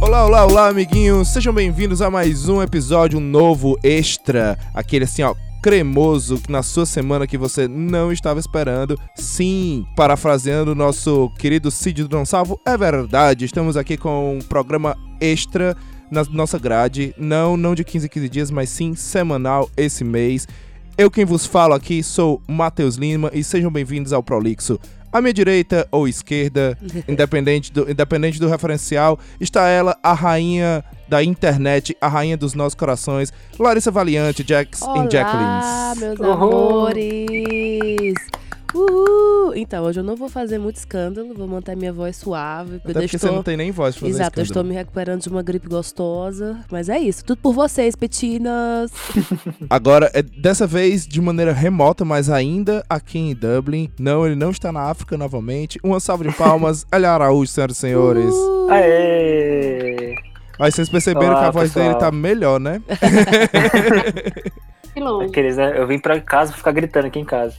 Olá, olá, olá, amiguinhos! Sejam bem-vindos a mais um episódio, um novo extra. Aquele assim, ó, cremoso, que na sua semana que você não estava esperando. Sim, parafraseando o nosso querido Cid do Salvo, é verdade. Estamos aqui com um programa extra na nossa grade. Não, não de 15 em 15 dias, mas sim semanal esse mês. Eu quem vos falo aqui sou Matheus Lima e sejam bem-vindos ao Prolixo. À minha direita ou esquerda, independente do, independente do referencial, está ela, a rainha da internet, a rainha dos nossos corações, Larissa Valiante, Jax Olá, and Jacqueline. meus Uhul. amores! Uhul! Então, hoje eu não vou fazer muito escândalo, vou manter minha voz suave. Até porque eu porque você estou... não tem nem voz pra fazer Exato, eu estou escândalo. me recuperando de uma gripe gostosa. Mas é isso, tudo por vocês, petinas! Agora, é, dessa vez de maneira remota, mas ainda aqui em Dublin. Não, ele não está na África novamente. Uma salva de palmas, Elia Araújo, senhoras e senhores. Uhul. Aê! Aí vocês perceberam Olá, que a voz dele pessoal. tá melhor, né? Que longe. Aqueles, né? Eu vim pra casa pra ficar gritando aqui em casa.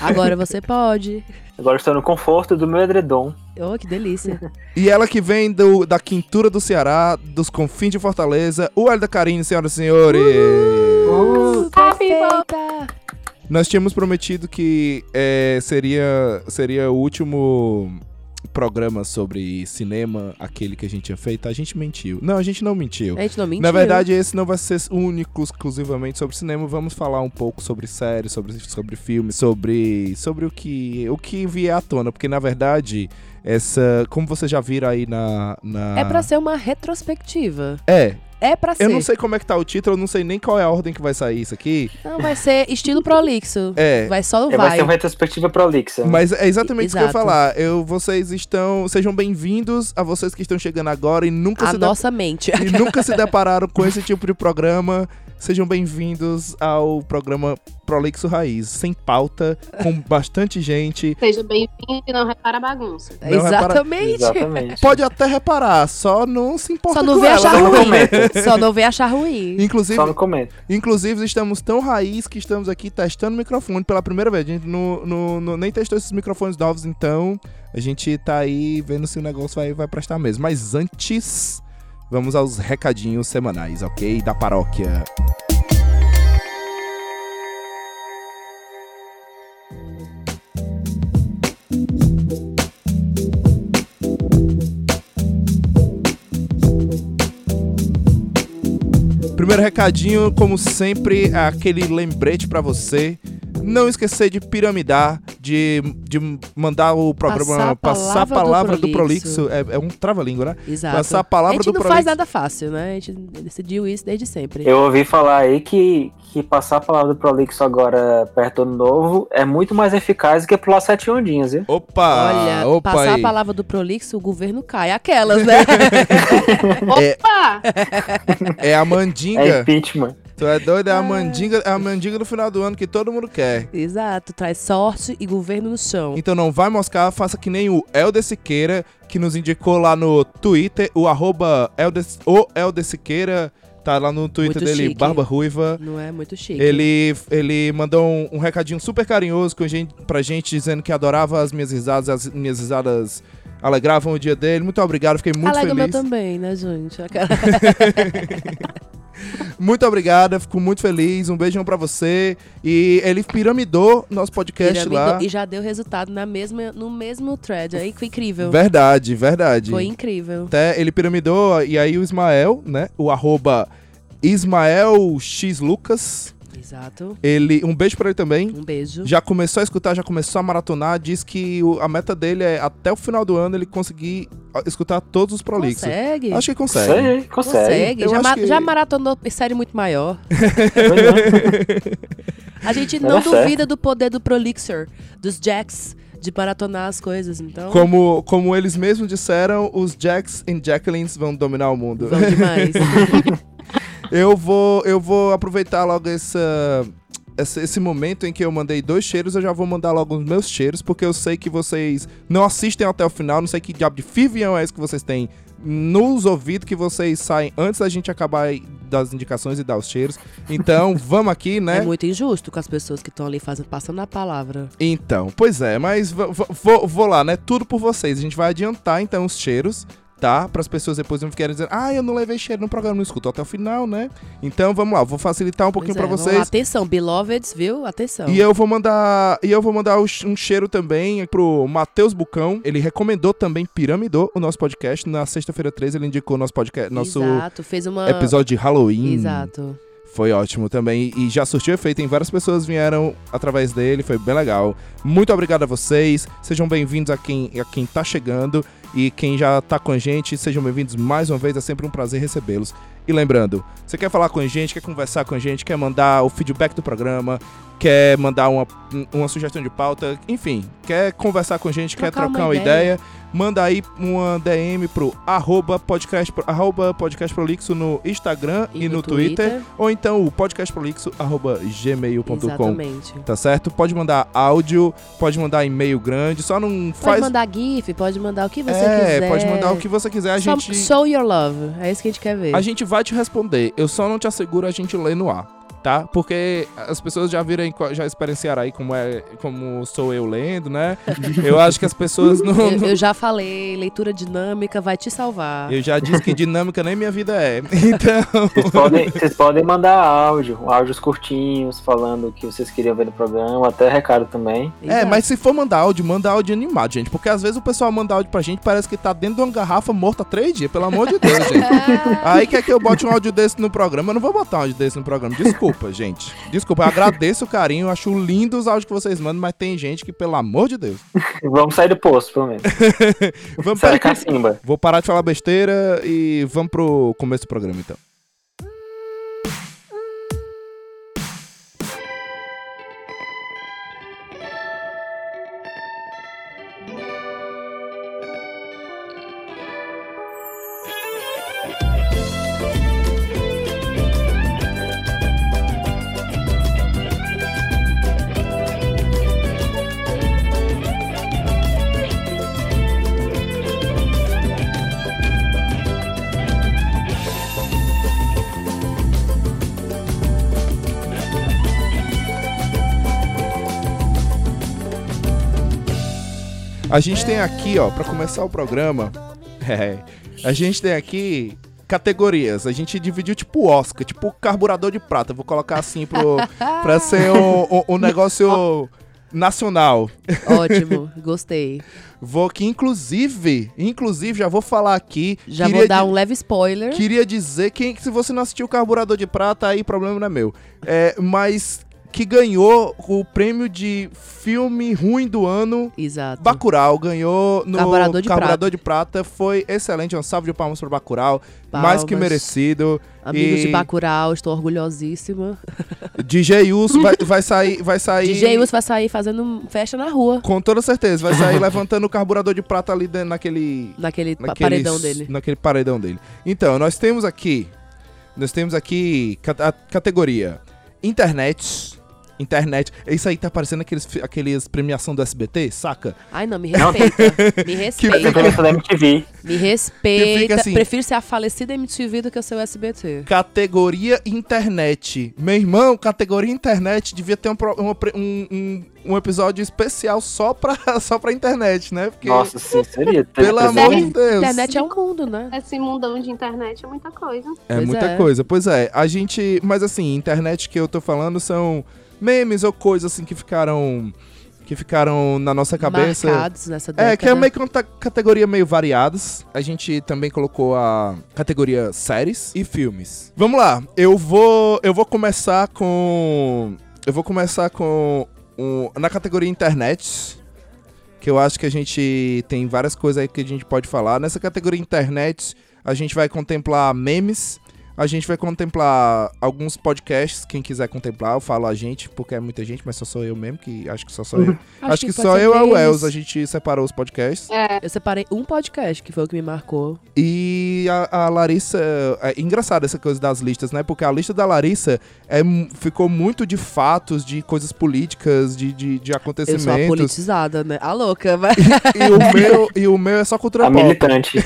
Agora você pode. Agora estou no conforto do meu edredom. Oh, que delícia. E ela que vem do, da quintura do Ceará, dos confins de Fortaleza, o Hélio da Carine, senhoras e senhores. Perfeita! Nós tínhamos prometido que é, seria, seria o último programa sobre cinema, aquele que a gente tinha feito. A gente mentiu. Não, a gente não mentiu. A gente não É, mentiu. Na verdade, esse não vai ser único exclusivamente sobre cinema. Vamos falar um pouco sobre séries, sobre, sobre filmes, sobre, sobre o que o que vier à tona. Porque, na verdade, essa. Como vocês já viram aí na. na... É pra ser uma retrospectiva. É, É pra ser. Ah. eu não sei como é que tá o título, eu não sei nem qual é a ordem que vai sair isso aqui. Não, vai ser estilo prolixo. É. Vai só no É, vai vai. ser uma retrospectiva prolixa. Mas é exatamente isso que eu ia Exato. falar. Eu, vocês estão. Sejam bem-vindos a vocês que estão chegando agora e nunca A se dá nossa mente. e nunca se depararam com esse tipo de programa, sejam bem-vindos ao programa Prolixo Raiz, sem pauta, com bastante gente. Seja bem-vindo e não repara a bagunça. Não, é repara- Exatamente. Exatamente. Pode até reparar, só não se importa Só não com vê ela. achar Só não ruim. comenta. Só não vê achar ruim. Inclusive, Só no comento. inclusive, estamos tão raiz que estamos aqui testando o microfone pela primeira vez. A gente não, não- não- nem testou esses microfones novos, então a gente tá aí vendo se o negócio vai, vai prestar mesmo. Mas antes, vamos aos recadinhos semanais, ok? Da paróquia. Primeiro recadinho, como sempre, é aquele lembrete pra você. Não esquecer de piramidar, de, de mandar o programa Passar a palavra do do Prolixo. Prolixo. É, é um trava-língua, né? Exato. Passar a palavra a gente do não faz Prolixo. nada fácil, né? A gente decidiu isso desde sempre. Eu ouvi falar aí que, que passar a palavra do prolixo agora perto do novo é muito mais eficaz do que pular sete ondinhas, viu? Opa! Olha, Ah, opa passar aí. a palavra do prolixo, o governo cai. Aquelas, né? Opa! É a É mandinga. impeachment. tu é doido? É Ah. a mandinga, é a mandinga do final do ano que todo mundo quer. Exato. Traz sorte e governo no chão. Então não vai moscar, faça que nem o Helder Siqueira, que nos indicou lá no Twitter, o arroba Helder, o Helder Siqueira, tá lá no Twitter Muito dele, chique. Barba Ruiva. Não é muito chique. Então, Ele, ele mandou um, um recadinho super carinhoso com a gente, pra gente, dizendo que adorava as minhas risadas, as minhas risadas alegravam o dia dele. Muito obrigado, fiquei é muito Alega o meu feliz. também, né, gente? Aquela- Muito obrigado, fico muito feliz. Um beijão pra você. E ele piramidou nosso podcast lá. Piramidou- E já deu resultado na mesma, no mesmo thread. Aí foi incrível. Verdade, verdade. Foi incrível. Até ele piramidou, e aí o Ismael, né? O arroba Ismael X Lucas. Exato. Ele, um beijo pra ele também. Um beijo. Já começou a escutar, já começou a maratonar. Diz que o- a meta dele é até o final do ano ele conseguir ó, escutar todos os prolixos. Consegue? Acho que consegue. Consegue, consegue. Consegue. é, Eu Já, acho ma- que- já maratonou série muito maior. A gente não Era certo. duvida do poder do Prolixer, dos Jacks, de maratonar as coisas. Então, Como, como eles mesmos disseram, os Jacks and Jacquelines vão dominar o mundo. vão demais. Eu vou, eu vou aproveitar logo essa, essa- esse momento em que eu mandei dois cheiros, eu já vou mandar logo os meus cheiros, porque eu sei que vocês não assistem até o final, não sei que diabo de Fivião é esse que vocês têm nos ouvidos, que vocês saem antes da gente acabar aí das indicações e dar os cheiros. Então, vamos aqui, É né? Um muito injusto com as pessoas que estão ali fazendo, passando a palavra. Então, pois é, mas v- v- vou, vou lá, né? Tudo por vocês. A gente vai adiantar então os cheiros, tá? Para as pessoas depois não ficarem dizendo, ah, eu não levei cheiro no programa, não escutou até o final, né? Então vamos lá, vou facilitar um pouquinho Pois pra para é, vamos lá. vocês. Atenção, beloveds, viu? Atenção. E é eu vou mandar, e eu vou mandar um che- um cheiro também pro Matheus Bucão. Ele recomendou também Piramidô, o nosso podcast. Na sexta-feira 13 ele indicou nosso podcast, nosso Exato, fez uma... episódio de Halloween. Exato. Foi ótimo também e já surtiu efeito, hein? Várias pessoas vieram através dele, foi bem legal. Muito obrigado a vocês, sejam bem-vindos a quem, a quem tá chegando e quem já tá com a gente, sejam bem-vindos mais uma vez, é sempre um prazer recebê-los. E lembrando, você quer falar com a gente, quer conversar com a gente, quer mandar o feedback do programa, quer mandar uma, um, uma sugestão de pauta, enfim, quer conversar com a gente, quer Trocar uma trocar uma ideia. ideia, manda aí uma DM pro arroba podcast, arroba podcast prolixo no Instagram e, no Twitter ou então o podcastprolixo.gmail.com. Exatamente. Tá certo? Pode mandar áudio, pode mandar e-mail grande, só não Pode faz. mandar GIF, pode mandar o que você é, quiser. pode mandar o que você quiser. A gente, Show your love. É isso que a gente quer ver. a gente vai te responder. Eu só não te asseguro a gente ler no ar. Tá? Porque as pessoas já viram, já experienciaram aí como, é, como sou eu lendo, né? Eu acho que as pessoas não. não- Eu, eu já falei, leitura dinâmica vai te salvar. Eu já disse que dinâmica nem minha vida é. Então. Vocês podem, vocês podem mandar áudio, áudios curtinhos, falando o que vocês queriam ver no programa, até recado também. É, mas se for mandar áudio, manda áudio animado, gente. Porque às vezes o pessoal manda áudio pra gente, parece que tá dentro de uma garrafa morta há três dias, pelo amor de Deus, gente. Aí quer que eu bote um áudio desse no programa? Eu não vou botar um áudio desse no programa. Desculpa, gente. Desculpa, eu agradeço o carinho, eu acho lindo os áudios que vocês mandam, mas tem gente que, pelo amor de Deus. Vamos sair do posto, pelo menos. Vamos Sai da para... cacimba. Vou parar de falar besteira e vamos pro começo do programa, então. A gente tem aqui, ó, pra começar o programa, é, a gente tem aqui categorias. A gente dividiu tipo Oscar, tipo carburador de prata. Vou colocar assim pro, pra ser um, um- um negócio nacional. Ótimo, gostei. Vou que, inclusive, inclusive, já vou falar aqui. Já queria vou dar di- um leve spoiler. Queria dizer quem, se você não assistiu o Carburador de Prata, aí problema não é meu. É, mas que ganhou o prêmio de filme ruim do ano Exato. Bacurau ganhou no Carburador de Carburador de Prata. Foi excelente, um salve de palmas pro Bacurau. Palmas. Mais que merecido. Amigos E- de Bacurau, estou orgulhosíssima. DJ Uso vai, vai sair... Vai sair DJ Us vai sair fazendo um festa na rua, Com toda certeza, vai sair levantando o Carburador de Prata ali dentro, naquele... naquele pa- naquele paredão dele. Naquele paredão dele. Então, nós temos aqui... Nós temos aqui cat- a categoria internet... Internet. Isso aí tá parecendo aqueles, fi- aqueles premiação do SBT, saca? Ai, não, me respeita. me Você respeita. tem da MTV. Me assim, Que fica respeita. assim- Prefiro ser a falecida MTV do que eu ser o SBT. Categoria internet. Meu irmão, categoria internet devia ter um, pro- uma pre- um, um, um episódio especial só pra, só pra internet, né? Porque, Nossa, sim, seria. pelo Seria- amor de Deus. Internet é um mundo, né? Esse mundão de internet é muita coisa. É Pois muita é. coisa. Pois é, a gente. Mas assim, internet que eu tô falando são memes ou coisas assim que ficaram. que ficaram na nossa cabeça. Marcados nessa década. É, que é meio que uma ta- categoria meio variadas. A gente também colocou a categoria séries e filmes. Vamos lá, eu vou eu vou começar com eu vou começar com um- na categoria internet, que eu acho que a gente tem várias coisas aí que a gente pode falar. Nessa categoria internet, a gente vai contemplar memes, a gente vai contemplar alguns podcasts, quem quiser contemplar, eu falo a gente, porque é muita gente, mas só sou eu mesmo, que acho que só sou eu. Acho, que, pode só ser eu e o deles. Els, a gente separou os podcasts. Eu separei um podcast que foi o que me marcou. E a, a Larissa. É engraçado essa coisa das listas, né? Porque a lista da Larissa é, mu- ficou muito de fatos, de coisas políticas, de, de, de Eu sou a acontecimentos. politizada, né? A louca, vai. E o, meu, e o meu é só cultura A pop. militante.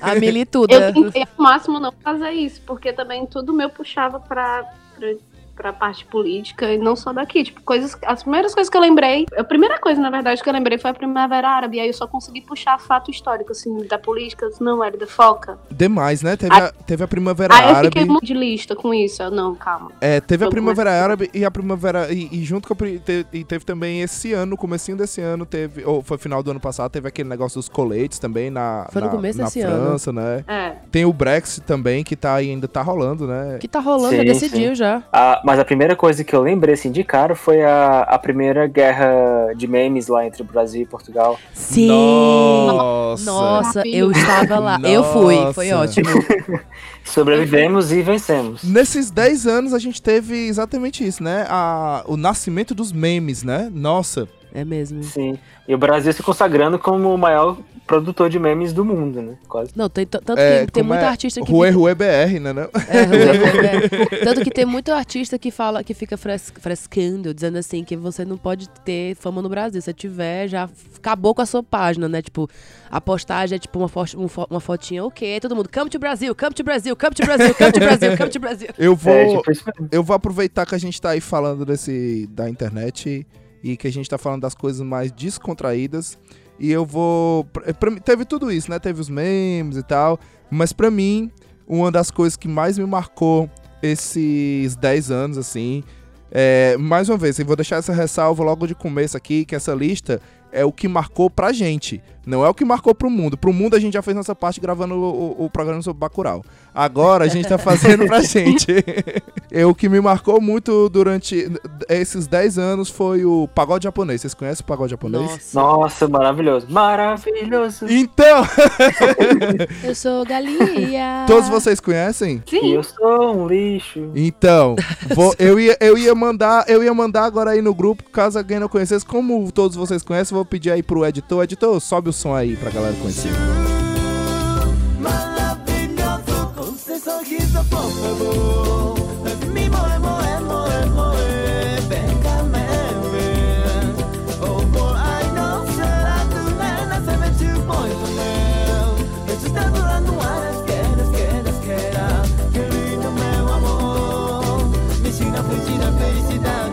A milituda. Eu tentei ao máximo não fazer isso, porque também tudo meu puxava pra, pra, pra parte política e não só daqui. Tipo, coisas. As primeiras coisas que eu lembrei. A primeira coisa, na verdade, que eu lembrei foi a Primavera Árabe. E aí eu só consegui puxar fato histórico, assim, da política. Eu disse, Não, era da foca. Demais, né? Teve a, teve a Primavera aí Ah, eu Árabe. fiquei muito de lista com isso. Eu, não, calma. É, teve a Eu Primavera comecei- Árabe e a Primavera. E, e junto com a. pri- te- e teve também esse ano, no comecinho desse ano, teve. Ou foi final do ano passado, teve aquele negócio dos coletes também na. Foi no na, começo na desse ano. França, né? É. Tem o Brexit também, que tá aí- ainda tá rolando, né? Que tá rolando, Sim, já decidiu já. Ah, mas a primeira coisa que eu lembrei assim de cara foi a, a primeira guerra de memes lá entre o Brasil e Portugal. Sim! Nossa! Nossa, Maravilha. eu estava lá. Eu fui, foi Nossa. ótimo. Sobrevivemos e vencemos. Nesses 10 anos a gente teve exatamente isso, né? A, o nascimento dos memes, né? Nossa, É mesmo. Sim. E o Brasil se consagrando como o maior produtor de memes do mundo, né? Quase. Não, tem, t- tanto É, que tem como muito é? artista que. Rue Rue BR, né? Não? É, Rue, é. Tanto que tem muito artista que fala, que fica fres- frescando, dizendo assim, que você não pode ter fama no Brasil. Se tiver, já f- acabou com a sua página, né? Tipo, a postagem é tipo uma, fo um fo- uma fotinha, ok, todo mundo, come to Brasil, come to Brasil, come to Brasil, come to Brasil, come to Brasil. Eu vou, É, tipo, isso mesmo. eu vou aproveitar que a gente tá aí falando desse da internet e que a gente tá falando das coisas mais descontraídas. E eu vou. pra- pra mim- teve tudo isso, né? Teve os memes e tal. Mas pra mim, uma das coisas que mais me marcou esses 10 anos, assim. É, mais uma vez, eu vou deixar essa ressalva logo de começo aqui, que essa lista é o que marcou pra gente. Não é o que marcou pro mundo. Pro mundo a gente já fez nossa parte gravando o, o- o programa sobre Bacurau. Agora a gente tá fazendo pra gente. É, o que me marcou muito durante esses 10 anos foi o pagode japonês. Vocês conhecem o pagode japonês? Nossa. Nossa, maravilhoso. Maravilhoso. Então, Eu sou galinha. todos vocês conhecem? Sim. Eu sou um lixo. Então, vou- eu, ia, eu ia mandar, eu ia mandar agora aí no grupo, caso alguém não conhecesse, como todos vocês conhecem, vou pedir aí pro editor, editor, sobe o som aí pra galera conhecer.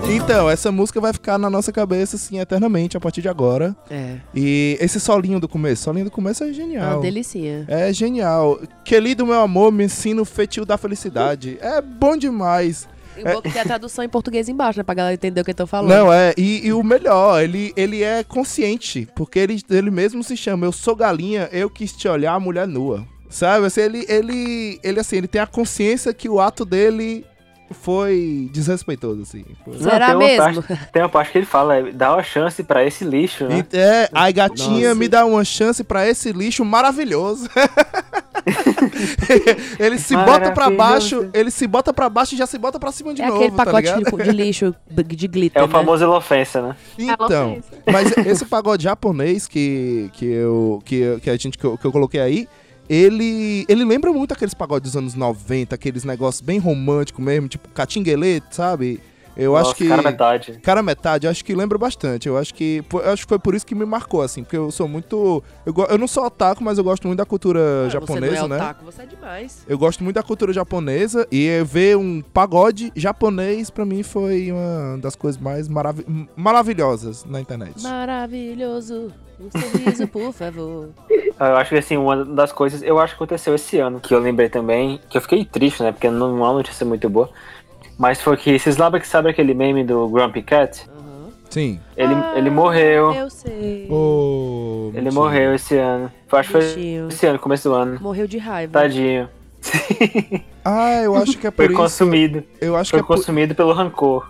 Então, essa música vai ficar na nossa cabeça assim eternamente a partir de agora. É, E esse solinho do começo, solinho do começo é uma genial. delicinha. É genial. Querido meu amor, me ensina o fetil da felicidade. É bom demais. E o bom que tem a tradução em português embaixo, né? Pra galera entender o que eu tô falando. Não, é, e, e o melhor, ele, ele é consciente, porque ele, ele mesmo se chama Eu sou galinha, eu quis te olhar a mulher nua. Sabe? Assim, ele, ele, ele, assim, ele tem a consciência que o ato dele foi desrespeitoso, assim. Foi- Será Não, tem uma mesmo? Tem uma parte que ele fala, é, dá uma chance pra esse lixo, né? E- É, ai gatinha, Nossa. me dá uma chance pra esse lixo maravilhoso. ele se bota pra baixo, Maravilhoso. ele se bota pra baixo e já se bota pra cima de é novo, aquele tá pacote ligado? de, de lixo b- de glitter. É o né? famoso elofensa, né? Então, Mas esse pagode japonês que, que, eu, que, eu- que a gente que eu, que eu coloquei aí, ele, ele lembra muito aqueles pagodes dos anos 90, aqueles negócios bem românticos mesmo, tipo catinguelê, sabe? Eu Nossa, acho que. Cara, metade. Cara metade, eu acho que lembra bastante. Eu acho que, pô, eu acho que foi por isso que me marcou, assim, porque eu sou muito. Eu, go- eu não sou otaku, mas eu gosto muito da cultura Ah, japonesa, você não é né? otaku, você é demais. Eu gosto muito da cultura japonesa e eh, ver um pagode japonês, pra mim, foi uma das coisas mais maravi- maravilhosas na internet. Maravilhoso. Um sorriso, por favor. Eu acho que assim, uma das coisas, eu acho que aconteceu esse ano, que eu lembrei também, que eu fiquei triste, né? Porque não é uma notícia muito boa. Mas foi que, vocês lembram que sabe aquele meme do Grumpy Cat? Aham. Sim. Ele, Ah, ele morreu. Eu sei. Ô, Ele mentira. morreu esse ano. Eu acho que foi Bichinho. esse ano, começo do ano. Morreu de raiva. Tadinho. Ah, eu acho que é por Foi isso. consumido. Eu acho, que Foi é por... consumido pelo rancor.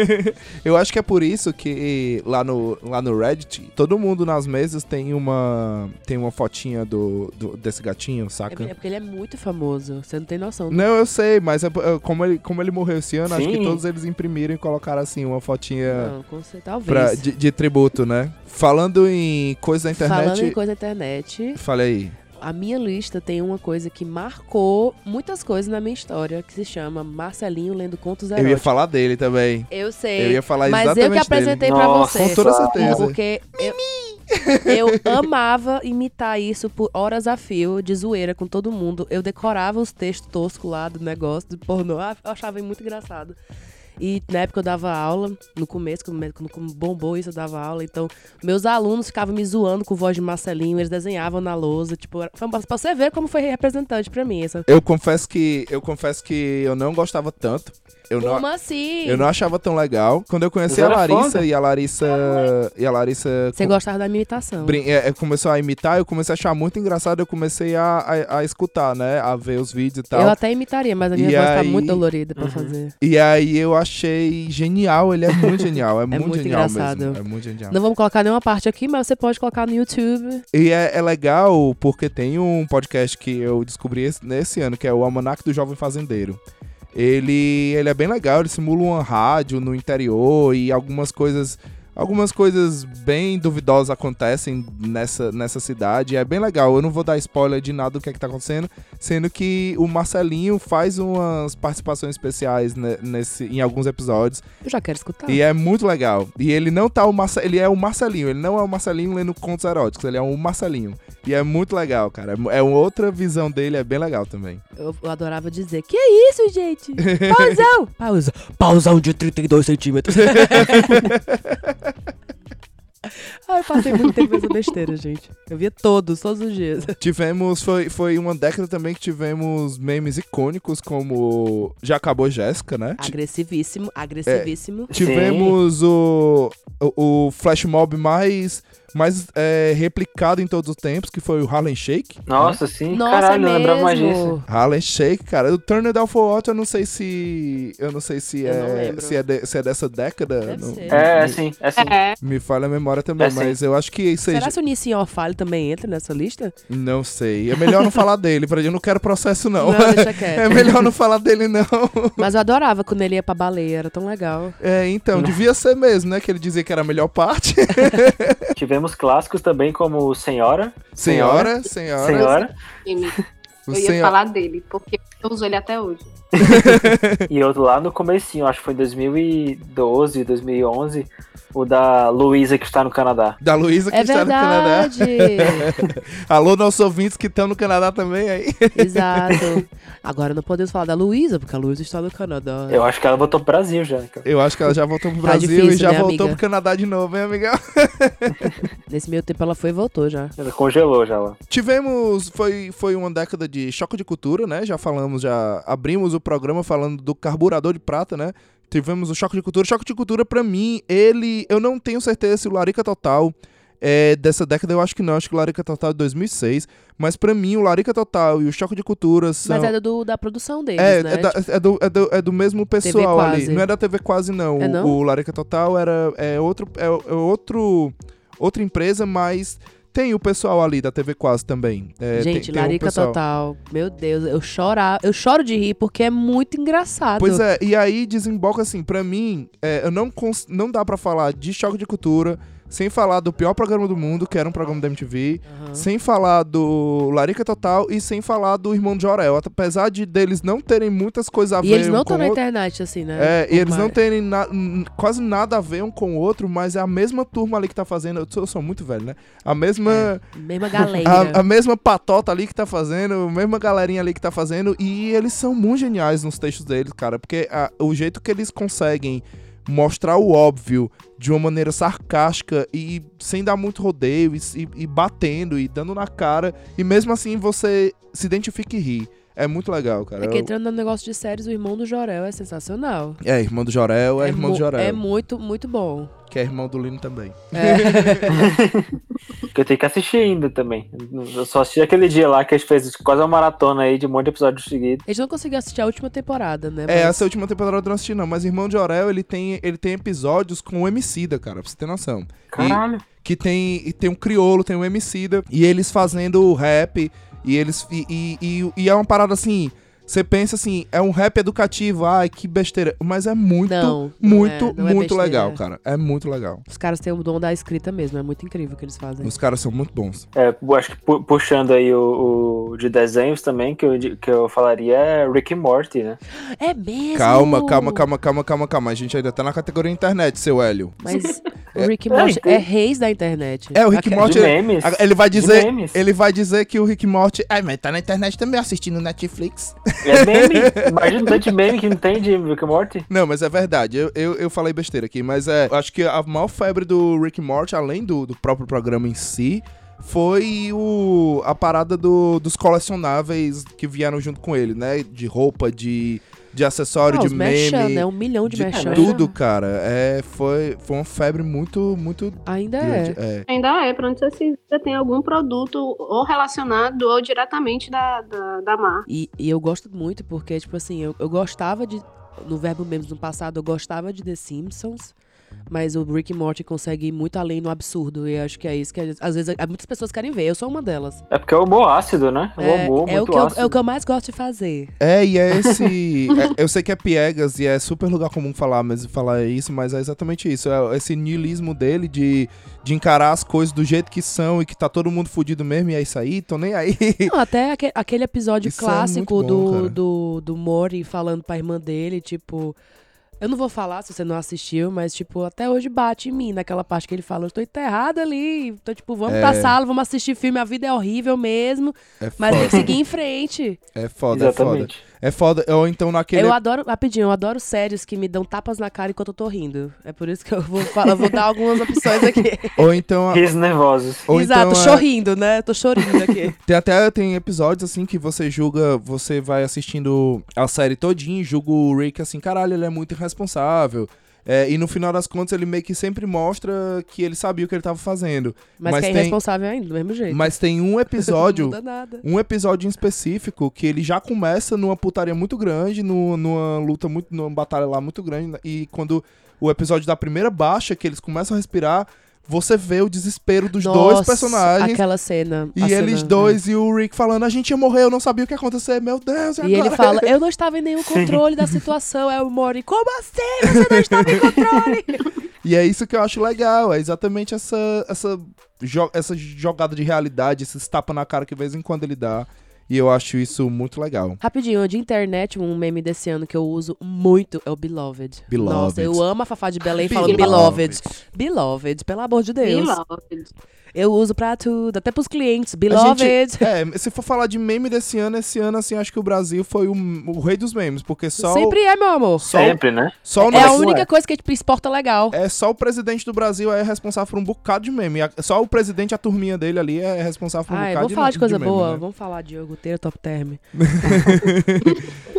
eu acho que é por isso que lá no, lá no Reddit, todo mundo nas mesas tem uma tem uma fotinha do, do- desse gatinho, É porque- saca? É porque ele é muito famoso. Você não tem noção. Não, eu sei, mas é por- é como, ele, como ele morreu esse ano, acho que Sim. todos eles imprimiram e colocaram assim uma fotinha Não, com cer- talvez. pra- de, de tributo, né? Falando em coisa da Falando em internet. coisa da internet, Falei aí. a minha lista tem uma coisa que marcou muitas coisas na minha história, que se chama Marcelinho Lendo Contos Eu ia Eróticos. falar dele também. Eu sei. Eu ia falar mas eu exatamente que apresentei dele. pra Nossa, dele. Com você. toda Claro. certeza. Porque eu, eu amava imitar isso por horas a fio, de zoeira com todo mundo. Eu decorava os textos toscos lá do negócio, do pornô. Ah, Eu achava muito engraçado. E na época eu dava aula, no começo, quando quando bombou isso, eu dava aula. Então, meus alunos ficavam me zoando com voz de Marcelinho, eles desenhavam na lousa. Tipo, era- foi pra pra você ver como foi representante pra mim. Essa... Eu confesso que eu confesso que eu não gostava tanto. Eu não, Como assim? eu não achava tão legal. Quando eu conheci a Mas era Larissa foda. e a Larissa e a Larissa Você com- gostava da minha imitação. brin- é, é, começou a imitar, eu comecei a achar muito engraçado, eu comecei a, a, a escutar, né, a ver os vídeos e tal. Eu até imitaria, mas a minha E voz tá aí- muito dolorida pra Uhum. fazer. E aí eu achei genial, ele é muito genial, é, muito, muito genial engraçado. mesmo. É muito genial. Não vamos colocar nenhuma parte aqui, mas você pode colocar no YouTube. E é, é legal porque tem um podcast que eu descobri esse- nesse ano, que é o Almanac do Jovem Fazendeiro. Ele, ele é bem legal, ele simula uma rádio no interior e algumas coisas. Algumas coisas bem duvidosas acontecem nessa, nessa cidade. É bem legal. Eu não vou dar spoiler de nada do que, é que tá acontecendo. Sendo que o Marcelinho faz umas participações especiais ne- nesse, em alguns episódios. Eu já quero escutar. E é muito legal. E ele não tá o Marce... ele é o Marcelinho, ele não é o Marcelinho lendo contos eróticos, ele é o Marcelinho. E é muito legal, cara. É mu- É uma outra visão dele, é bem legal também. Eu, eu adorava dizer, que é isso, gente? Pausão! Pausa. Pausão de 32 centímetros. Ai, eu passei muito tempo nessa besteira, gente. Eu via todos, todos os dias. Tivemos, foi, foi uma década também que tivemos memes icônicos como Já Acabou Jéssica, né? Ti- Agressivíssimo, agressivíssimo. Tivemos o, o, o flash mob mais, mais é, replicado em todos os tempos, que foi o Harlem Shake. Nossa, sim. Nossa, Caralho, é eu lembrava mais disso. mesmo. Harlem Shake, cara. O Turn It Down for What, eu não sei se. Eu não sei se, Eu não é, lembro. se, é, de- se é dessa década. Deve não- ser. É, é sim, é sim. É. Me falha a memória também, É, sim. mas eu acho que isso aí. Será que o Nissin Orfale também entra nessa lista? Não sei. É melhor não falar dele, pra eu não quero processo, não. deixa quieto. é melhor não falar dele, não. Mas eu adorava quando ele ia pra baleia, era tão legal. É, então, devia ser mesmo, né? Que ele dizia que era a melhor parte. Tivemos clássicos também como Senhora. Senhora, senhora. Senhora. o Eu ia senhor- falar dele, porque eu uso ele até hoje. E outro lá no comecinho, acho que foi em 2012, 2011, o da Luísa que está no Canadá. Da Luísa que É está no Canadá. verdade! Alô, nossos ouvintes que estão no Canadá também aí. Exato. Agora não podemos falar da Luísa, porque a Luísa está no Canadá. Eu acho que ela voltou pro Brasil já. então. cara. Eu acho que ela já voltou pro Tá Brasil e difícil, já né, voltou amiga? pro Canadá de novo, hein, amigão? Nesse meio tempo ela foi e voltou já. Ela congelou já lá. Tivemos, foi, foi uma década de choque de cultura, né? Já falamos, já abrimos o programa falando do carburador de prata, né? Tivemos o choque de cultura. O choque de cultura, pra mim, ele. Eu não tenho certeza se o Larica Total é dessa década, eu acho que não. Acho que o Larica Total é de 2006. Mas pra mim, o Larica Total e o choque de cultura são. Mas é do, da produção deles, É, né? é da- é do, é do- é do mesmo pessoal ali. Quase. Não é da TV quase, não. É não? O Larica Total era, é, outro, é, é outro, outra empresa, mas tem o pessoal ali da TV quase também. É, tem- Gente, tem o Larica pessoal. Total. Meu Deus, eu chorar, eu choro de rir porque é muito engraçado. Pois é, e aí desemboca assim, pra mim, é, eu não, cons- não dá pra falar de choque de cultura sem falar do pior programa do mundo, que era um programa da MTV, Aham. sem falar do Larica Total e sem falar do Irmão de Jorel. Apesar de deles não terem muitas coisas a ver E eles não um com estão o na outro. internet, assim, né? É, e eles não Mas- têm na- n- quase nada a ver um com o outro, mas é a mesma turma ali que tá fazendo. Eu sou, eu sou muito velho, né? A mesma. Mesma É, galera. A, a mesma patota ali que tá fazendo, a mesma galerinha ali que tá fazendo. E eles são muito geniais nos textos deles, cara. Porque a- o jeito que eles conseguem mostrar o óbvio de uma maneira sarcástica e sem dar muito rodeio, e, e- e batendo, e dando na cara. E mesmo assim você se identifica e ri. É muito legal, cara. É que Eu- entrando no negócio de séries, o irmão do Jorel é sensacional. É, irmão do Jorel, é, irmão mu- do Jorel. É muito, muito bom. Que é irmão do Lino também. Que eu tenho que assistir ainda também. Eu só assisti aquele dia lá que a gente fez quase uma maratona aí de um monte de episódios seguidos. A gente não conseguiu assistir a última temporada, né? É, Mas- essa última temporada eu não assisti, não. Mas Irmão de Orel, ele tem, ele tem episódios com o Emicida, cara, pra você ter noção. Caralho. Que tem, e tem um criolo, tem um Emicida, e eles fazendo rap, e eles. E, e, e- e é uma parada assim. Você pensa assim, é um rap educativo, ai, que besteira. Mas é muito, Não, não muito, é- não é muito besteira. legal, cara. É muito legal. Os caras têm o dom da escrita mesmo, é muito incrível o que eles fazem. Os caras são muito bons. É, eu acho que pu- puxando aí o, o de desenhos também, que eu, di- que eu falaria é Rick and Morty, né? É mesmo! Calma, calma, calma, calma, calma, calma. A gente ainda tá na categoria internet, seu Hélio. Mas O Rick Morty é reis da internet. É, o Rick Aque- Morty, De memes. ele- ele vai De dizer, memes. ele vai dizer que o Rick Morty, ai, mas tá na internet também assistindo Netflix. É meme. Imagina o tanto de meme que não tem de Rick and Morty. Não, mas é verdade. Eu, eu, eu falei besteira aqui, mas é. eu Acho que a maior febre do Rick and Morty, além do, do próprio programa em si, foi o, a parada do- dos colecionáveis que vieram junto com ele, né? De roupa, de, de acessório, Ah, de os merchan, meme. né? Um milhão de, de merchan. tudo, cara. É, foi, foi uma febre muito, muito Ainda é. grande. É. Ainda é, pra onde você se- você tem algum produto ou relacionado ou diretamente da, da, da marca. E, e eu gosto muito porque, tipo assim, eu, eu gostava de. No verbo memes no passado, eu gostava de The Simpsons. Mas o Rick and Morty consegue ir muito além no absurdo. E eu acho que é isso que às vezes a- muitas pessoas querem ver. Eu sou uma delas. É porque é o humor ácido, né? O É, humor é o muito que eu, ácido. é o que eu mais gosto de fazer. É, e é esse. é- eu sei que é piegas e é super lugar comum falar, mas falar isso, mas é exatamente isso. É esse niilismo dele de, de encarar as coisas do jeito que são e que tá todo mundo fudido mesmo, e é isso aí, tô nem aí. Não, até aque- aquele episódio Isso é clássico muito bom, cara. do, do, do Mori falando pra irmã dele, tipo. Eu não vou falar se você não assistiu, mas, tipo, até hoje bate em mim naquela parte que ele fala: eu tô enterrado ali. Então, tipo, vamos pra sala, vamos assistir filme, a vida é horrível mesmo, É mas tem foda, que seguir em frente. é foda, é foda. Exatamente. É foda. Ou então naquele. Eu adoro, rapidinho, eu adoro séries que me dão tapas na cara enquanto eu tô rindo. É por isso que eu vou falar, vou dar algumas opções aqui. Ou então. Risos nervosos. Ou Exato, então, é- chorrindo, né? Eu tô chorrindo aqui. Tem até tem episódios assim que você julga, você vai assistindo a série todinha, e julga o Rick assim, caralho, ele é muito irresponsável. É, e no final das contas ele meio que sempre mostra que ele sabia o que ele tava fazendo. Mas, Mas que é tem- irresponsável ainda, do mesmo jeito. Mas tem um Não episódio, muda nada. um episódio em específico que ele já começa numa putaria muito grande, nu- numa luta muito, numa batalha lá muito grande e quando o episódio da primeira baixa que eles começam a respirar, você vê o desespero dos dois Nossa, personagens. Aquela cena. E a cena, eles né? dois e o Rick falando, a gente ia morrer, eu não sabia o que ia acontecer, meu Deus, e E ele agora?" fala, eu não estava em nenhum controle da situação. É o Mori, como assim? Você não estava em controle? E é isso que eu acho legal, é exatamente essa, essa, jo- essa jogada de realidade, esses tapa na cara que de vez em quando ele dá. E eu acho isso muito legal. Rapidinho, de internet, um meme desse ano que eu uso muito é o Beloved. Beloved. Nossa, eu amo a Fafá de Belém falando Beloved. Beloved. Beloved, pelo amor de Deus. Beloved. Eu uso pra tudo, até pros clientes. A Beloved. gente- é, se for falar de meme desse ano, esse ano, assim, acho que o Brasil foi o, o rei dos memes, porque só, Sempre é, meu amor. só, Sempre, né? só o É a nosso- única coisa que a gente exporta legal. É só o presidente do Brasil é responsável por um bocado de meme. A- Só o presidente, a turminha dele ali, é responsável por um Ai, bocado vamos de Ah, falar de coisa meme, boa. né? Vamos falar de iogurteira top term.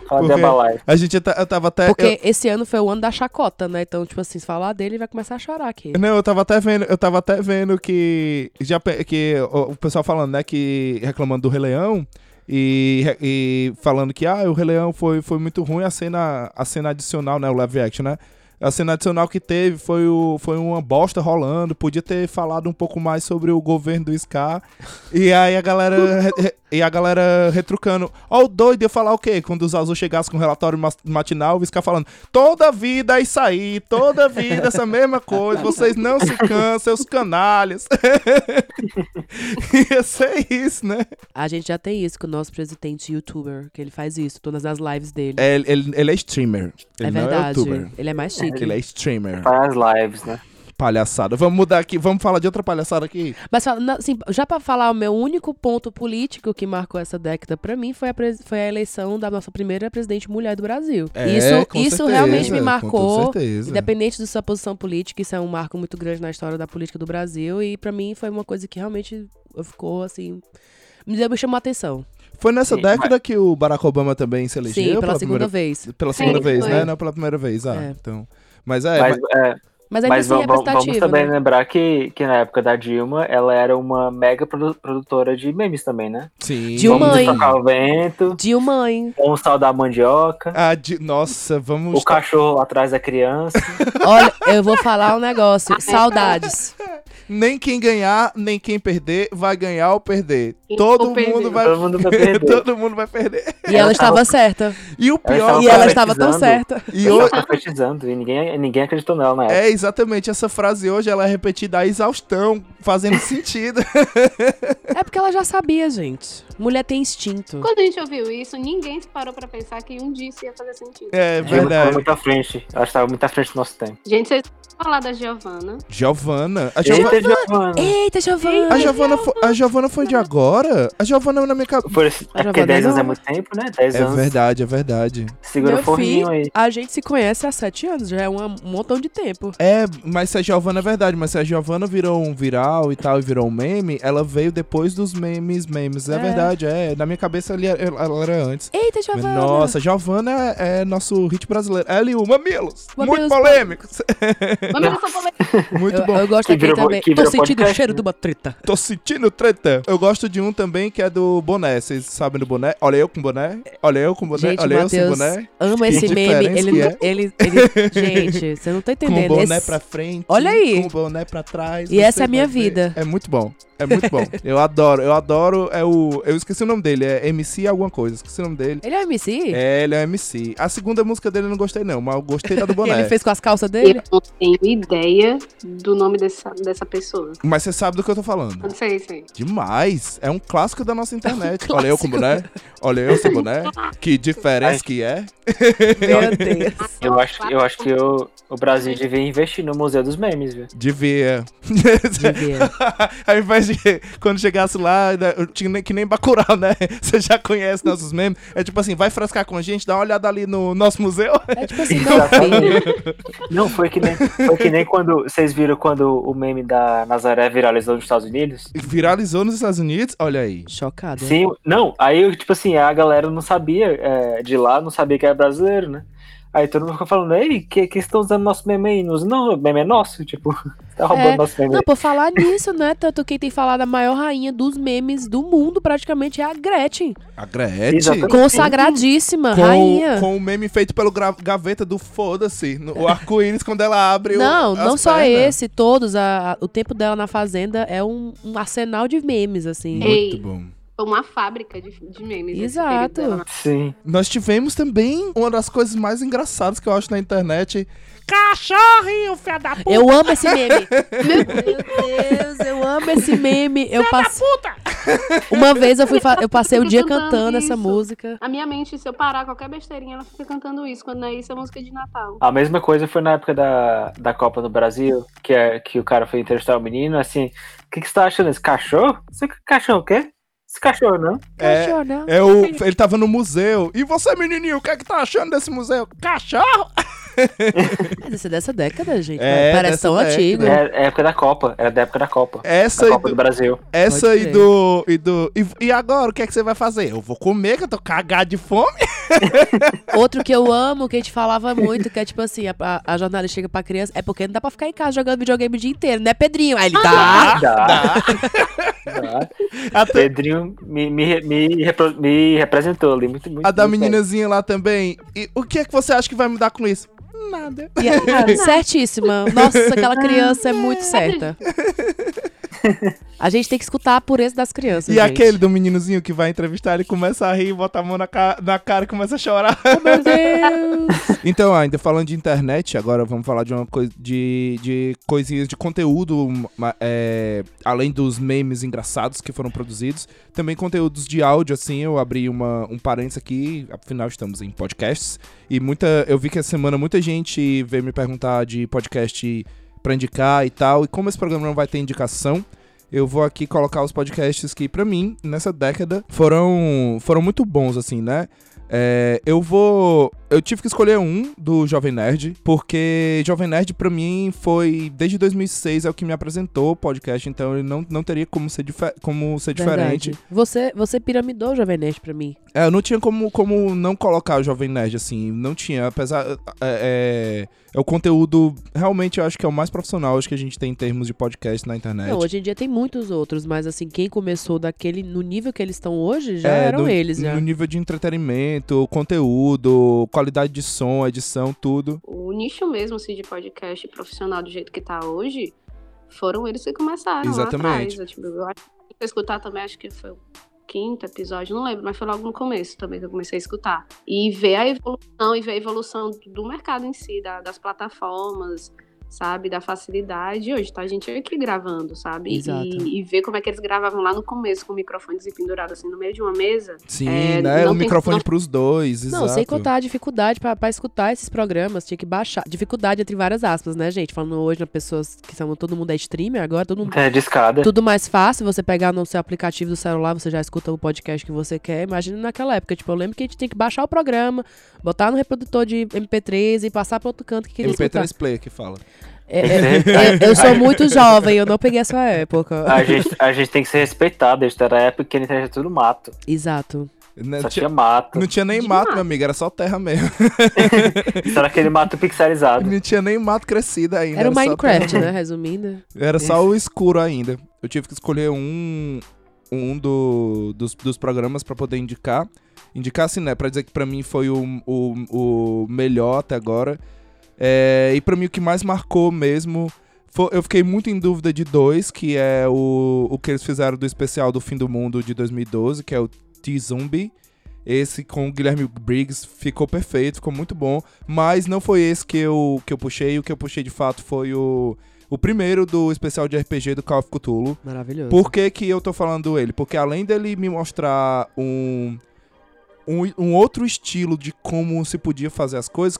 Fala de Porque- abalai. A gente, tá- eu tava até... eu- Porque esse ano foi o ano da chacota, né? Então, tipo assim, se falar dele, vai começar a chorar aqui. Não, eu tava até vendo, eu tava até vendo que já pe- que o, o pessoal falando, né, que reclamando do Rei Leão e, re- e falando que ah, o Rei Leão foi, foi muito ruim a cena a cena adicional, né, o live action, né? A cena adicional que teve foi, o, foi uma bosta rolando. Podia ter falado um pouco mais sobre o governo do Scar. E aí a galera, re- re- e a galera retrucando. Ó, o doido ia falar o quê? Quando os azul chegassem com o relatório mas- matinal, o Scar falando: toda vida é isso aí, toda vida é essa mesma coisa, vocês não se cansam, os canalhas. ia ser isso, né? A gente já tem isso com o nosso presidente youtuber, que ele faz isso, todas as lives dele. É, Ele, ele, ele é streamer. Ele É não verdade. é youtuber. ele é mais chique. Ele é streamer. Faz as lives, né? Palhaçada. Vamos mudar aqui, vamos falar de outra palhaçada aqui. Mas fala- na- assim, já pra falar, o meu único ponto político que marcou essa década pra mim foi a, pres- foi a eleição da nossa primeira presidente mulher do Brasil. É, isso com isso certeza, realmente me com marcou. toda certeza. Independente da sua posição política, isso é um marco muito grande na história da política do Brasil. E pra mim foi uma coisa que realmente ficou assim. Me deu- me chamou a atenção. Foi nessa Sim, década que o Barack Obama também se elegeu? Sim, pela, segunda primeira vez. Pela Sim, segunda vez, foi. né? Não pela primeira vez. Ah, É. então. Mas é. mas mas- é, Mas ainda mas assim é vamos, vamos- vamos representativo. também né? lembrar que, que na época da Dilma, ela era uma mega produ- produtora de memes também, né? sim. Dilma, vamos hein? tocar o vento, Dilma, hein? vamos saudar a mandioca, Ah, Di- Nossa, vamos. o cachorro atrás da criança. Olha, eu vou falar um negócio. Saudades. Nem quem ganhar, nem quem perder, vai ganhar ou perder. Quem Todo for mundo perder. vai. Todo mundo vai perder. é Todo mundo vai perder. E ela estava certa. E o pior. tava E ela estava tão profetizando. certa. E Ela o... tá profetizando e ninguém, ninguém acreditou nela na época. É exatamente essa frase hoje, ela é repetida a exaustão, fazendo sentido. É porque ela já sabia, gente. Mulher tem instinto. Quando a gente ouviu isso, ninguém parou pra pensar que um dia isso ia fazer sentido. É Ela tava verdade. muito à frente. Ela estava muito à frente do nosso tempo. Gente, vocês vão falar da Giovanna. Giovana. A Giovana. Eita, Giovana. Ah. Eita, Giovana! A Giovana, foi, a Giovana foi de agora? A Giovana na minha cabeça. Por esse- A é porque Giovana 10 anos não. é muito tempo, né? 10 É anos. verdade, é verdade. Segura o Meu forrinho aí. A gente se conhece há sete anos, já é um montão de tempo. É, mas se a Giovana é verdade, mas se a Giovana virou um viral e tal, e virou um meme, ela veio depois dos memes, memes. É, É. verdade, é. Na minha cabeça ali era- ela, era antes. Eita, Giovana! Nossa, Giovana é, é nosso hit brasileiro. Ela e o Mamilos. Muito Mamilos polêmico. Vamos ver se Muito eu, bom. eu gosto Que daquele virou- também. que Tô virou sentindo o podcast, cheiro né? de uma treta. Tô sentindo treta. Eu gosto de um também que é do boné. Vocês sabem do boné? Olha eu com boné. Olha eu com boné. Gente, Olha eu sem Matheus boné. ama esse Que meme. diferença Ele, que não- é. ele, ele- gente, você não tá Com o entendendo. boné Esse- pra frente. Olha aí. Com o boné pra trás. E não essa sei é a minha mais ver. vida. É muito bom. É muito bom. eu adoro. Eu adoro. É o. Eu esqueci o nome dele. É MC alguma coisa. Esqueci o nome dele. Ele é um MC? É, ele é MC. A segunda música dele eu não gostei, não, mas eu gostei da do Que boné. ele fez com as calças dele? eu não tenho ideia do nome dessa, dessa pessoa. Mas você sabe do que eu tô falando. Não sei, sei. Demais. É um clássico da nossa internet. É um Olha eu com boné. Olha eu sem boné. Que diferença que é. Meu Deus. Eu acho, que- eu acho que o, o Brasil devia investir no Museu dos Memes, viu? Devia. Devia. é. Ao invés de quando chegasse lá, né, eu tinha nem- que nem Bacurau, né? Você já conhece nossos memes. É tipo assim, vai frascar com a gente, dá uma olhada ali no nosso museu. É tipo assim, não, filho. Não, foi que nem, foi que nem quando vocês viram quando o meme da Nazaré viralizou nos Estados Unidos. Uhum. Viralizou nos Estados Unidos, olha aí. Chocada. Sim, não, aí tipo assim, a galera não sabia é, de lá, não sabia que era brasileiro, né? Aí todo mundo ficou falando, ei, que, que estão usando nosso meme aí? Não, usa não, o meme é nosso, tipo, tá roubando É, nosso meme. Não, por falar nisso, né? Tanto quem tem falado a maior rainha dos memes do mundo, praticamente, é a Gretchen. A Gretchen. Exatamente. Consagradíssima, Com, rainha. com o meme feito pelo gra- gaveta do foda-se. no- O arco-íris quando ela abre o- Não, as não só pernas. esse, todos. a- a- o tempo dela na Fazenda é um, um arsenal de memes, assim. Ei. Muito bom. Foi uma fábrica de, de memes. esse Exato. período dela. Sim. Nós tivemos também uma das coisas mais engraçadas que eu acho na internet. Cachorrinho, fia da puta! Eu amo esse meme. Meu Deus, eu amo esse meme. Eu passe... Uma vez eu, fui fa- eu passei o dia Cantando cantando essa isso. música. A minha mente, se eu parar qualquer besteirinha, ela fica cantando isso. Quando é isso, é música de Natal. A mesma coisa foi na época da, da Copa do Brasil, que, é, que o cara foi entrevistar o menino, assim, o que, que você tá achando desse cachorro? Esse cachorro o quê? Esse cachorro não? É, Cachorro, não. É o, ele tava no museu. E você, menininho, o que é que tá achando desse museu? Cachorro! Mas isso é dessa década, gente. É, Parece dessa tão década. antigo. É, é a época da Copa, era da época da Copa. Essa da e Copa do do, Brasil. essa Pode e crer. do, e do. E e agora, o que é que você vai fazer? Eu vou comer, que eu tô cagado de fome. Outro que eu amo, que a gente falava muito, que é tipo assim, a, a, a jornalista chega pra criança, é porque não dá pra ficar em casa jogando videogame o dia inteiro, né, Pedrinho? Aí ele dá. Dá, Tá. dá. Até- Pedrinho me, me, me, repro- me representou ali muito, muito. A da muito bem. meninazinha lá também. E o que é que você acha que vai mudar com isso? Nada. E é- certíssima. Nossa, aquela criança é muito certa. A gente tem que escutar a pureza das crianças. E gente. aquele do meninozinho que vai entrevistar, ele começa a rir, bota a mão na, ca- na cara e começa a chorar. Oh, meu Deus! Então, ainda falando de internet, agora vamos falar de uma coisa de, de coisinhas de conteúdo, ma- é, além dos memes engraçados que foram produzidos, também conteúdos de áudio, assim, eu abri uma, um parênteses aqui, afinal estamos em podcasts, e muita. Eu vi que essa semana muita gente veio me perguntar de podcast pra indicar e tal, e como esse programa não vai ter indicação. Eu vou aqui colocar os podcasts que, pra mim, nessa década, foram, foram muito bons, assim, né? É, eu vou. Eu tive que escolher um do Jovem Nerd, porque Jovem Nerd, pra mim, foi. Desde 2006 é o que me apresentou o podcast, então ele não, não teria como ser, dife- como ser diferente. Verdade. Você, você piramidou o Jovem Nerd pra mim. É, eu não tinha como, como não colocar o Jovem Nerd, assim. Não tinha. Apesar. É, é, é o conteúdo. Realmente, eu acho que é o mais profissional acho que a gente tem em termos de podcast na internet. Não, hoje em dia tem muitos outros, mas assim, quem começou daquele, no nível que eles estão hoje, já É, eram no- eles, já. No nível de entretenimento, conteúdo, qualidade de som, edição, tudo. O nicho mesmo, assim, de podcast profissional do jeito que tá hoje, foram eles que começaram lá é, Exatamente. atrás. Eu, tipo, eu acho que pra escutar também, acho que foi quinto episódio, não lembro, mas foi logo no começo também que eu comecei a escutar. E ver a evolução, e ver a evolução do mercado em si, da- das plataformas, sabe, da facilidade. E hoje tá a gente aqui gravando, sabe? E- Exato. E, ver como é que eles gravavam lá no começo, com microfones pendurados assim no meio de uma mesa. Sim, É, né? não Um tem- microfone não- pros dois, exato. Não, sem contar a dificuldade pra pra escutar esses programas, tinha que baixar. Dificuldade entre várias aspas, né, gente? Falando hoje nas pessoas que são. Todo mundo é streamer agora, todo mundo. É, de escada. Tudo mais fácil, você pegar no seu aplicativo do celular, você já escuta o podcast que você quer. Imagina naquela época, tipo, eu lembro que a gente tinha que baixar o programa, botar no reprodutor de MP3 e passar pra outro canto que queria escutar. MP3 Player que fala. É, é, é, eu sou muito jovem, eu não peguei essa Ah. época. A gente, a gente tem que ser respeitado. Isso era a é época que a internet era tudo mato. Exato. Né, Só tinha- tinha mato. Não tinha nem De mato, mato. meu amigo, era só terra mesmo. Isso era aquele mato pixelizado. Não tinha nem mato crescido ainda. Era o só Minecraft, né? Resumindo. terra. Era só o escuro ainda. Eu tive que escolher um, um do- dos, dos programas pra poder indicar. Indicar assim, né? Pra dizer que pra mim foi o, o, o melhor até agora. É, e pra mim o que mais marcou mesmo. fo- eu fiquei muito em dúvida de dois, que é o, o que eles fizeram do especial do Fim do Mundo de 2012, que é o T-Zombie. Esse com o Guilherme Briggs ficou perfeito, ficou muito bom. Mas não foi esse que eu, que eu puxei. O que eu puxei de fato foi o, o primeiro do especial de RPG do Call of Cthulhu. Maravilhoso. Por que, que eu tô falando ele? Porque além dele me mostrar um, um, um outro estilo de como se podia fazer as coisas,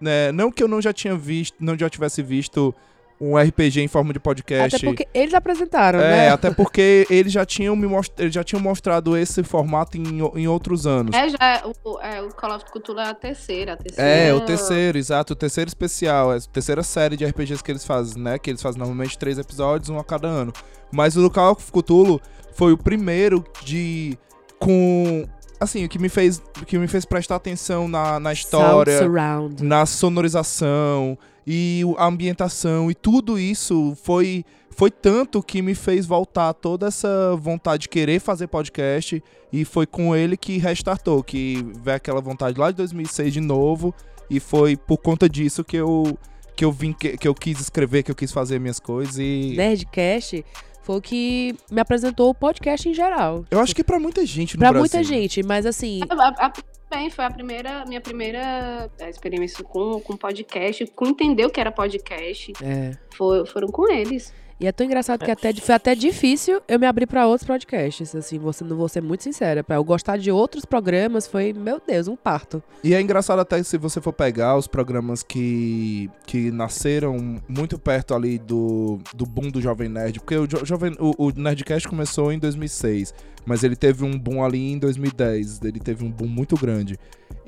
né, não que eu não já tinha visto, não já tivesse visto um RPG em forma de podcast. Até porque eles apresentaram, é, né? até porque eles já tinham me mostrado, já tinham mostrado esse formato em, o- em outros anos. É, já é, o, é, o Call of Cthulhu é a terceira, a terceira. É, o terceiro, exato, o terceiro especial, É a terceira série de RPGs que eles fazem, né? Que eles fazem normalmente três episódios, um a cada ano. Mas o do Call of Cthulhu foi o primeiro de. com. Assim, o que me fez, o que me fez prestar atenção na, na história, Sound Surround. na sonorização e o- a ambientação e tudo isso foi foi tanto que me fez voltar toda essa vontade de querer fazer podcast e foi com ele que restartou, que veio aquela vontade lá de 2006 de novo e foi por conta disso que eu que eu vim que, que eu quis escrever, que eu quis fazer minhas coisas e Né? Nerdcast foi o que me apresentou o podcast em geral. eu acho que pra muita gente no Pra Brasil. muita gente, mas assim, A- a- Bem, foi a primeira, minha primeira é, experiência com, com podcast, com entender o que era podcast, é. foi- foram com eles. E é tão engraçado que até, foi até difícil eu me abrir pra outros podcasts, assim, você não vou ser muito sincera, Pra eu gostar de outros programas foi, meu Deus, um parto. E é engraçado até se você for pegar os programas que, que nasceram muito perto ali do, do boom do Jovem Nerd, porque o, jo- Jovem, o, o Nerdcast começou em 2006, mas ele teve um boom ali em 2010, ele teve um boom muito grande.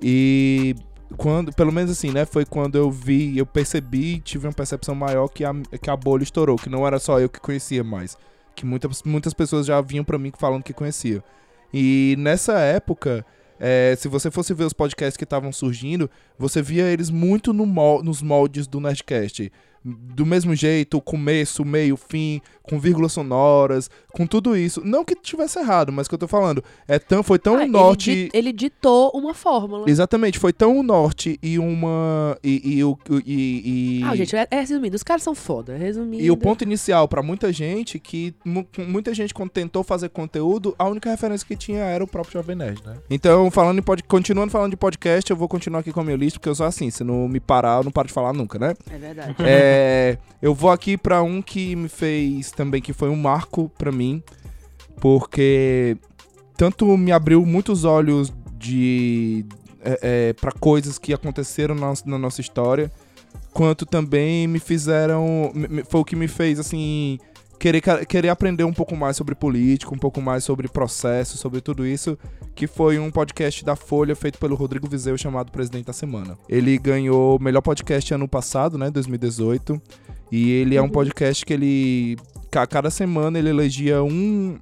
E quando, pelo menos assim, né, foi quando eu vi, eu percebi, tive uma percepção maior que a, que a bolha estourou, que não era só eu que conhecia mais, que muitas, muitas pessoas já vinham pra mim falando que conhecia. E nessa época, é, se você fosse ver os podcasts que estavam surgindo, você via eles muito no mol- nos moldes do Nerdcast. Do mesmo jeito, o começo, o meio, o fim, com vírgulas sonoras, com tudo isso. Não que tivesse errado, mas que eu tô falando. É tão, foi tão Ah, ele norte. di- Ele, ditou uma fórmula. Exatamente, foi tão o norte e uma. E, e, o- e, e- Ah, gente, é, é resumindo, os caras são foda, resumindo. e o ponto inicial pra muita gente que mu- muita gente quando tentou fazer conteúdo, a única referência que tinha era o próprio Jovem Nerd, né? Então, falando em pod... continuando falando de podcast, eu vou continuar aqui com a minha lista, porque eu sou assim, se não me parar, eu não paro de falar nunca, né? É verdade. É, eu vou aqui pra um que me fez também, que foi um marco pra mim, porque tanto me abriu muitos olhos de é, é, para coisas que aconteceram na, na nossa história, quanto também me fizeram, me- me- foi o que me fez assim querer ca- querer aprender um pouco mais sobre política, um pouco mais sobre processo, sobre tudo isso, que foi um podcast da Folha feito pelo Rodrigo Vizeu chamado Presidente da Semana. Ele ganhou o melhor podcast ano passado, né, 2018, e ele é um podcast que ele a cada semana ele elegia um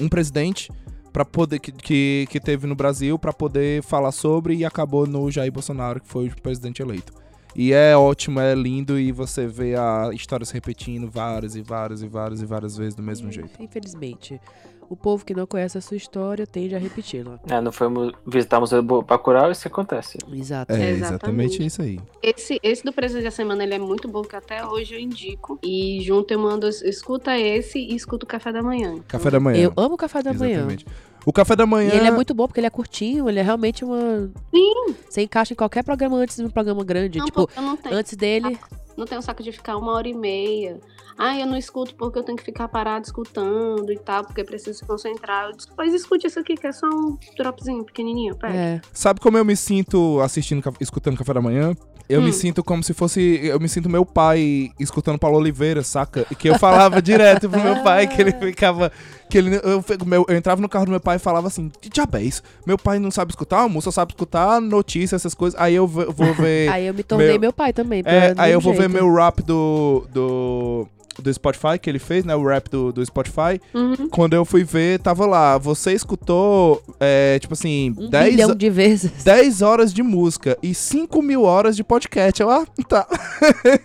um presidente para poder que, que, que teve no Brasil para poder falar sobre e acabou no Jair Bolsonaro, que foi o presidente eleito. E é ótimo, é lindo e você vê a história se repetindo várias e várias e várias e várias vezes do É. mesmo jeito. Hum, Infelizmente, o povo que não conhece a sua história tende a repeti-la. É, não fomos visitar o Museu do Bacurau, isso acontece. Exato. É exatamente Exatamente. isso aí. Esse, esse do Presidente da Semana, ele é muito bom, que até hoje eu indico. E junto eu mando, escuta esse e escuta o Café da Manhã. Café da manhã. Eu amo o café da manhã. Exatamente. O café da manhã. E ele é muito bom porque ele é curtinho, ele é realmente uma. Sim. Você encaixa em qualquer programa antes de um programa grande. Não, Ah, tipo, porque eu não tenho. antes dele. Não tenho saco de ficar uma hora e meia. Ah, eu não escuto porque eu tenho que ficar parado escutando e tal, porque eu preciso se concentrar. Eu disse, pois escute isso aqui, que é só um dropzinho pequenininho, pega. É. Sabe como eu me sinto assistindo, ca- escutando café da manhã? Eu me Hum. sinto como se fosse. Eu me sinto meu pai escutando Paulo Oliveira, saca? Que eu falava direto pro meu pai, que Ah. ele ficava. Que ele, eu, fico- meu- eu entrava no carro do meu pai e falava assim: "Que diabo é isso? Meu pai não sabe escutar almoço, só sabe escutar notícia, essas coisas. Aí eu ve- vou ver. Aí eu me tornei É. Meu- meu, pai também. É, pelo aí eu mesmo vou ver jeito. meu rap do, do, do Spotify que ele fez, né? O rap do, do Spotify. Uhum. Quando eu fui ver, tava lá. Você escutou, é, tipo assim, Um 10, bilhão de vezes. 10 horas de música e 5 mil horas de podcast. Eu, ah, tá.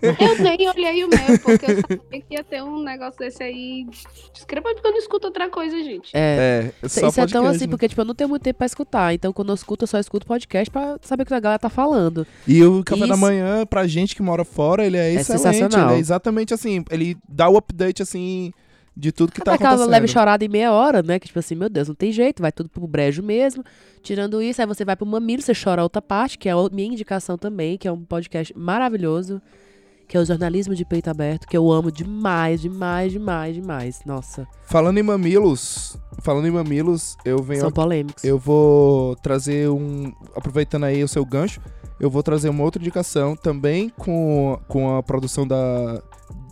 Eu nem olhei o meu, porque eu sabia que ia ter um negócio desse aí. Escreva porque eu não escuto outra coisa, gente. É. É, Isso só podcast, é tão assim, né? porque, tipo, eu não tenho muito tempo pra escutar. Então, quando eu escuto, eu só escuto podcast pra saber o que a galera tá falando. E o café da Isso- manhã, pra gente que mora fora, ele é, excelente. sensacional. Ele é exatamente assim. Ele dá o update, assim, de tudo que tá Dá aquela acontecendo. leve chorada em meia hora, né? Que, tipo assim, meu Deus, não tem jeito, vai tudo pro brejo mesmo. Tirando isso, aí você vai pro Mamilo, você chora outra parte, que é a minha indicação também, que é um podcast maravilhoso, que é o Jornalismo de Peito Aberto, que eu amo demais, demais, demais, demais. Nossa, Falando em mamilos, falando em mamilos, eu venho são polêmicos. Eu vou trazer um. Aproveitando aí o seu gancho, eu vou trazer uma outra indicação também com, com a produção da.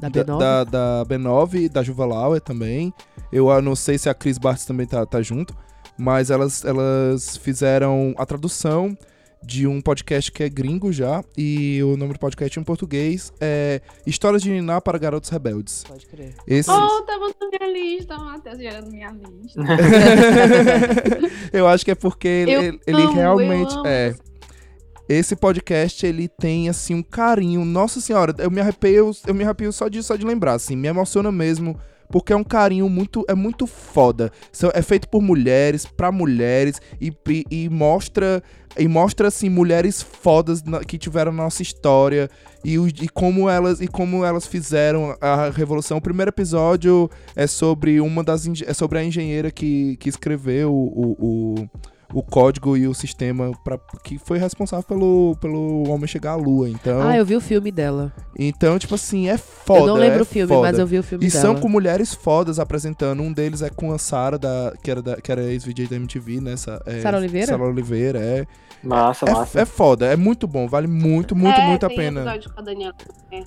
Da B9? Da, da B9 e da Juva Lauer também. Eu ah, não sei se a Cris Bartz também tá, tá junto, mas elas, elas fizeram a tradução de um podcast que é gringo já, e o nome do podcast em português é Histórias de Niná para Garotos Rebeldes. Pode crer. Esse, Oh, tava na minha lista, Matheus, gerando minha lista. eu acho que é porque ele, Eu ele- ele amo, eu realmente amo é. Esse podcast ele tem assim um carinho. Nossa senhora, eu me arrepio, eu me arrepio só de só de lembrar, assim, me emociona mesmo. Porque é um carinho muito. É muito foda. São- É feito por mulheres, pra mulheres. E, e- e mostra. E mostra, assim, mulheres fodas na- que tiveram na nossa história. E, o- e como elas e como elas fizeram a revolução. O primeiro episódio é sobre uma das enge- é sobre a engenheira que, que escreveu o, o, o- o código e o sistema pra, que foi responsável pelo, pelo homem chegar à lua. Então, Ah, eu vi o filme dela. então tipo assim, é foda. eu não lembro é o filme, foda. mas eu vi o filme E dela. são com mulheres fodas apresentando. Um deles é com a Sara, da, que era, da- que era ex-VJ da MTV, né? Sa- é, Sara Oliveira? Sara Oliveira, é. Massa, massa. É, é foda, é muito bom, vale muito, muito, É, muito a tem pena. episódio com a Daniela.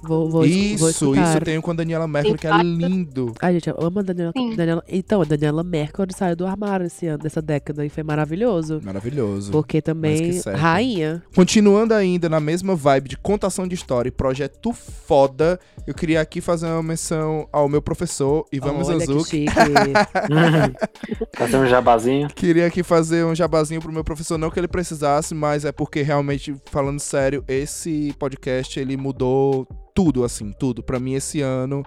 Vou, vou, Isso, vou escutar. isso tem o com a Daniela Mercury, que é vários- lindo. Ai, gente, eu amo a Daniela, Sim. Daniela- Então, a Daniela Mercury saiu do armário esse ano, dessa década, e foi maravilhoso. Maravilhoso. Porque que também, serve. rainha. Continuando ainda na mesma vibe de contação de história e projeto foda, eu queria aqui fazer uma menção ao meu professor, Ivan Olha que Mizanzuki. chique. Fazer um jabazinho. Queria aqui fazer um jabazinho pro meu professor, não que ele precisasse, mas é porque realmente, falando sério, esse podcast ele mudou tudo, assim, tudo. Pra mim, esse ano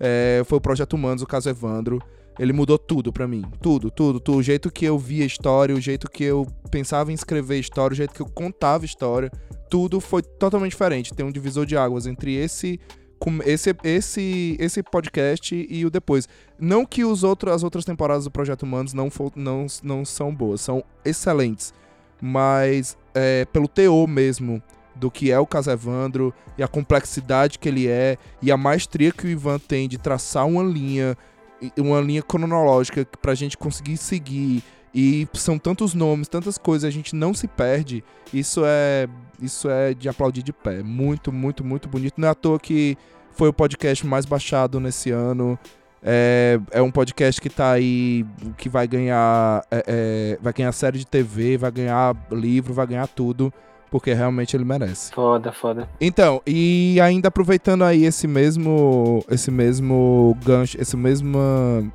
é, foi o Projeto Humanos, o caso Evandro. Ele mudou tudo pra mim. Tudo, tudo, tudo. O jeito que eu via história, o jeito que eu pensava em escrever história, o jeito que eu contava história, tudo foi totalmente diferente. Tem um divisor de águas entre esse com- esse esse esse podcast e o depois. Não que os outros, as outras temporadas do Projeto Humanos não, fo- não, não são boas, são excelentes. Mas é, pelo teor mesmo do que é o Caso Evandro e a complexidade que ele é e a maestria que o Ivan tem de traçar uma linha, e- uma linha cronológica que pra gente conseguir seguir e são tantos nomes, tantas coisas, a gente não se perde. Isso é isso é de aplaudir de pé. Muito, muito, muito bonito. Não é à toa que foi o podcast mais baixado nesse ano. É, é um podcast que tá aí, que vai ganhar, é, é, vai ganhar série de TV, vai ganhar livro, vai ganhar tudo, porque realmente ele merece. Foda, foda. Então, e ainda aproveitando aí esse mesmo, esse mesmo gancho, essa mesma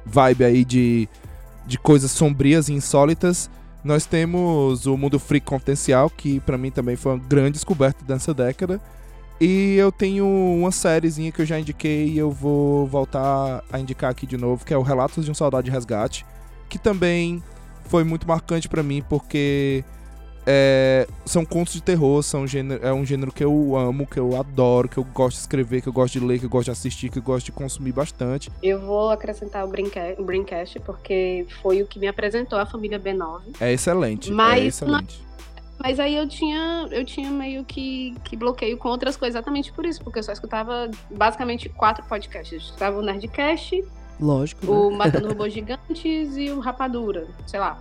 vibe aí de, de coisas sombrias e insólitas, nós temos o Mundo Freak Confidencial, que pra mim também foi uma grande descoberta dessa década. E eu tenho uma sériezinha que eu já indiquei e eu vou voltar a indicar aqui de novo, que é o Relatos de um Saudade Resgate, que também foi muito marcante pra mim, porque é, são contos de terror, são gênero, é um gênero que eu amo, que eu adoro, que eu gosto de escrever, que eu gosto de ler, que eu gosto de assistir, que eu gosto de consumir bastante. Eu vou acrescentar o Brinca- o Brincast, porque foi o que me apresentou a família B9. É excelente, é Mas excelente. Mas aí eu tinha, eu tinha meio que, que bloqueio com outras coisas, exatamente por isso, porque eu só escutava basicamente quatro podcasts. Eu escutava o Nerdcast, Lógico. né? o Matando Robôs Gigantes e o Rapadura, sei lá.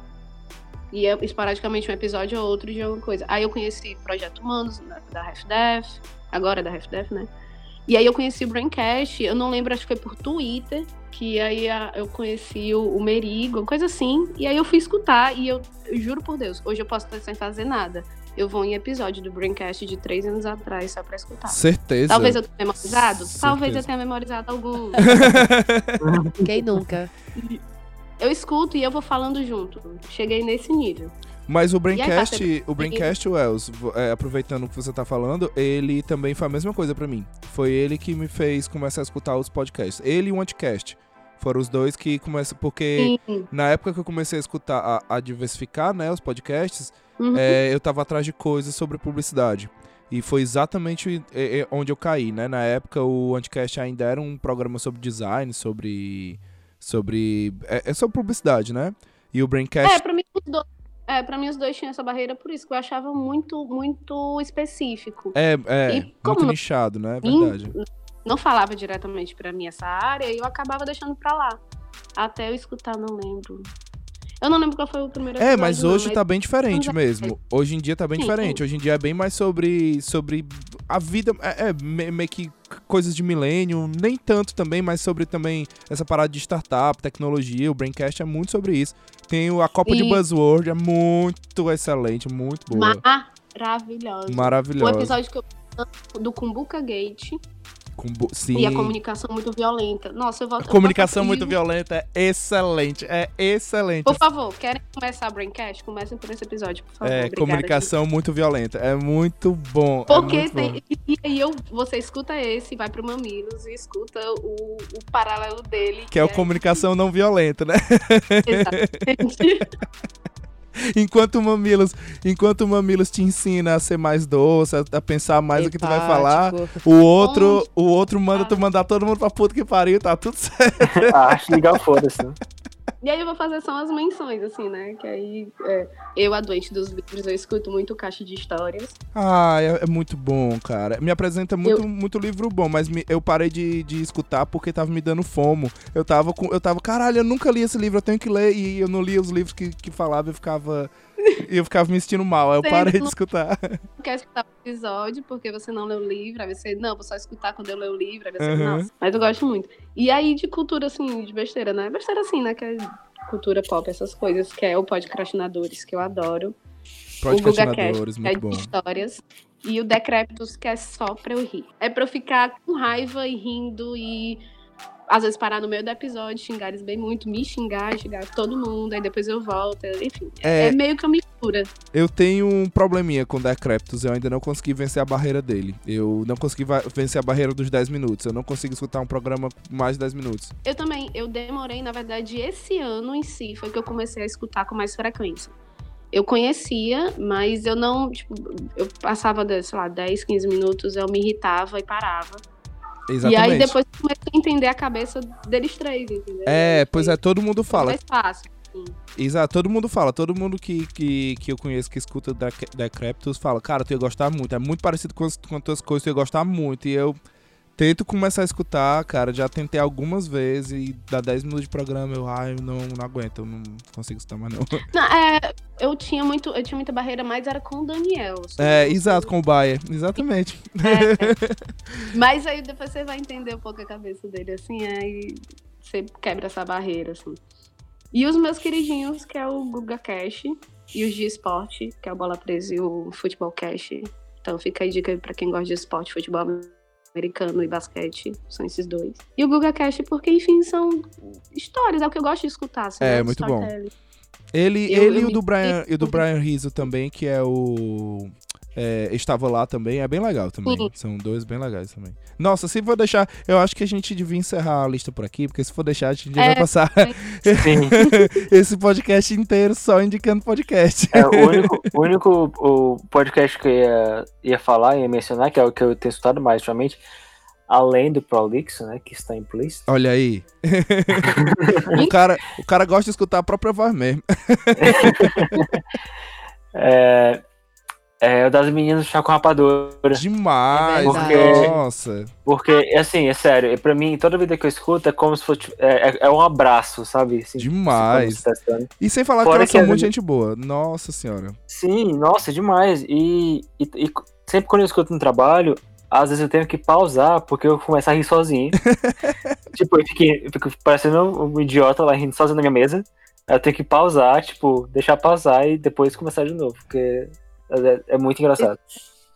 E eu, esporadicamente um episódio ou outro de alguma coisa. Aí eu conheci Projeto Humanos, da- da RefDef, agora é da RefDef, né? E aí eu conheci o Braincast, eu não lembro, acho que foi por Twitter, que aí a- eu conheci o, o Merigo, uma coisa assim. E aí eu fui escutar e eu, eu juro por Deus, hoje eu posso estar sem fazer nada. Eu vou em episódio do Braincast de três anos atrás só pra escutar. Certeza. tá. Talvez eu tenha memorizado, talvez é. Certeza. eu tenha memorizado algum. Quem nunca? Eu escuto e eu vou falando junto. Cheguei nesse nível. Mas o aí, Braincast, o Braincast, Wells, vo- é, aproveitando o que você tá falando, ele também foi a mesma coisa pra mim. Foi ele que me fez começar a escutar os podcasts. Ele e o Anticast. Foram os dois que começam, porque na época que eu comecei a escutar, a, a diversificar, né, os podcasts, Uhum. é, eu tava atrás de coisas sobre publicidade. E foi exatamente é, é, onde eu caí, né? Na época o Anticast ainda era um programa sobre design, sobre... sobre... é, é sobre publicidade, né? E o Braincast É, pra mim os dois. É, pra mim os dois tinham essa barreira, por isso que eu achava muito, muito específico. É, é, E como muito não- nichado, né? Sim. Verdade. Não falava diretamente pra mim essa área e eu acabava deixando pra lá. Até eu escutar, não lembro. Eu não lembro qual foi o primeiro É, mas episódio, não, hoje tá bem diferente Mas- mesmo. Hoje em dia tá bem Sim, diferente. sim. Hoje em dia é bem mais sobre, sobre a vida, é, é, me- meio que coisas de milênio, nem tanto também, mas sobre também essa parada de startup, tecnologia. O Braincast é muito sobre isso. Tem o- a Copa de Sim. Buzzword, é muito excelente, muito boa. Maravilhosa. O Maravilhosa. episódio que eu do Cumbuca Gate Com bo- Sim. e a comunicação é muito violenta. Nossa, eu volto. eu Comunicação volto- muito violenta é excelente. É excelente. Por favor, querem começar a Braincast? Comecem por esse episódio, por favor. É, Obrigada, comunicação muito violenta. É muito bom. é Porque muito bom. tem, e aí eu, você escuta esse, vai pro Mamilos e escuta o, o paralelo dele. Que é o comunicação não violenta, né? Exatamente. Enquanto o Mamilos, enquanto o Mamilos te ensina a ser mais doce, a, a pensar mais o que tu vai falar, Empático. o outro, o outro manda tu mandar todo mundo pra puta que pariu, tá tudo certo. Ah, acho legal, foda-se. né? e aí eu vou fazer só umas menções, assim, né? Que aí é, eu, a doente dos livros, eu escuto muito caixa de histórias. Ah, é, é muito bom, cara. Me apresenta muito, muito livro bom, mas me- eu parei de, de escutar porque tava me dando fomo. Eu tava com, eu tava, caralho, eu nunca li esse livro, eu tenho que ler e eu não lia os livros que que falava, eu ficava e eu ficava me sentindo mal. Aí eu Sei, parei de não- escutar. Não quer escutar o episódio porque você não leu o livro, aí você, não, vou só escutar quando eu ler o livro, aí você, Uhum. nossa. Mas eu gosto muito. E aí de cultura, assim, de besteira, né? Besteira assim, né? Que é cultura pop, essas coisas, que é o podcastinadores, que eu adoro. o GugaCast, que é muito de bom. histórias. E o Decrépitos, que é só pra eu rir. É pra eu ficar com raiva e rindo e... Às vezes parar no meio do episódio, xingar eles bem muito, me xingar, xingar todo mundo, aí depois eu volto, enfim. É, É, meio que uma mistura. Eu tenho um probleminha com Decreptus, eu ainda não consegui vencer a barreira dele. Eu não consegui va- vencer a barreira dos 10 minutos. Eu não consigo escutar um programa mais de 10 minutos. Eu também, eu demorei, na verdade, esse ano em si, foi que eu comecei a escutar com mais frequência. Eu conhecia, mas eu não, tipo, eu passava, de, sei lá, 10, 15 minutos, eu me irritava e parava. Exatamente. E aí depois eu comecei a entender a cabeça deles três, entendeu? É, Foi pois é, todo mundo fala. Mais fácil. Exato, todo mundo fala. Todo mundo que, que, que eu conheço que escuta Dec- Decreptus fala, cara, tu ia gostar muito. É muito parecido com as, com as tuas coisas, tu ia gostar muito. E eu tento começar a escutar, cara, já tentei algumas vezes e dá 10 minutos de programa, eu, ai, eu não, não aguento, eu não consigo escutar mais não. Não, é, eu tinha muito, eu tinha muita barreira, mas era com o Daniel. assim. sabe? É, exato, com o Bayer. Exatamente. É, Mas aí depois você vai entender um pouco a cabeça dele, assim, aí você quebra essa barreira, assim. E os meus queridinhos, que é o Guga Cash e os de esporte, que é o Bola Presa e o Futebol Cash. Então fica aí dica pra quem gosta de esporte, futebol americano e basquete, são esses dois. E o Guga Cash, porque, enfim, são histórias, é o que eu gosto de escutar. Assim, É, né? muito bom. Storytelling. Ele, Eu- ele eu e o me do Brian, identifico e o do com- Brian Rizzo também, que é o é, estava lá também, é bem legal também. Sim. São dois bem legais também. Nossa, se for deixar, eu acho que a gente devia encerrar a lista por aqui, porque se for deixar, a gente É. vai passar Sim. esse podcast inteiro só indicando podcast. É, o único, o único o podcast que eu ia, ia falar, ia mencionar, que é o que eu tenho estudado mais ultimamente, além do Prolixo, né, que está implícito. Olha aí. o, cara, o cara gosta de escutar a própria voz mesmo. É, é o das meninas do Chá com Rapadura. Demais. É verdade. Nossa. Porque, assim, é sério, é pra mim, toda vida que eu escuto é como se fosse. É, é- é um abraço, sabe? Assim, Demais. quando você tá escutando. E sem falar Fora que elas que são a muito gente- gente boa. Nossa senhora. Sim, nossa, demais. E, e- e sempre quando eu escuto no trabalho, às vezes eu tenho que pausar porque eu começo a rir sozinho. tipo, eu fiquei, eu fico parecendo um idiota lá rindo sozinho na minha mesa. Aí Eu tenho que pausar, tipo, deixar passar e depois começar de novo, porque é, é muito engraçado.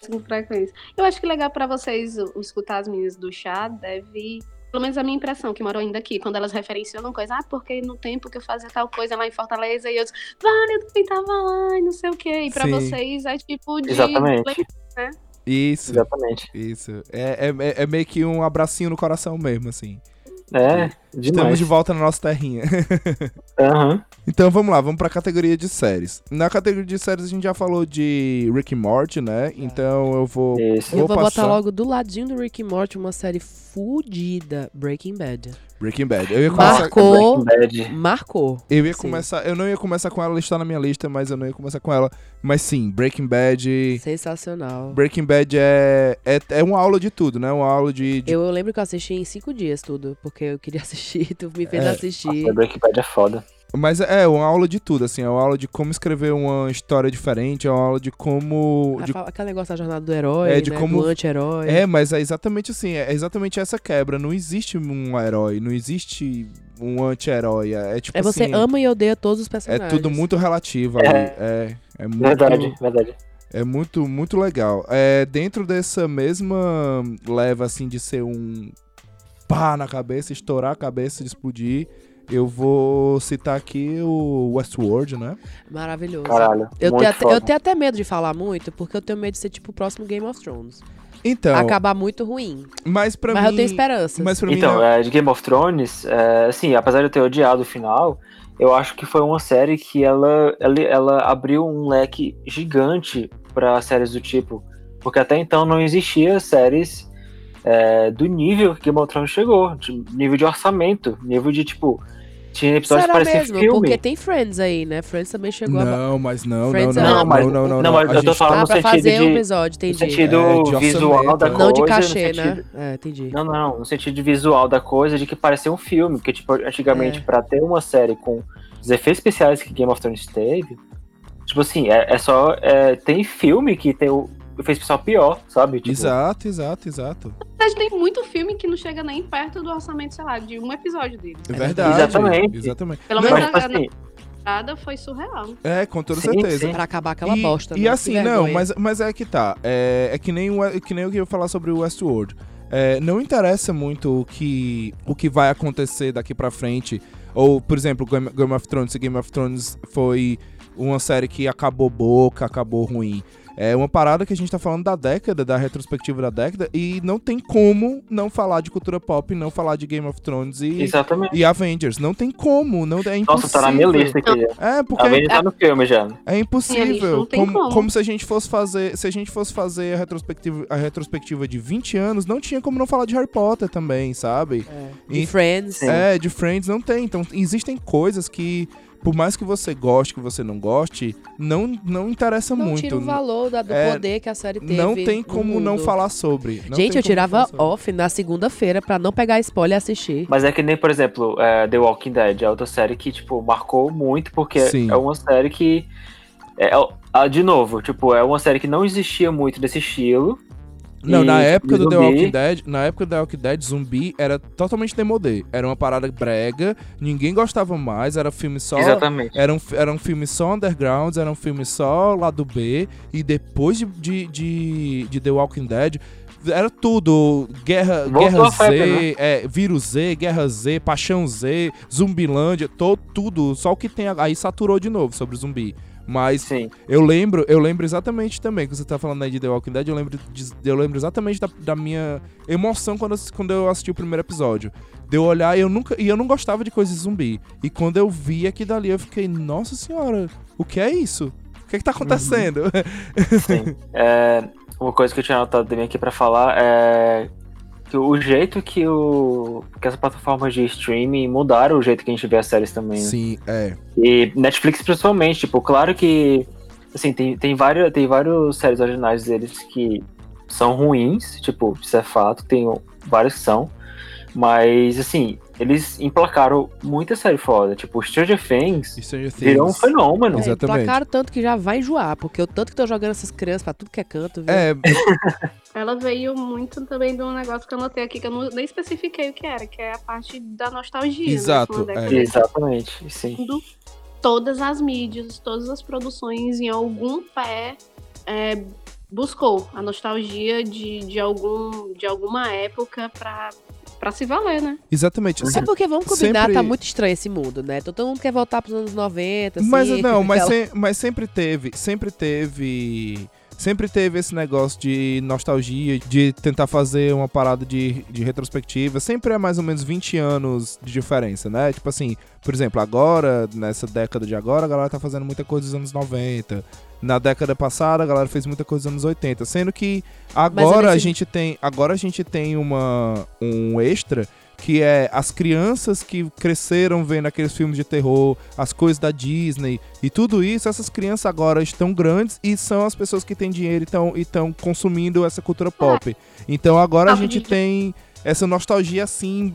com frequência. Eu acho que é legal pra vocês o- o escutar as meninas do chá deve. Pelo menos a minha impressão, que morou ainda aqui, quando elas referenciam coisa, ah, porque no tempo que eu fazia tal coisa lá em Fortaleza, e eu disse, vale, eu também tava lá, e não sei o quê. E pra Sim. vocês é tipo de. Exatamente. Isso. Exatamente. Isso. É, é, é- é meio que um abracinho no coração mesmo, assim. É, Estamos demais. de volta na nossa terrinha. Aham. Então vamos lá, vamos pra categoria de séries. Na categoria de séries a gente já falou de Rick and Morty, né? Então eu vou. Isso. Eu Vou vou passar. botar logo do ladinho do Rick and Morty uma série fudida, Breaking Bad. Breaking Bad. Eu ia começar. Marcou, Breaking Bad. marcou. Eu ia Sim. começar. Eu não ia começar com ela, ela está na minha lista, mas eu não ia começar com ela. Mas sim, Breaking Bad. Sensacional. Breaking Bad é, é, é uma aula de tudo, né? Uma aula de. de- Eu, eu lembro que eu assisti em cinco dias tudo, porque eu queria assistir, tu me fez É. assistir. Nossa, Breaking Bad é foda. Mas é uma aula de tudo, assim. É uma aula de como escrever uma história diferente, é uma aula de como. Ah, é de fala- Aquele negócio da jornada do herói, É, de né, como- do anti-herói. É, mas é exatamente assim, é exatamente essa quebra. Não existe um herói, não existe um anti-herói. É, é tipo É você assim, ama e odeia todos os é personagens. tudo muito relativo ali. É. É, é muito, Verdade, verdade. é muito, muito legal. É, dentro dessa mesma leva assim de ser um pá na cabeça, estourar a cabeça, de explodir. Eu vou citar aqui o Westworld, né? Maravilhoso. Caralho. Eu muito tenho, até, foda. eu tenho até medo de falar muito, porque eu tenho medo de ser tipo o próximo Game of Thrones. Então, Acabar muito ruim. mas pra mas mim... eu tenho esperanças. Mas pra mim né? Então, não- é, de Game of Thrones, é, assim, apesar de eu ter odiado o final, eu acho que foi uma série que ela, ela, ela abriu um leque gigante para séries do tipo. Porque até então não existia séries é, do nível que Game of Thrones chegou. de nível de orçamento, nível de tipo. Tinha episódios que Será pareciam mesmo? filme. Porque tem Friends aí, né? Friends também chegou a. Não, mas não, não, não, Friends não, é- não, Não, mas- não, não, não, não, mas A eu tô gente tá- falando Ah, no pra sentido fazer de- o episódio, No entendi. sentido É, de visual da orçamento, coisa. é. Não de no cachê, sentido- né? É, entendi. Não, não, não. No sentido visual da coisa, de que parecia um filme. Porque, tipo, antigamente, É. pra ter uma série com os efeitos especiais que Game of Thrones teve, tipo assim, é, é só. é, tem filme que tem o efeito especial pior, sabe? Tipo, Exato, exato, exato. Na verdade, tem muito filme que não chega nem perto do orçamento, sei lá, de um episódio dele. É verdade. verdade. Exatamente. Exatamente. Pelo Não, Mas, menos tipo a- a assim, nada foi surreal. É, com toda Sim, certeza. sim. Pra acabar aquela e, bosta. E né? Que assim, não, vergonha. mas, mas é que tá. É, é que, nem o, é que nem o que eu ia falar sobre o Westworld. É, não interessa muito o que, o que vai acontecer daqui pra frente. Ou, por exemplo, Game, Game of Thrones. Se Game of Thrones foi uma série que acabou boca, acabou ruim. É uma parada que a gente tá falando da década, da retrospectiva da década, e não tem como não falar de cultura pop, não falar de Game of Thrones e, exatamente. e Avengers. Não tem como, não é impossível. Nossa, tá na minha lista aqui. já. É, porque A Vênus tá no filme já. é Minha lista impossível. não tem Como, como. como se a gente fosse fazer, se a gente fosse fazer a retrospectiva, a retrospectiva de 20 anos, não tinha como não falar de Harry Potter também, sabe? É. E- E Friends. Sim. É, de Friends não tem. Então existem coisas que por mais que você goste, que você não goste, não não interessa Não muito. tira o valor da- do É, poder que a série teve. não tem no como não mundo. falar sobre. Não Gente, tem eu como não falar tirava sobre. off na segunda-feira pra não pegar spoiler e assistir. Mas é que nem, por exemplo, é, The Walking Dead, é outra série que, tipo, marcou muito, porque Sim. é uma série que. É, é- ah, de novo, tipo, é uma série que não existia muito desse estilo. Não, E na época do The zumbi. Walking Dead, na época do The Walking Dead, zumbi era totalmente demodê. Era uma parada brega, ninguém gostava mais, era filme só Exatamente. Era um, fi- era um filme só underground, era um filme só lado B, e depois de, de, de, de The Walking Dead, era tudo. Guerra, Voltou guerra a febre, né? Z, é, vírus Z, Guerra Z, Paixão Z, Zumbilândia, to, tudo. Só o que tem. a- Aí saturou de novo sobre zumbi. Mas Sim. eu lembro, eu lembro exatamente também, que você tá falando aí de The Walking Dead, eu lembro, de- eu lembro exatamente da, da minha emoção quando eu, quando eu assisti o primeiro episódio. De eu olhar e eu nunca. E eu não gostava de coisa de zumbi. E quando eu vi aqui dali, eu fiquei, nossa senhora, o que é isso? O que é que tá acontecendo? Sim. É, uma coisa que eu tinha anotado também aqui pra falar é que o jeito que o que as plataformas de streaming mudaram o jeito que a gente vê as séries também. né? Sim, é. E Netflix principalmente, tipo, claro que assim, tem, tem várias tem vários séries originais deles que são ruins, tipo, isso é fato, tem vários que são. Mas assim, eles emplacaram muita série foda, tipo, Stranger Things Stranger Things. virou um fenômeno. É, Exatamente. Placaram tanto que já vai enjoar, porque o tanto que tô jogando essas crianças pra tudo que é canto, viu? É, Ela veio muito também de um negócio que eu notei aqui, que eu não, nem especifiquei o que era, que é a parte da nostalgia. né? Exato, Foi uma é. década Exatamente, sim. mundo, todas as mídias, todas as produções em algum pé é, buscou a nostalgia de, de, algum, de alguma época pra, pra se valer, né? exatamente. É porque vamos combinar, Sempre- tá muito estranho esse mundo, né? Todo mundo quer voltar pros anos 90, assim. Mas não, mas, aquela- sem- mas sempre teve, sempre teve, sempre teve esse negócio de nostalgia, de tentar fazer uma parada de, de retrospectiva. Sempre é mais ou menos 20 anos de diferença, né? Tipo assim, por exemplo, agora, nessa década de agora, a galera tá fazendo muita coisa dos anos 90. Na década passada, a galera fez muita coisa dos anos 80, sendo que agora a é nesse- gente tem, agora a gente tem uma um extra que é as crianças que cresceram vendo aqueles filmes de terror, as coisas da Disney e tudo isso, essas crianças agora estão grandes e são as pessoas que têm dinheiro e tão- e estão consumindo essa cultura pop. Então agora a Papo gente de- tem essa nostalgia assim,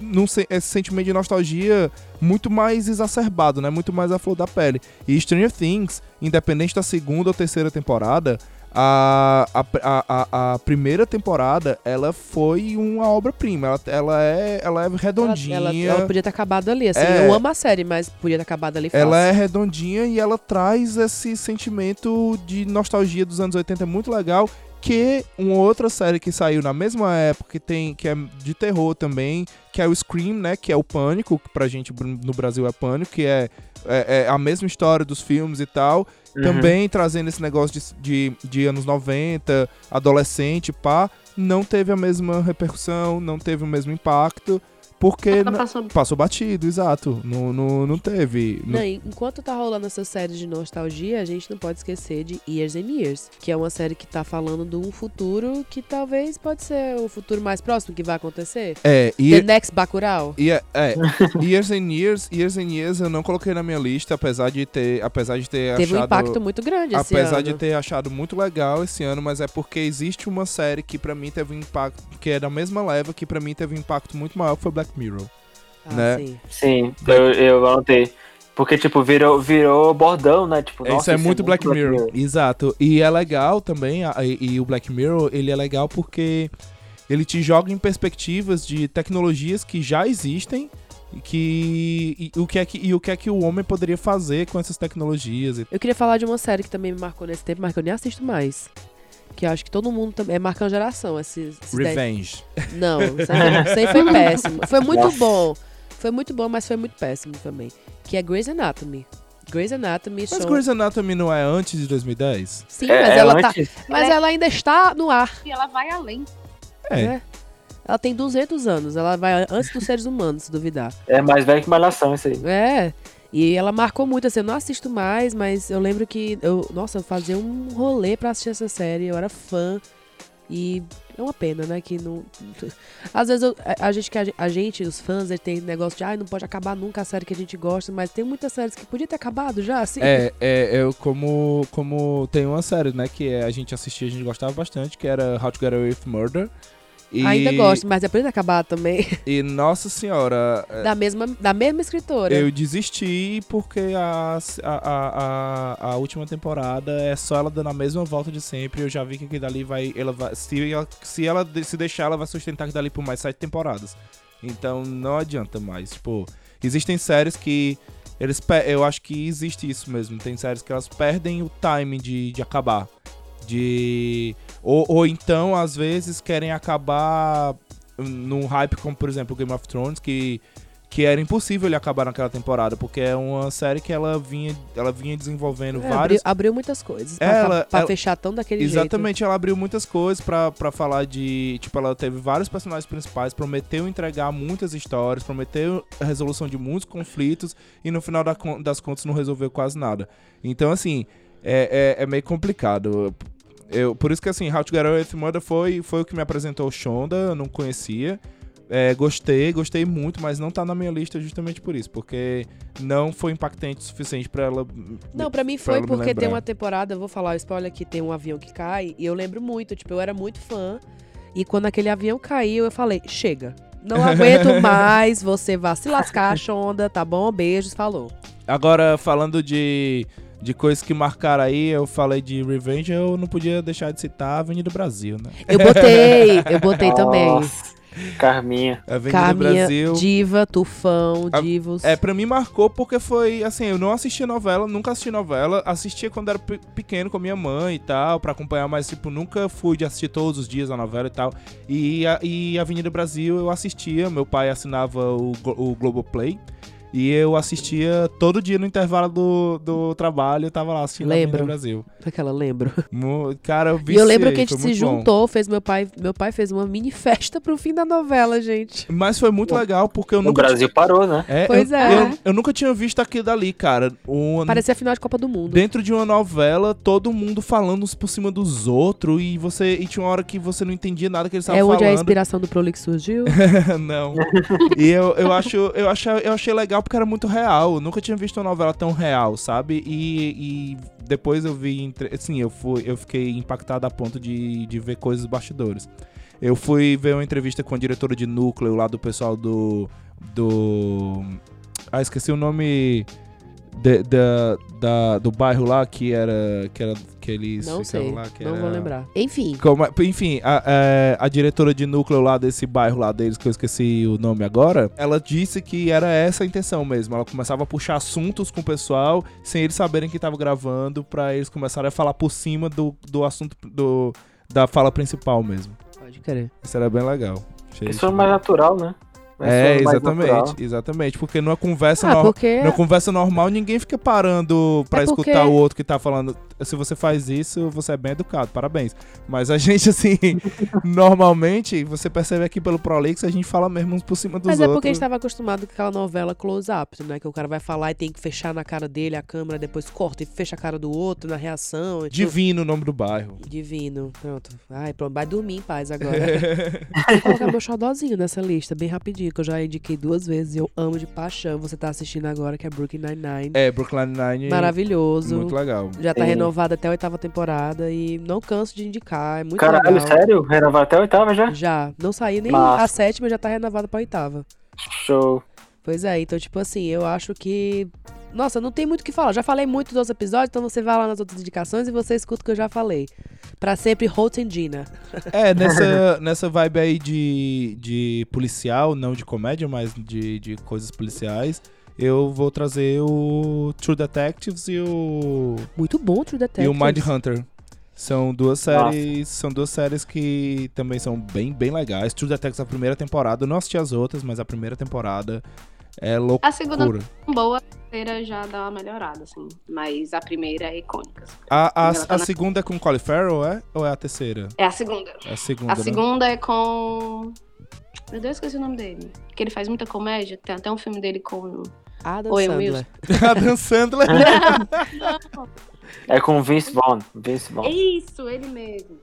num se- esse sentimento de nostalgia muito mais exacerbado, né? Muito mais à flor da pele. E Stranger Things, independente da segunda ou terceira temporada, a, a, a- a, a primeira temporada, ela foi uma obra-prima. Ela, ela, é, ela é Ela, redondinha. ela- ela podia ter acabado ali, assim. É. Eu amo a série, mas podia ter acabado ali fácil. Ela é redondinha e ela traz esse sentimento de nostalgia dos anos 80 muito legal. Que uma outra série que saiu na mesma época, que, tem, que é de terror também, que é o Scream, né? Que é o Pânico, que pra gente no Brasil é Pânico, que é, é, é a mesma história dos filmes e tal. Uhum. Também trazendo esse negócio de, de, de anos 90, adolescente, pá. Não teve a mesma repercussão, não teve o mesmo impacto, porque Ela passou passou batido, exato. Não, não, não teve. não Não, e enquanto tá rolando essa série de nostalgia, a gente não pode esquecer de Years and Years, que é uma série que tá falando de um futuro que talvez pode ser o futuro mais próximo que vai acontecer. É, The e, Next Bacurau. e é, é, Years and Years, Years and Years eu não coloquei na minha lista, apesar de ter, apesar de ter Teve um É achado, impacto muito grande esse apesar ano. de ter achado muito legal esse ano, mas é porque existe uma série que pra mim teve um impacto, que é da mesma leva, que pra mim teve um impacto muito maior, que foi Black Mirror. Ah, né? sim. Sim, eu, eu anotei. Porque, tipo, virou, virou bordão, né? Tipo, É, isso nossa, é muito Black, Mirror. Exato. E é legal também, a- e, e o Black Mirror, ele é legal porque ele te joga em perspectivas de tecnologias que já existem e que e, o que é que e o que é que o homem poderia fazer com essas tecnologias. e- Eu queria falar de uma série que também me marcou nesse tempo, mas que eu nem assisto mais. Que eu acho que todo mundo também. É marcando geração. Esses, esses dez- Revenge. Não, isso aí, isso aí foi péssimo. Foi muito bom. Foi muito bom, mas foi muito péssimo também. Que é Grey's Anatomy. Grey's Anatomy Mas são- Grey's Anatomy não é antes de 2010? Sim, É, mas é ela tá. antes- Mas Ela é- ela ainda está no ar. e ela vai além. É. né? Ela tem 200 anos. Ela vai antes dos seres humanos, se duvidar. É mais velho que Malhação, isso aí. É. E ela marcou muito, assim, eu não assisto mais, mas eu lembro que eu, nossa, eu fazia um rolê pra assistir essa série, eu era fã. E é uma pena, né, que não Às vezes eu- a, a gente que a, gen- a gente, os fãs, eles tem negócio de, ai, não pode acabar nunca a série que a gente gosta, mas tem muitas séries que podia ter acabado já, assim. É, é, eu como como tem uma série, né, que é- a gente assistia, a gente gostava bastante, que era How to Get Away with Murder. E, Ainda gosto, mas depois de acabar também. E nossa senhora, é, Da mesma, da mesma escritora. Eu desisti porque a, a, a, a- a última temporada é só ela dando a mesma volta de sempre. Eu já vi que aquilo dali vai. Ela vai se, ela, se ela de- se deixar, ela vai sustentar aquilo dali por mais sete temporadas. Então não adianta mais. Tipo, existem séries que. Eles pe- eu acho que existe isso mesmo. Tem séries que elas perdem o timing de, de acabar. De. Ou, ou então, às vezes, querem acabar num hype como, por exemplo, Game of Thrones, que que era impossível ele acabar naquela temporada, porque é uma série que ela vinha, ela vinha desenvolvendo É, vários abriu, abriu muitas coisas. Pra, Ela- pra ela- fechar tão daquele jeito. Exatamente, ela abriu muitas coisas pra, pra falar de. Tipo, ela teve vários personagens principais, prometeu entregar muitas histórias, prometeu a resolução de muitos conflitos e no final da con- das contas não resolveu quase nada. Então, assim, é, é- é meio complicado. Eu, por isso que, assim, How to Get Away with Murder foi, foi o que me apresentou Shonda, eu não conhecia. É, gostei, gostei muito, mas não tá na minha lista justamente por isso, porque não foi impactante o suficiente pra ela. Não, pra mim pra foi ela me porque tem lembrar. uma temporada, eu vou falar, spoiler que tem um avião que cai, e eu lembro muito, tipo, eu era muito fã. E quando aquele avião caiu, eu falei, chega. Não aguento mais, você vai se lascar, Shonda, tá bom? Beijos, falou. Agora, falando de, de coisas que marcaram aí, eu falei de Revenge, eu não podia deixar de citar a Avenida Brasil, né? Eu botei, eu botei também. Nossa, Carminha. A Avenida Carminha, Brasil. diva, tufão, A- divos. É, pra mim marcou porque foi, assim, eu não assisti novela, nunca assisti novela, assistia quando era pe- pequeno com a minha mãe e tal, pra acompanhar, mas, tipo, nunca fui de assistir todos os dias a novela e tal. E, a, e Avenida Brasil eu assistia, meu pai assinava o, Glo- o Globoplay, e eu assistia todo dia no intervalo do, do trabalho, eu tava lá assistindo a Avenida Lembro. Brasil. Aquela lembro. Mu- Cara, eu vi E eu lembro que a gente se juntou, fez meu pai, meu pai fez uma mini festa pro fim da novela, gente. Mas foi muito legal, porque eu O nunca. Brasil parou, né? É, Pois eu, é. Eu, eu nunca tinha visto aquilo dali, cara. Um- Parecia a final de Copa do Mundo. Dentro de uma novela, todo mundo falando uns por cima dos outros, e você. E tinha uma hora que você não entendia nada que eles estavam É onde a falando. inspiração do Prolix surgiu. não. E eu, eu acho, eu achei, eu achei legal porque era muito real. Eu nunca tinha visto uma novela tão real, sabe? E, e depois eu vi, entre- assim, eu fui, eu fiquei impactado a ponto de, de ver coisas dos bastidores. Eu fui ver uma entrevista com a diretora de núcleo lá do pessoal do do ah esqueci o nome de- da- da- do bairro lá que era que era que eles não ficavam sei, lá que não era... vou lembrar. Enfim, Como é- enfim, a, é, a diretora de núcleo lá desse bairro lá deles, que eu esqueci o nome agora, ela disse que era essa a intenção mesmo. Ela começava a puxar assuntos com o pessoal, sem eles saberem que tava gravando, pra eles começarem a falar por cima do, do assunto do, da fala principal mesmo. pode crer. Isso era bem legal. Achei Isso foi mais natural, né? Isso É, foi mais natural. exatamente, exatamente. Porque numa conversa Ah, normal. porque Numa conversa normal, ninguém fica parando pra É porque- escutar o outro que tá falando. Se você faz isso, você é bem educado, parabéns. Mas a gente, assim, normalmente, você percebe aqui pelo Prolix, a gente fala mesmo uns por cima dos mas é outros. porque a gente tava acostumado com aquela novela close-up, né? Que o cara vai falar e tem que fechar na cara dele a câmera, depois corta e fecha a cara do outro na reação. e tudo. Divino o nome do bairro. Divino. Pronto. Ai, pronto. Vai dormir em paz agora. Vou colocar meu xodózinho nessa lista, bem rapidinho, que eu já indiquei duas vezes. e Eu amo de paixão. Você tá assistindo agora, que é Brooklyn Nine-Nine. é, Brooklyn Nine. Maravilhoso. Muito legal. Já tá Sim. renovada até a oitava temporada e não canso de indicar. É muito Caralho, legal. sério? Renovar até a oitava já? Já. Não saiu nem Massa. a sétima, já tá renovada pra oitava. Show. Pois é, então, tipo assim, eu acho que. Nossa, não tem muito o que falar. Já falei muito dos episódios, então você vai lá nas outras indicações e você escuta o que eu já falei. Pra sempre, Holt and Gina. É, nessa, nessa vibe aí de, de policial, não de comédia, mas de, de coisas policiais, eu vou trazer o True Detectives e o Muito bom, True Detective. e o Mind Hunter. São duas Nossa. séries, são duas séries que também são bem, bem legais. True Detectives a primeira temporada, eu não assisti as outras, mas a primeira temporada é loucura. A segunda não é tão boa, a terceira já dá uma melhorada, assim. Mas a primeira é icônica. assim. A, a, Ela tá a na- segunda é com Colin Farrell, é? Ou é a terceira? É a segunda. É a segunda, A né? segunda é com. Meu Deus, esqueci o nome dele. Que ele faz muita comédia. Tem até um filme dele com. Adam Oi, Sandler. Wilson. Adam Sandler. É com o Vince Vaughn. Vince Vaughn. Isso, ele mesmo.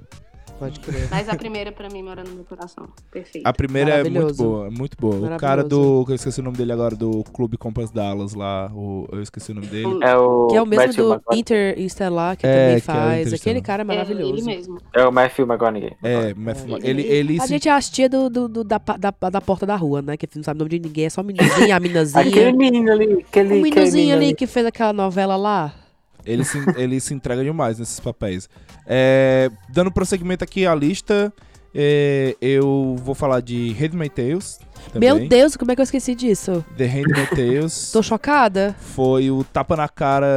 Pode crer. Mas a primeira, pra mim, mora no meu coração. Perfeito. A primeira é muito Maravilhoso. boa, é muito boa. O cara do, que eu esqueci o nome dele agora, do Clube Compass Dallas lá, o- eu esqueci o nome dele. É o Que é o mesmo Matthew do McConaughey. Interstellar, que É, também que é o faz. Aquele Interestelar. cara é É ele maravilhoso. mesmo. É o Matthew McConaughey. É, Matthew- É. ele, ele a se gente é as tia do, do- do- da, pa- da, da porta da rua, né? Que não sabe o nome de ninguém, é só a meninazinha, a Aquele é meninazinha. menino ali. Aquele, o aquele menino meninozinho ali que fez aquela novela lá. Ele se, ele se entrega demais nesses papéis. É, dando prosseguimento aqui à lista, é, eu vou falar de Handmaid Tales. Também. Meu Deus, como é que eu esqueci disso? The Handmaid Tales. Tô chocada. Foi o tapa na cara,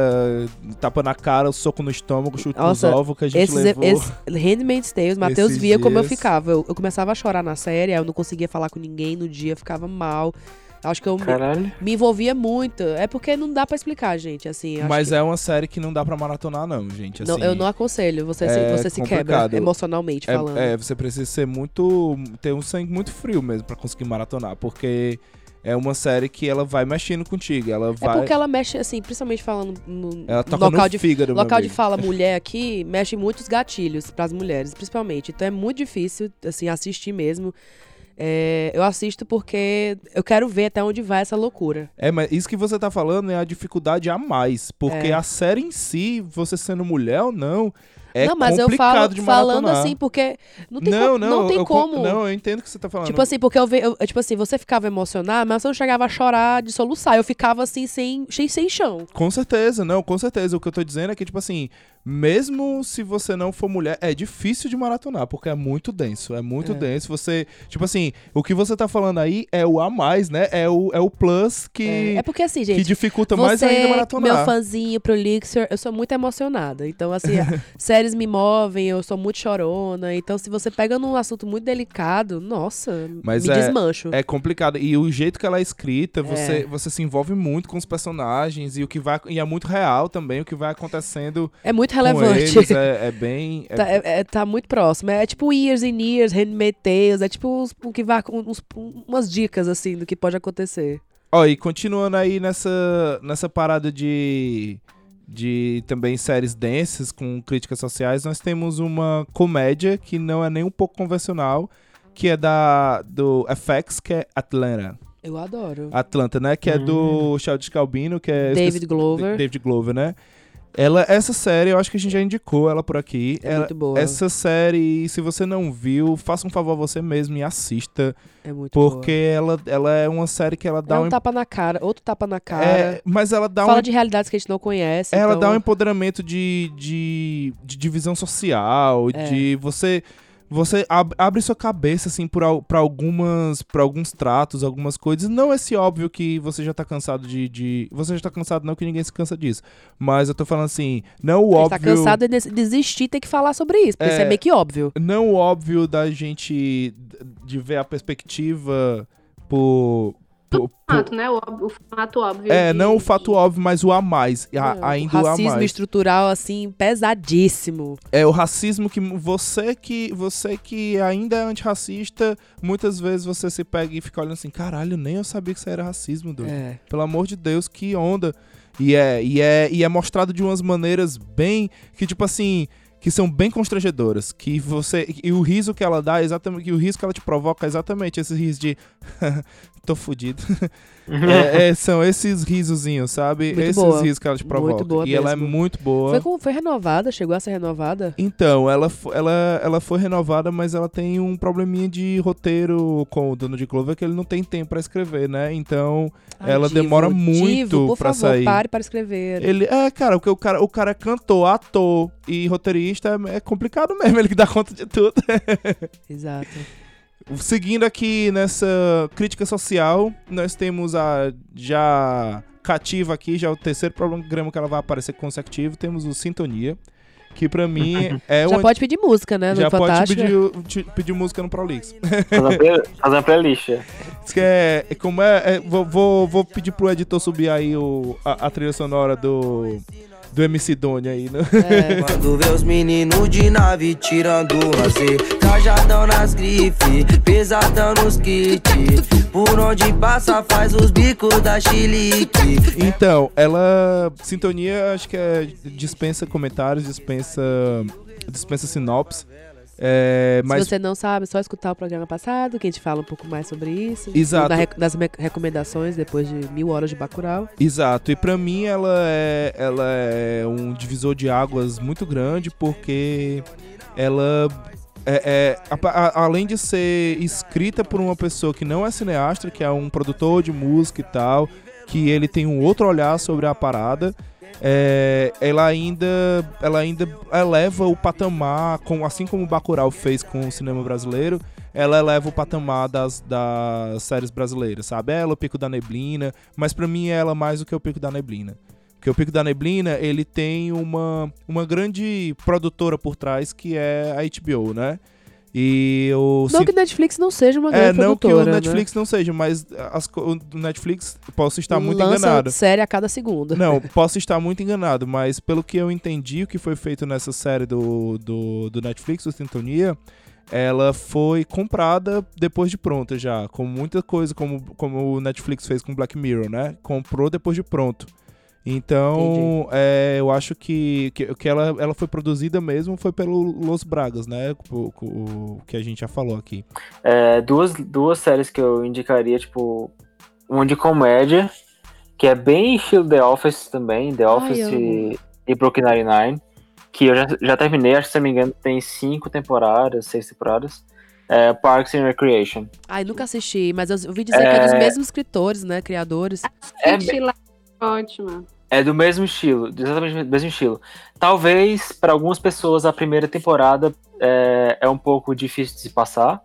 tapa na cara, o soco no estômago, chute Nossa, nos ovos que a gente Esses, levou. esse, Handmaid's Tales, Matheus Esses via como eu dias. ficava. Eu, eu começava a chorar na série, aí eu não conseguia falar com ninguém no dia, eu ficava mal. Acho que eu me- Caralho. me envolvia muito. É porque não dá pra explicar, gente, assim. eu acho Mas que- é uma série que não dá pra maratonar, não, gente. não, assim, eu não aconselho, você, é se, você se quebra complicado. emocionalmente É- falando. É, você precisa ser muito. ter um sangue muito frio mesmo pra conseguir maratonar, porque é uma série que ela vai mexendo contigo. Ela É vai. porque ela mexe, assim, principalmente falando no ela toca local, no de, fígado, meu local de amigo. fala mulher aqui, mexe em muitos gatilhos pras mulheres, principalmente. Então é muito difícil, assim, assistir mesmo. É, eu assisto porque eu quero ver até onde vai essa loucura. É, mas isso que você tá falando é a dificuldade a mais. Porque É. a série em si, você sendo mulher ou não, é não, mas eu complicado falo de falando maratonar. assim porque não tem, não, co- não, não tem eu con- como. Não, eu entendo o que você tá falando. Tipo assim, porque eu, ve- eu- tipo assim, você ficava emocionada, mas você não chegava a chorar de soluçar. Eu ficava assim, sem, sem, sem chão. Com certeza, não, com certeza. O que eu tô dizendo é que, tipo assim, mesmo se você não for mulher, é difícil de maratonar, porque é muito denso. É muito É. denso. Você, tipo assim, o que você tá falando aí é o a mais, né? É o, é o plus É, que, é porque assim, que gente. dificulta mais você, ainda meu maratonar. fãzinho pro Elixir, eu sou muito emocionada. Então, assim, séries me movem, eu sou muito chorona. Então, se você pega num assunto muito delicado, nossa, Mas me é- desmancho. É complicado. E o jeito que ela é escrita, você, É. você se envolve muito com os personagens e o que vai. E é muito real também o que vai acontecendo É, muito com eles. relevante. É, é bem. é- Tá, é- é- tá muito próximo. É tipo Years and Years, Handmaid Tales. É tipo uns- o que vai, uns- umas dicas, assim, do que pode acontecer. Ó, e continuando aí nessa, nessa parada de, de também séries densas com críticas sociais, nós temos uma comédia que não é nem um pouco convencional, que é da do FX, que é Atlanta. Eu adoro. Atlanta, né? Que é do Childish Calbino, que é... eu Uhum. David esqueci- Glover. David Glover, né? Ela, essa série, eu acho que a gente já indicou ela por aqui. É Ela- muito boa. essa série, se você não viu, faça um favor a você mesmo e assista. é muito Porque ela, ela é uma série que ela boa. dá É um um tapa na cara, outro tapa na cara. é, mas ela dá fala um. de realidades que a gente não conhece. Ela então- dá um empoderamento de, de, de divisão social, É. de você. Você ab- abre sua cabeça, assim, por, al- pra algumas. para alguns tratos, algumas coisas. Não esse óbvio que você já tá cansado de. de- você já tá cansado, não que ninguém se cansa disso. Mas eu tô falando assim, não o A gente óbvio. tá cansado de desistir e ter que falar sobre isso, porque É. isso é meio que óbvio. Não o óbvio da gente. de ver a perspectiva por. por- O por- fato, né? O, óbvio- o fato óbvio. é, de- não o fato óbvio, mas o a mais. a- É, ainda o o a racismo mais. estrutural, assim, pesadíssimo. É o racismo que você que você que ainda é antirracista, muitas vezes você se pega e fica olhando assim, caralho, nem eu sabia que isso era racismo, doido. É. Pelo amor de Deus, que onda. E é, e é, e é mostrado de umas maneiras bem que tipo assim, que são bem constrangedoras, que você e o riso que ela dá é exatamente, que o riso que ela te provoca é exatamente esse riso de tô fudido. É, é, são esses risozinhos, sabe? Muito esses boa. risos que ela te Muito provoca. boa e ela é mesmo. muito boa. Foi, com- foi renovada? Chegou a ser renovada? Então, ela, fo- ela, ela foi renovada, mas ela tem um probleminha de roteiro com o dono de Clover que ele não tem tempo pra escrever, né? Então, Ai, Ela Divo, demora muito Divo, por pra favor, sair. pare para escrever. ele. É, cara, porque o cara, o cara é cantor, ator e roteirista, é é complicado mesmo, ele que dá conta de tudo. É. Exato. Seguindo aqui nessa crítica social, nós temos a já cativa aqui, já o terceiro programa que ela vai aparecer consecutivo, temos o Sintonia, que pra mim é Já uma- pode pedir música, né? No Já pode Fantástico. pedir, te- pedir música no Prolix. Fazer uma play- fazer uma playlist. Diz que é, é como é, é, vou, vou, vou pedir pro editor subir aí o, a, a trilha sonora do, do MC Doni aí, né? É. Quando vê os meninos de nave tirando lazer Cajadão nas grife, pesadão nos kit Por onde passa faz os bicos da chilique Então, ela sintonia, acho que é dispensa comentários, dispensa dispensa sinopse. É, mas Se você não sabe, é só escutar o programa passado, que a gente fala um pouco mais sobre isso. Exato. Na rec- das me- recomendações, depois de mil horas de Bacurau. Exato, e pra mim ela é, ela é um divisor de águas muito grande porque ela é, é- a- a- além de ser escrita por uma pessoa que não é cineasta, que é um produtor de música e tal, que ele tem um outro olhar sobre a parada, é, ela ainda ela ainda eleva o patamar, com, assim como o Bacurau fez com o cinema brasileiro, ela eleva o patamar das, das séries brasileiras, sabe? Ela, o Pico da Neblina, mas pra mim é ela mais do que o Pico da Neblina. Porque o Pico da Neblina, ele tem uma, uma grande produtora por trás que é a HBO, né? E eu Não sinto- que Netflix não seja uma É, grande não que produtora, o né? Netflix não seja, mas as co- o Netflix posso estar muito Lança enganado. série a cada segundo. Não, posso estar muito enganado, mas pelo que eu entendi, o que foi feito nessa série do, do, do Netflix, o Sintonia, ela foi comprada depois de pronta já, com muita coisa, como, como o Netflix fez com Black Mirror, né? Comprou depois de pronto. Então, é, eu acho que, que, que ela, ela foi produzida mesmo foi pelo Los Bragas, né? O, o- o que a gente já falou aqui. É, duas, duas séries que eu indicaria, tipo, uma de comédia, que é bem estilo The Office também, The Office amo. e, e Brooklyn Nine-Nine, que eu já, já terminei, acho que se não me engano tem cinco temporadas, seis temporadas, é, Parks and Recreation. Ai, nunca assisti, mas eu ouvi dizer que é dos mesmos escritores, né? Criadores. É Gente, lá é ótima. É do mesmo estilo, exatamente do mesmo estilo. Talvez, para algumas pessoas, a primeira temporada é, é um pouco difícil de se passar,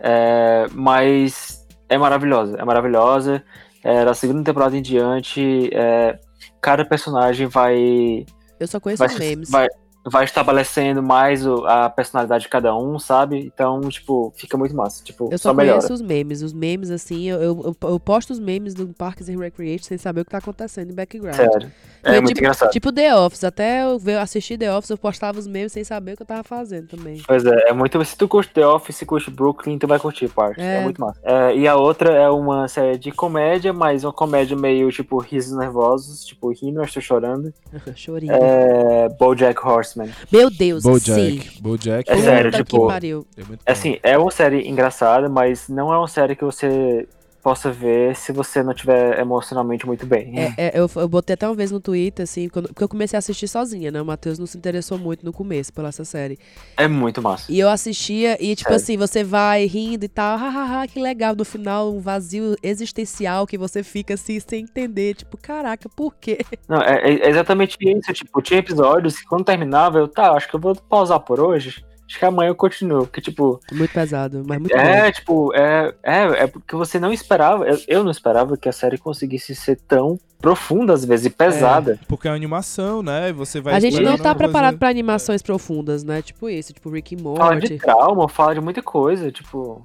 é, mas é maravilhosa, é maravilhosa. É, da segunda temporada em diante, é, cada personagem vai, Eu só conheço vai, os memes. vai, vai estabelecendo mais o- a personalidade de cada um, sabe? Então, tipo, fica muito massa, tipo, Eu só, só, melhora. conheço os memes. Os memes, assim, eu, eu, eu posto os memes do Parks and Recreation sem saber o que tá acontecendo em background. Sério, é Foi muito tipo- engraçado. Tipo The Office, até eu ver- assistir The Office, eu postava os memes sem saber o que eu tava fazendo também. Pois é, é muito. Se tu curte The Office, se curte Brooklyn, tu vai curtir Park. É, É. muito massa. É, e a outra é uma série de comédia, mas uma comédia meio tipo risos nervosos, tipo rindo, mas tô chorando. Chorinho. É BoJack Horseman. Meu Deus, sim. Bojack, Bojack. É Puta sério, que tipo, pariu. é muito bom. Assim, é uma série engraçada, mas não é uma série que você possa ver se você não tiver emocionalmente muito bem. É, é, eu, eu botei até uma vez no Twitter, assim, quando- porque eu comecei a assistir sozinha, né? O Matheus não se interessou muito no começo pela essa série. É, muito massa. E eu assistia, e tipo Sério? assim, você vai rindo e tal, hahaha, que legal. No final, um vazio existencial que você fica assim, sem entender. Tipo, caraca, por quê? Não, é, é exatamente isso. Tipo, tinha episódios que quando terminava, eu, tá, acho que eu vou pausar por hoje. Acho que amanhã eu continuo. Porque, tipo, Muito pesado, mas muito bom. É, tipo, é, é, é porque você não esperava, eu, eu não esperava que a série conseguisse ser tão profunda às vezes e pesada. Porque é uma animação, né? E Você vai A gente não explorando tá coisa- preparado pra animações profundas, né? Tipo isso, tipo Rick and Fala Morty. de trauma, fala de muita coisa, tipo,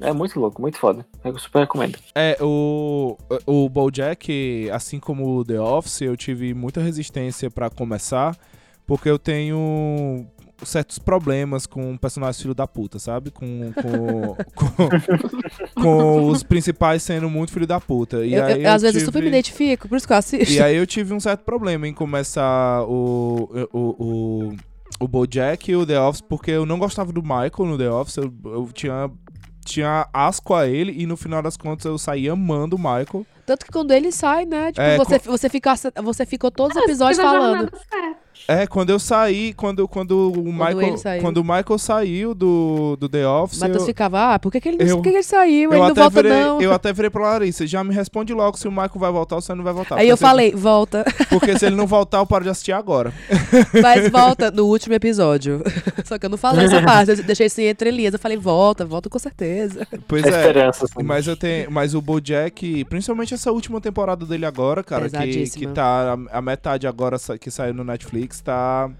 é muito louco, muito foda. Eu super recomendo. É, o, o BoJack, assim como o The Office, eu tive muita resistência pra começar, porque eu tenho certos problemas com o personagem filho da puta, sabe? Com, com, com, com os principais sendo muito filho da puta. E Eu- eu- aí às vezes eu super me tive- identifico, por isso que eu assisto. E aí eu tive um certo problema em começar o, o, o, o Bojack e o The Office, porque eu não gostava do Michael no The Office, eu, eu tinha, tinha asco a ele e no final das contas eu saí amando o Michael. Tanto que quando ele sai, né? Tipo, É, você, você, fica, você ficou todos os episódios Fez a falando. jornada certa. É, quando eu saí, quando, quando o Michael. ele saiu. Quando o Michael saiu do, do The Office. Matheus eu- ficava, ah, por que, que ele, não- eu- por que, que ele saiu? Ele eu não até volta, virei, não. eu até virei pra Larissa, já me responde logo se o Michael vai voltar ou se ele não vai voltar. Aí Porque eu se ele- falei, volta, Porque se ele não voltar, eu paro de assistir agora. mas volta no último episódio. Só que eu não falei essa parte, eu deixei assim entre linhas. Eu falei, volta, volta com certeza. Pois a é. esperança, assim. Mas eu tenho, mas o BoJack, principalmente essa última temporada dele agora, cara, que, Pesadíssima. que tá a, a metade agora sa- que saiu no Netflix, tá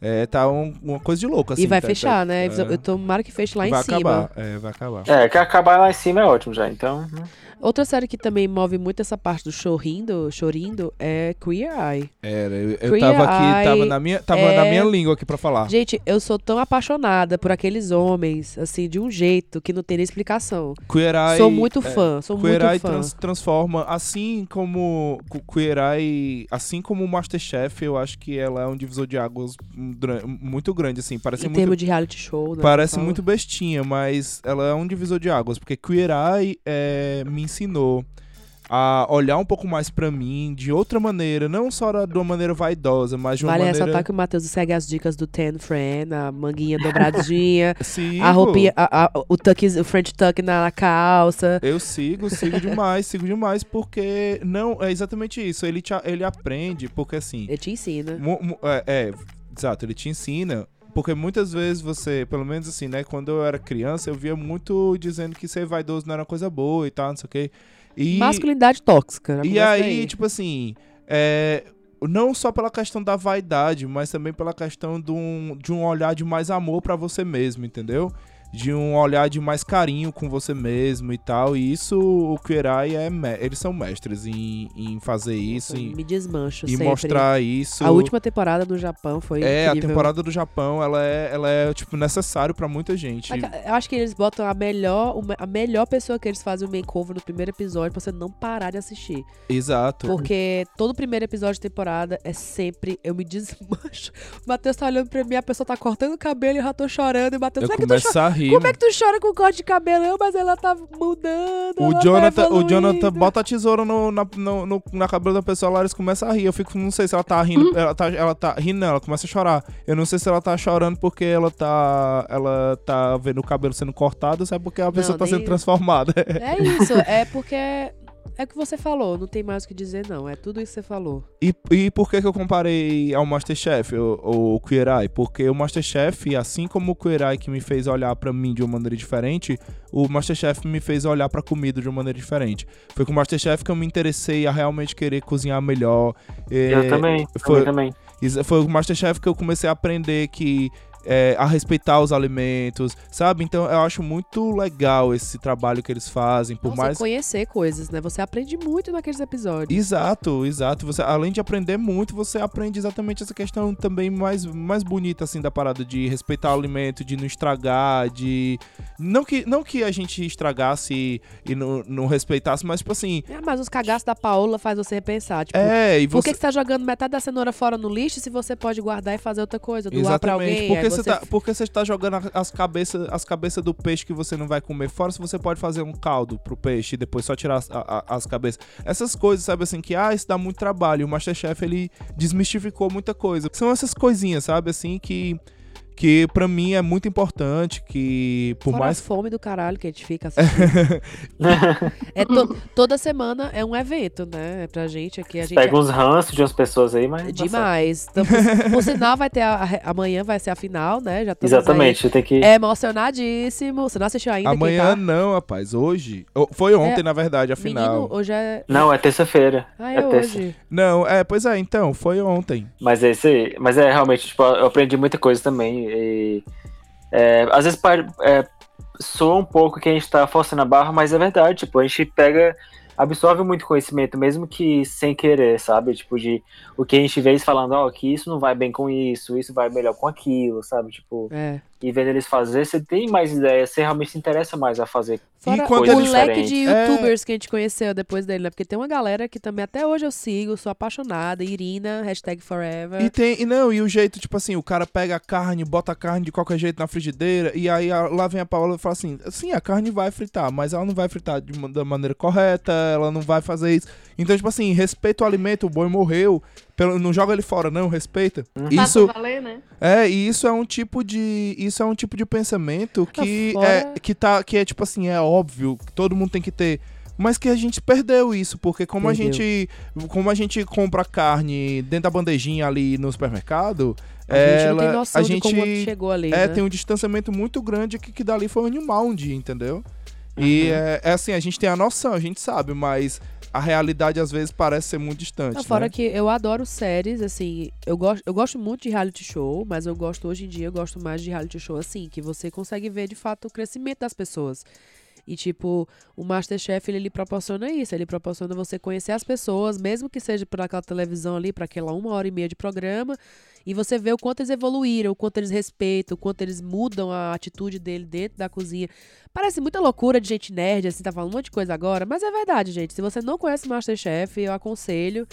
é, tá um- uma coisa de louco assim. e vai tá- fechar, tá- né? é. Eu tomara que feche lá vai em cima. acabar, é, vai acabar. É, que acabar lá em cima é ótimo já, então. né? Outra série que também move muito essa parte do chorrindo, chorindo é Queer Eye. Era, eu, eu Queer tava aqui, Eye tava na minha, tava é- na minha língua aqui pra falar. Gente, eu sou tão apaixonada por aqueles homens, assim, de um jeito que não tem nem explicação. Queer Eye, sou muito fã, sou é. Queer Eye muito fã. trans- transforma, assim como cu- Queer Eye, assim como o Masterchef, eu acho que ela é um divisor de águas dra- muito grande assim, parece Em muito termos de reality show, né? Parece Fala. muito bestinha, mas ela é um divisor de águas, porque Queer Eye é, me ensinou a olhar um pouco mais pra mim de outra maneira, não só da- de uma maneira vaidosa, mas de uma Vale maneira ressaltar que o Matheus segue as dicas do Ten Friend, a manguinha dobradinha, sigo, a roupinha, a- a- o, tuck, o French tuck na, na calça. Eu sigo, sigo demais, sigo demais, porque não, é exatamente isso, ele te a- ele aprende, porque assim, Ele É te ensina. Mu- mu- é, é, exato, ele te ensina. Porque muitas vezes você, pelo menos assim, né? Quando eu era criança, eu via muito dizendo que ser vaidoso não era uma coisa boa e tal, não sei o quê. E, Masculinidade tóxica. né? já e começa aí, daí. tipo assim, é, Não só pela questão da vaidade, mas também pela questão de um, de um olhar de mais amor pra você mesmo, entendeu? De um olhar de mais carinho com você mesmo e tal. E isso, o Kuerai, é me- eles são mestres em, em fazer isso, em, Me desmancho em sempre. assim, mostrar isso. A última temporada do Japão foi É, a incrível. né? temporada do Japão, ela é, ela é tipo, necessário pra muita gente. Aca- Eu acho É que eles botam a melhor, o me- a melhor pessoa que eles fazem o makeover no primeiro episódio pra você não parar de assistir. Exato. Porque todo primeiro episódio de temporada é sempre eu me desmancho. O Matheus tá olhando pra mim, a pessoa tá cortando o cabelo, eu já tô chorando. E o Matheus, Eu como é que tu começo chora? a rir. Como é que tu chora com corte de cabelo? Eu, mas ela tá mudando. ela O tá Jonathan, o Jonathan evoluindo." bota a tesoura no, na, no- no- na cabelo da pessoa lá, eles começam a rir. Eu fico, não sei se ela tá Uhum. rindo. Ela tá, ela tá rindo, não, ela começa a chorar. Eu não sei se ela tá chorando porque ela tá. Ela tá vendo o cabelo sendo cortado, ou se é porque a pessoa tá nem- sendo transformada. É isso, é porque é o que você falou, não tem mais o que dizer, não. É tudo isso que você falou. E, e por que, que eu comparei ao Masterchef, o, o Queer Eye? Porque o Masterchef, assim como o Queer Eye que me fez olhar pra mim de uma maneira diferente, o Masterchef me fez olhar pra comida de uma maneira diferente. Foi com o Masterchef que eu me interessei a realmente querer cozinhar melhor. Eu É, também, foi- eu também. Isso Foi o Masterchef que eu comecei a aprender que é, a respeitar os alimentos, sabe? Então eu acho muito legal esse trabalho que eles fazem, por Nossa, mais. conhecer coisas, né? Você aprende muito naqueles episódios. Exato, exato. Você, além de aprender muito, você aprende exatamente essa questão também mais, mais bonita, assim, da parada de respeitar o alimento, de não estragar, de. Não que, não que a gente estragasse e, e não, não respeitasse, mas tipo assim. Ah, mas os cagaços da Paola faz você repensar, tipo... É, e Por que você. que você tá jogando metade da cenoura fora no lixo se você pode guardar e fazer outra coisa? Doar pra Exatamente. alguém? Por que você aí você... tá, por que você tá jogando a- as cabeças as cabeça do peixe que você não vai comer fora se você pode fazer um caldo pro peixe e depois só tirar as, a- a- as cabeças? Essas coisas, sabe assim, que ah, isso dá muito trabalho. O Masterchef ele desmistificou muita coisa. São essas coisinhas, sabe, assim, que. Que pra mim é muito importante, que por Fora mais a fome do caralho que a gente fica assistindo. é to- Toda semana é um evento, né? Pra gente aqui. A gente é Pega uns ranços de umas pessoas aí, mas. tá certo. Demais. Então, por, por sinal, vai ter a- a re- amanhã vai ser a final, né? Já estamos aí. Exatamente, tem que. É emocionadíssimo. Você não assistiu ainda? quem Amanhã tá? É, não, é rapaz. Hoje. Oh, Foi ontem, na verdade, afinal. Menino, hoje é. Não, é terça-feira. Ah, é, é terça. hoje. Não, é, pois é, então, foi ontem. Mas é isso aí. Mas é realmente, tipo, eu aprendi muita coisa também. E, é, às vezes pare- é, soa um pouco que a gente tá forçando a barra, mas é verdade. Tipo, a gente pega, absorve muito conhecimento, mesmo que sem querer, sabe? Tipo, de o que a gente vê eles falando, ó, que isso não vai bem com isso, isso vai melhor com aquilo, sabe? Tipo, É. e vendo eles fazer, você tem mais ideia, você realmente se interessa mais a fazer. Fora quando o eles- leque de É. youtubers que a gente conheceu depois dele, né? Porque tem uma galera que também até hoje eu sigo, sou apaixonada. Irina, hashtag forever. E tem, e não, e o jeito, tipo assim, o cara pega a carne, bota a carne de qualquer jeito na frigideira, e aí a- lá vem a Paola e fala assim: sim, a carne vai fritar, mas ela não vai fritar de uma- da maneira correta, ela não vai fazer isso. Então, tipo assim, respeita o alimento, o boi morreu, pelo, não joga ele fora, não, respeita. Isso Pra valer, né? é, e isso é um tipo de. Isso é um tipo de pensamento que, fora- é, que, tá, que é, tipo assim, é óbvio, que todo mundo tem que ter. Mas que a gente perdeu isso, porque como a Perdeu. gente. Como a gente compra carne dentro da bandejinha ali no supermercado, a gente ela, não tem noção a de como gente- chegou ali. é, né? tem um distanciamento muito grande que, que dali foi um animal um dia, entendeu? E Uhum. é, é assim, a gente tem a noção, a gente sabe, mas a realidade às vezes parece ser muito distante. Não, fora né? que eu adoro séries, assim, eu gosto, eu gosto muito de reality show, mas eu gosto hoje em dia, eu gosto mais de reality show assim, que você consegue ver de fato o crescimento das pessoas. E tipo, o MasterChef ele, ele proporciona isso, ele proporciona você conhecer as pessoas, mesmo que seja por aquela televisão ali, para aquela uma hora e meia de programa, e você vê o quanto eles evoluíram, o quanto eles respeitam, o quanto eles mudam a atitude dele dentro da cozinha. Parece muita loucura de gente nerd, assim, tá falando um monte de coisa agora, mas é verdade, gente. Se você não conhece Masterchef, eu aconselho.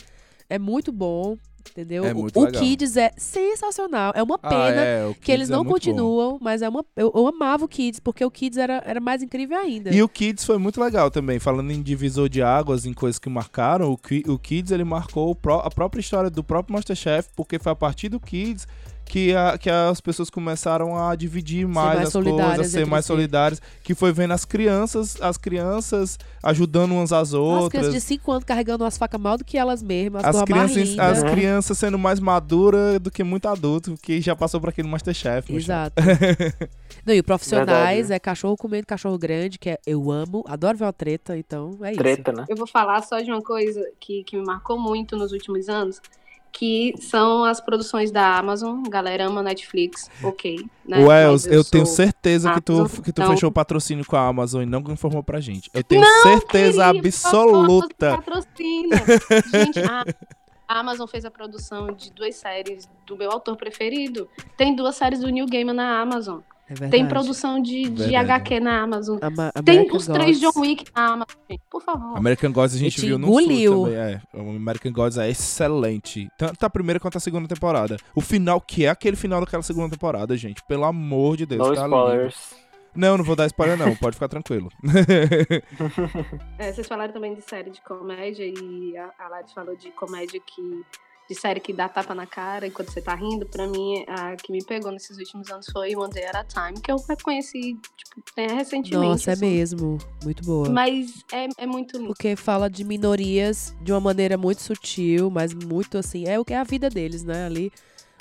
É muito bom, entendeu? É O- muito o legal. Kids é sensacional. É uma Ah, pena é, o que eles Kids é não muito bom. continuam, mas é uma. Eu, eu amava o Kids, porque o Kids era, era mais incrível ainda. E o Kids foi muito legal também. Falando em divisor de águas, em coisas que marcaram, o, Ki- o Kids ele marcou o pró- a própria história do próprio Masterchef, porque foi a partir do Kids que, a- que as pessoas começaram a dividir mais, mais as solidárias coisas, ser entre mais si. solidárias, que foi vendo as crianças, as crianças ajudando umas às as outras. crianças de 5 anos carregando umas facas mal do que elas mesmas, As com a crianças, barriga. as crianças sendo mais maduras do que muito adulto, que já passou por aquele Masterchef. meu chapa. Exato. Não, e o profissionais Verdade. é cachorro comendo cachorro grande, que é eu amo, adoro ver uma treta, então é isso. Treta, né? Eu vou falar só de uma coisa que, que me marcou muito nos últimos anos, que são as produções da Amazon, galera ama Netflix, ok. Né? Wells, Mas eu, tenho sou- certeza que tu, Amazon, que tu então. fechou o patrocínio com a Amazon e não informou pra gente. Eu tenho certeza Querido, absoluta. por favor, patrocina. Gente, a a Amazon fez a produção de duas séries do meu autor preferido. Tem duas séries do New Gaiman na Amazon. É verdade. Tem produção de, de Verdade. HQ na Amazon. Ama- Tem American os três um Gods. John Wick na Amazon, gente. Por favor. American Gods a gente te viu no sul engoliu. também. É, o American Gods é excelente. Tanto a primeira quanto a segunda temporada. O final, que é aquele final daquela segunda temporada, gente. Pelo amor de Deus. No tá lindo. spoilers. Não, não vou dar spoiler não. Pode ficar tranquilo. É, vocês falaram também de série de comédia e a, a Lari falou de comédia que. De série que dá tapa na cara e quando você tá rindo, pra mim, a que me pegou nesses últimos anos foi One Day at a Time, que eu conheci, tipo, né, recentemente. Nossa, é assim. mesmo. Muito boa. Mas é, é muito lindo. Porque fala de minorias de uma maneira muito sutil, mas muito assim, é o que é a vida deles, né? Ali,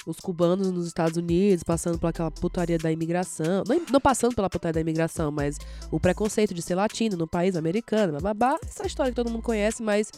os cubanos nos Estados Unidos, passando por aquela putaria da imigração. Não, não passando pela putaria da imigração, mas o preconceito de ser latino no país americano, bababá. Essa história que todo mundo conhece, mas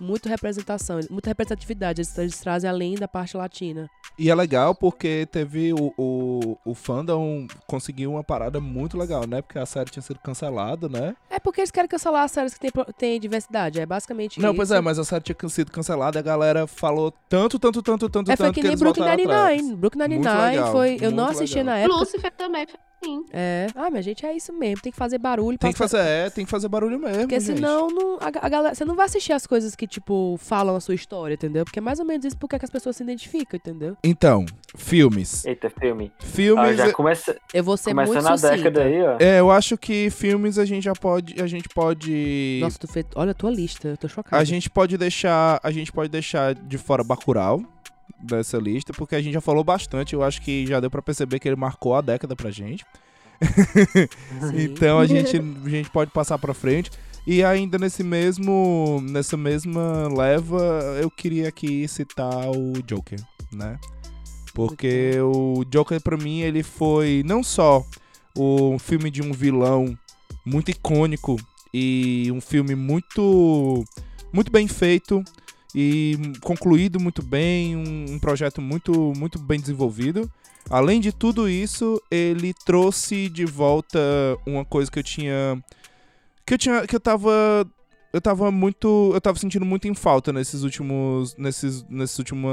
muito representação, muita representatividade. Eles, eles trazem além da parte latina. E é legal porque teve o, o, o fandom conseguiu uma parada muito legal, né? Porque a série tinha sido cancelada, né? É porque eles querem cancelar as séries que tem, pro- tem diversidade. É basicamente Não, isso. pois é, mas a série tinha can- sido cancelada e a galera falou tanto, tanto, tanto, tanto, É, tanto foi que nem eles Brooklyn voltaram atrás. 99. Brooklyn Muito 99 legal, foi. Eu não muito assistia legal. na época. Lucifer também foi assim. É. Ah, minha gente, é isso mesmo. Tem que fazer barulho. Tem que passar- fazer, é, tem que fazer barulho mesmo, Porque gente. senão não, a, a galera, você não vai assistir as coisas que, tipo, falam a sua história, entendeu? Porque é mais ou menos isso porque é que as pessoas se identificam, entendeu? Então, filmes. Eita, filme. Ah, Filmes, já começa, Eu vou ser começa muito na sucinta. década aí, ó. é, eu acho que filmes a gente já pode, a gente pode Nossa, tu fez... Olha a tua lista, eu tô chocada. A gente pode deixar, a gente pode deixar de fora Bacurau dessa lista, porque a gente já falou bastante, eu acho que já deu pra perceber que ele marcou a década pra gente. Sim. Então a gente, a gente pode passar pra frente. E ainda nesse mesmo, nessa mesma leva, eu queria aqui citar o Joker, né? Porque o Joker pra mim ele foi não só o filme de um vilão muito icônico e um filme muito muito bem feito e concluído muito bem, um, um projeto muito muito bem desenvolvido. Além de tudo isso, ele trouxe de volta uma coisa que eu tinha que eu tinha que eu tava eu tava muito eu tava sentindo muito em falta nesses últimos nesses nesses última,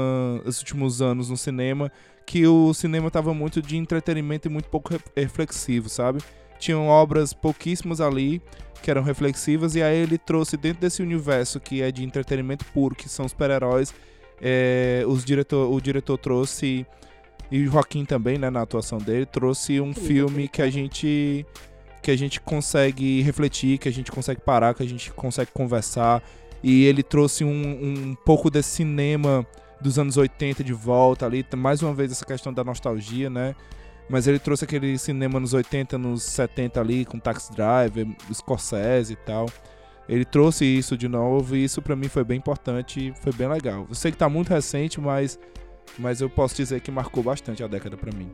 esses últimos anos no cinema, que o cinema tava muito de entretenimento e muito pouco re- reflexivo, sabe? Tinham obras pouquíssimas ali que eram reflexivas, e aí ele trouxe dentro desse universo que é de entretenimento puro, que são super-heróis, é, os diretor, o diretor trouxe, e o Joaquim também, né, na atuação dele, trouxe um filme que a gente que a gente consegue refletir, que a gente consegue parar, que a gente consegue conversar, e ele trouxe um, um pouco desse cinema dos anos 80 de volta ali, mais uma vez essa questão da nostalgia, né, mas ele trouxe aquele cinema nos 80, nos 70 ali, com Tax Driver, Scorsese e tal. Ele trouxe isso de novo e isso pra mim foi bem importante e foi bem legal. Eu sei que tá muito recente, mas, mas eu posso dizer que marcou bastante a década pra mim.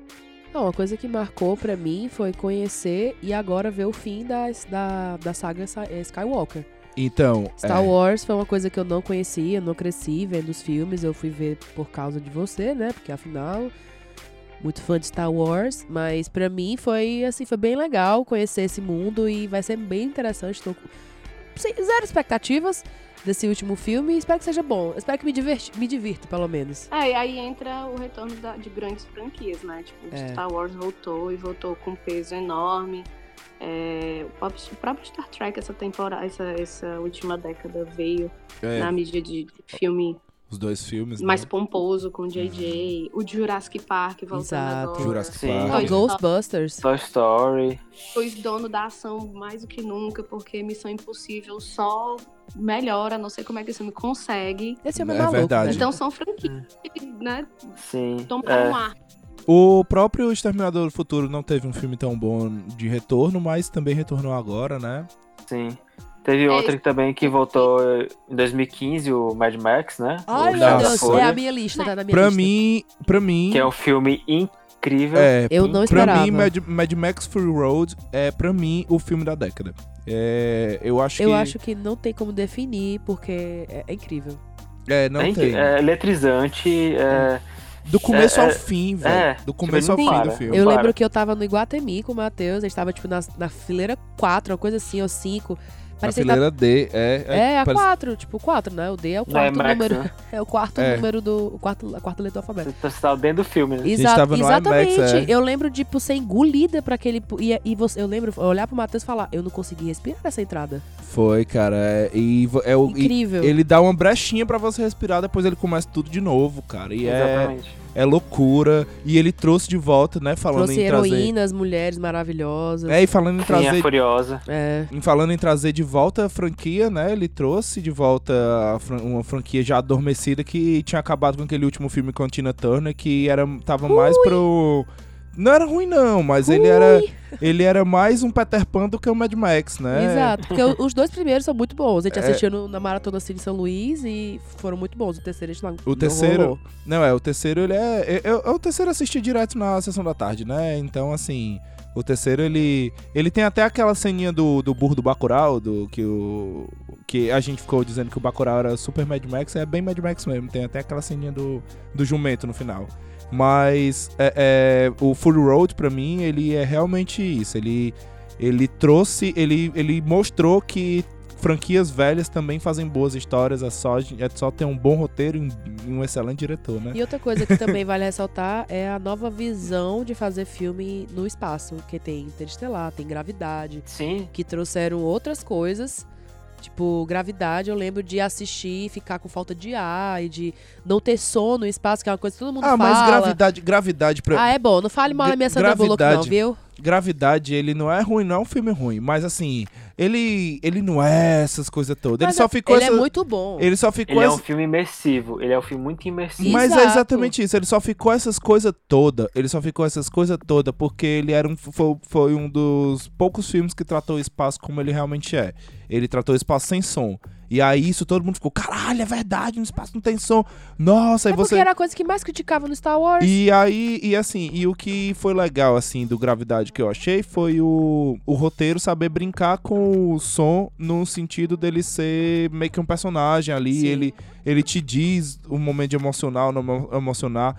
Não, uma coisa que marcou pra mim foi conhecer e agora ver o fim das, da, da saga Sa- eh, Skywalker. Então, Star é, Wars foi uma coisa que eu não conhecia, não cresci vendo os filmes, eu fui ver por causa de você, né? Porque afinal, muito fã de Star Wars, mas pra mim foi assim, foi bem legal conhecer esse mundo e vai ser bem interessante. Tô com- sem- zero expectativas desse último filme, e espero que seja bom. Espero que me diverti, me divirta pelo menos. Aí, Ah, aí entra o retorno da- de grandes franquias, né? Tipo, É. Star Wars voltou e voltou com um peso enorme. É, o próprio- o próprio Star Trek essa temporada, essa, essa última década veio é, na mídia de filme os dois filmes, né? mais né? pomposo com JJ, o Jurassic Park voltando Exato. agora. Uhum. Jurassic Sim. Não, Park. Sim. Ghostbusters. Toy Story. Pois dono da ação mais do que nunca, porque Missão Impossível só melhora, não sei como é que esse filme consegue. Esse filme é, É maluco. verdade. É. né? Então são franquias, que, né? Sim. Tomaram É, um ar. O próprio Exterminador do Futuro não teve um filme tão bom de retorno, mas também retornou agora, né? sim. Teve É, outra que também que voltou em 2015, o Mad Max, né? Ai, meu O Nossa. Chaves Deus, Folha, é a minha lista, tá na minha Pra lista. mim, pra mim, Que é um filme incrível. é, eu não Pra esperava. mim, Mad, Mad Max Fury Road é, pra mim, o filme da década. É, eu acho Eu que acho que não tem como definir, porque é- é incrível. É, não tem. É eletrizante. É, Do começo é- ao é- fim, velho. é, Do tipo, começo não ao fim para. do filme. Eu Para. lembro que eu tava no Iguatemi com o Matheus, a gente tava, tipo, na, na fileira 4, uma coisa assim, ou 5. Na Parecia que tava. fileira D, é. É, a parece- 4, tipo, 4, né? O D é o Não é quarto Max, número. né? É o quarto É. número do. O quarto, a quarta letra do alfabeto. Você você tá dentro do filme, né? gente Exa- tava no exatamente. IMAX, é. Eu lembro de tipo, ser engolida pra aquele. E, e você, eu lembro olhar pro Matheus e falar: Eu não consegui respirar essa entrada. Foi, cara. é- e vo- é o. e Incrível. ele dá uma brechinha pra você respirar, depois ele começa tudo de novo, cara. E é, Exatamente. é loucura. E ele trouxe de volta, né? Falando Trouxe em trazer. heroínas, mulheres maravilhosas. É, e falando em Minha trazer Furiosa. É. Em falando em trazer de volta a franquia, né? Ele trouxe de volta a fran- uma franquia já adormecida que tinha acabado com aquele último filme com a Tina Turner, que era, tava mais pro. Não era ruim, não, mas ele era, ele era mais um Peter Pan do que um Mad Max, né? Exato, porque o- os dois primeiros são muito bons. A É. gente assistiu no- na Maratona Cine São Luís e foram muito bons. O terceiro a gente não O não terceiro- rolou. Não, é, o terceiro ele é. Eu, eu- o terceiro assisti direto na sessão da tarde, né? Então, assim. O terceiro ele. Ele tem até aquela ceninha do, do burro do Bacurau, do que o. Que a gente ficou dizendo que o Bacurau era super Mad Max, é bem Mad Max mesmo. Tem até aquela ceninha do, do jumento no final. Mas é, é, o Full Road, pra mim, ele é realmente isso. Ele, ele trouxe. Ele, ele mostrou que franquias velhas também fazem boas histórias. É só, é só ter um bom roteiro e um, e um excelente diretor, né? E outra coisa que também vale ressaltar é a nova visão de fazer filme no espaço, que tem Interestelar, tem Gravidade, Sim. que trouxeram outras coisas. Tipo, gravidade, eu lembro de assistir e ficar com falta de ar e de não ter sono no espaço, que é uma coisa que todo mundo Ah, fala. mas gravidade, gravidade, pra, Ah, é bom. Não fale mal da minha Gra- Sandra Bullock, não, Gravidade. viu? gravidade, ele não é ruim, não é um filme ruim, mas assim, ele, ele não é essas coisas todas. Mas ele só é- ficou ele essa- é muito bom. ele só ficou Ele é essa- um filme imersivo. Ele é um filme muito imersivo. Mas é Exato. exatamente isso, ele só ficou essas coisas toda. Ele só ficou essas coisas toda porque ele era um foi, foi um dos poucos filmes que tratou o espaço como ele realmente é. Ele tratou o espaço sem som. E aí isso todo mundo ficou, caralho, é verdade, no espaço não tem som. Nossa, é e você porque era a coisa que mais criticava no Star Wars. E aí, e assim, e o que foi legal, assim, do Gravidade que eu achei foi o, o roteiro saber brincar com o som no sentido dele ser meio que um personagem ali. Sim. Ele, ele te diz o momento de emocional, não emo- emocionar.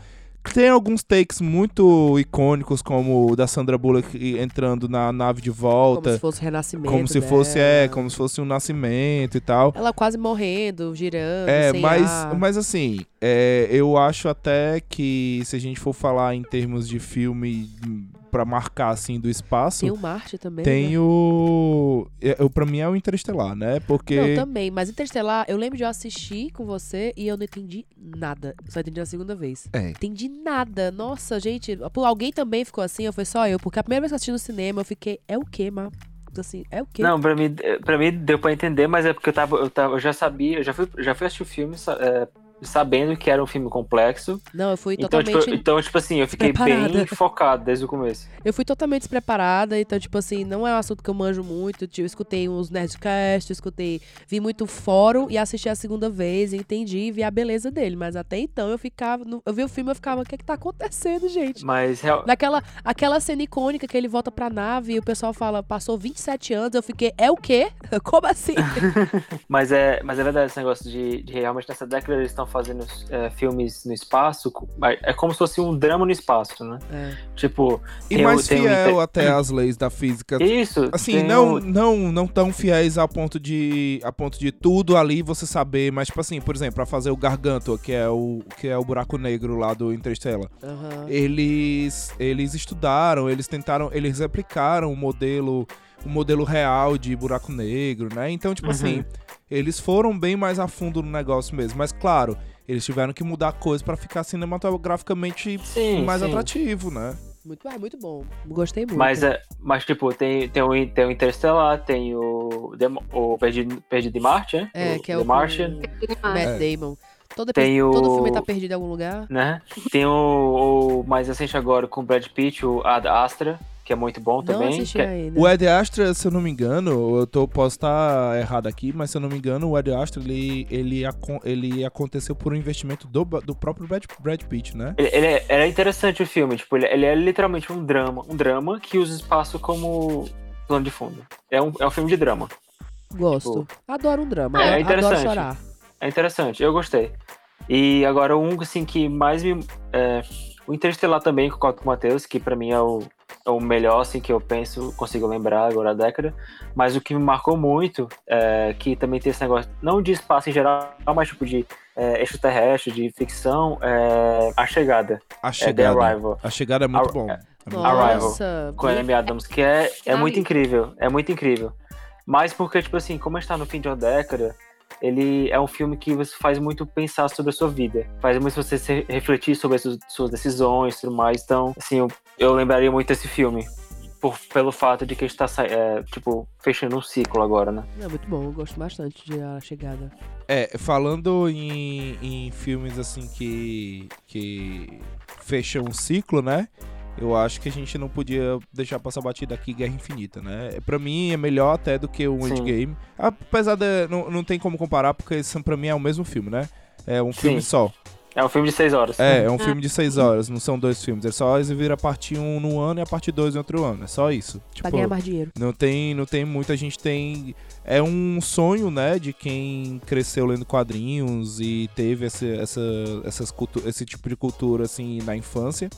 Tem alguns takes muito icônicos, como o da Sandra Bullock entrando na nave de como volta. se fosse o renascimento. Como se dela. fosse, é, como se fosse um nascimento e tal. Ela quase morrendo, girando. É, sem mas, ar. mas assim, é, eu acho até que se a gente for falar em termos de filme hum, pra marcar assim do espaço, Tem o Marte também. né? tem o. é, Eu, pra mim é o Interestelar, né? Não, Porque. também, mas Interstellar, eu lembro de eu assistir com você e eu não entendi nada. Só entendi na segunda vez. É. Entendi nada. Nossa, gente, pô, alguém também ficou assim, ou foi só eu? Porque a primeira vez que eu assisti no cinema, eu fiquei, é o quê, ma? Assim, é o quê? Não, pra mim, pra mim deu pra entender, mas é porque eu, tava, eu, tava, eu já sabia, eu já fui, já fui assistir o filme sa- é, sabendo que era um filme complexo. Não, eu fui Então totalmente. tipo, então, tipo assim, eu fiquei bem Preparada. focado desde o começo. Eu fui totalmente despreparada, então, tipo assim, não é um assunto que eu manjo muito. Tipo, eu escutei uns Nerdcast, eu escutei. Vi muito fórum e assisti a segunda vez, entendi e vi a beleza dele. Mas até então eu ficava. no- Eu vi o filme e eu ficava, o que é que tá acontecendo, gente? Mas real- Naquela aquela cena icônica que ele volta pra nave e o pessoal fala, passou 27 anos, eu fiquei, é o quê? Como assim? Mas é, mas é verdade esse negócio de, de realmente nessa década eles estão fazendo é, filmes no espaço. co- É como se fosse um drama no espaço, né? É. Tipo, E tem o- mais tem o fiel inter- um- até às leis da física. isso. Assim, tem não, o- não, não tão fiéis a ponto de a ponto de tudo ali você saber, mas tipo assim, por exemplo, pra fazer o Gargantua, que é o que é o buraco negro lá do Interstellar. Aham. eles eles estudaram, eles tentaram, eles replicaram o modelo o modelo real de buraco negro, né? Então, tipo Uhum. assim, eles foram bem mais a fundo no negócio mesmo, mas claro, eles tiveram que mudar coisas pra ficar cinematograficamente Sim, mais sim. atrativo, né? Muito, ah, muito bom. Gostei muito. Mas, é, mas tipo, tem, tem, o, tem o Interstellar, tem o, Demo- o Perdido, Perdido em Marte, né? É, que é The o Martian, É. Mas, Matt Damon. Todo, Tem o- todo filme tá perdido em algum lugar. né? Tem o, o mais recente agora com o Brad Pitt, o Ad Astra, que é muito bom Não também. assisti que é- ainda. O Ed Astra, se eu não me engano, eu tô, posso estar errado aqui, mas se eu não me engano, o Ed Astra, ele, ele, acon- ele aconteceu por um investimento do, ba- do próprio Brad, Brad Pitt, né? Ele, ele é, ele é interessante o filme, tipo, ele, ele é literalmente um drama, um drama que usa espaço como plano de fundo. É um, é um filme de drama. Gosto. Adoro um drama. É, é adoro interessante. chorar. é interessante, eu gostei. E agora um assim que mais me. É, o Interestelar também, que eu conto com o Matheus, que pra mim é o, é o melhor assim, que eu penso, consigo lembrar agora a década. Mas o que me marcou muito, é, que também tem esse negócio, não de espaço em geral, mas tipo de é, extraterrestre, de ficção, é A Chegada. A É The chegada. Arrival. A chegada é muito Ar- bom. Nossa. com a Amy Adams, que é, é Sabe? muito incrível, é muito incrível. Mas porque, tipo assim, como a gente tá no fim de uma década, ele é um filme que você faz muito pensar sobre a sua vida. Faz muito você se refletir sobre as suas- suas decisões e tudo mais. Então, assim, eu, eu lembraria muito desse filme. Por, pelo fato de que a gente tá, sai- é, tipo, fechando um ciclo agora, né? É muito bom, eu gosto bastante de A Chegada. É, falando em, em filmes assim que. que fecham um ciclo, né? Eu acho que a gente não podia deixar passar batida aqui Guerra Infinita, né? Pra mim é melhor até do que o Sim. Endgame. Apesar de. Não, não tem como comparar, porque esse, pra mim é o mesmo filme, né? É um Sim. filme só. É um filme de seis horas. É, é um filme de seis horas, não são dois filmes. É só eles viram a parte 1 um no ano e a parte 2 no outro ano. É só isso. Pra Tipo, ganhar mais dinheiro. não tem, não tem muito, a gente tem. É um sonho, né, de quem cresceu lendo quadrinhos e teve esse, essa, essas cultu- esse tipo de cultura, assim, na infância.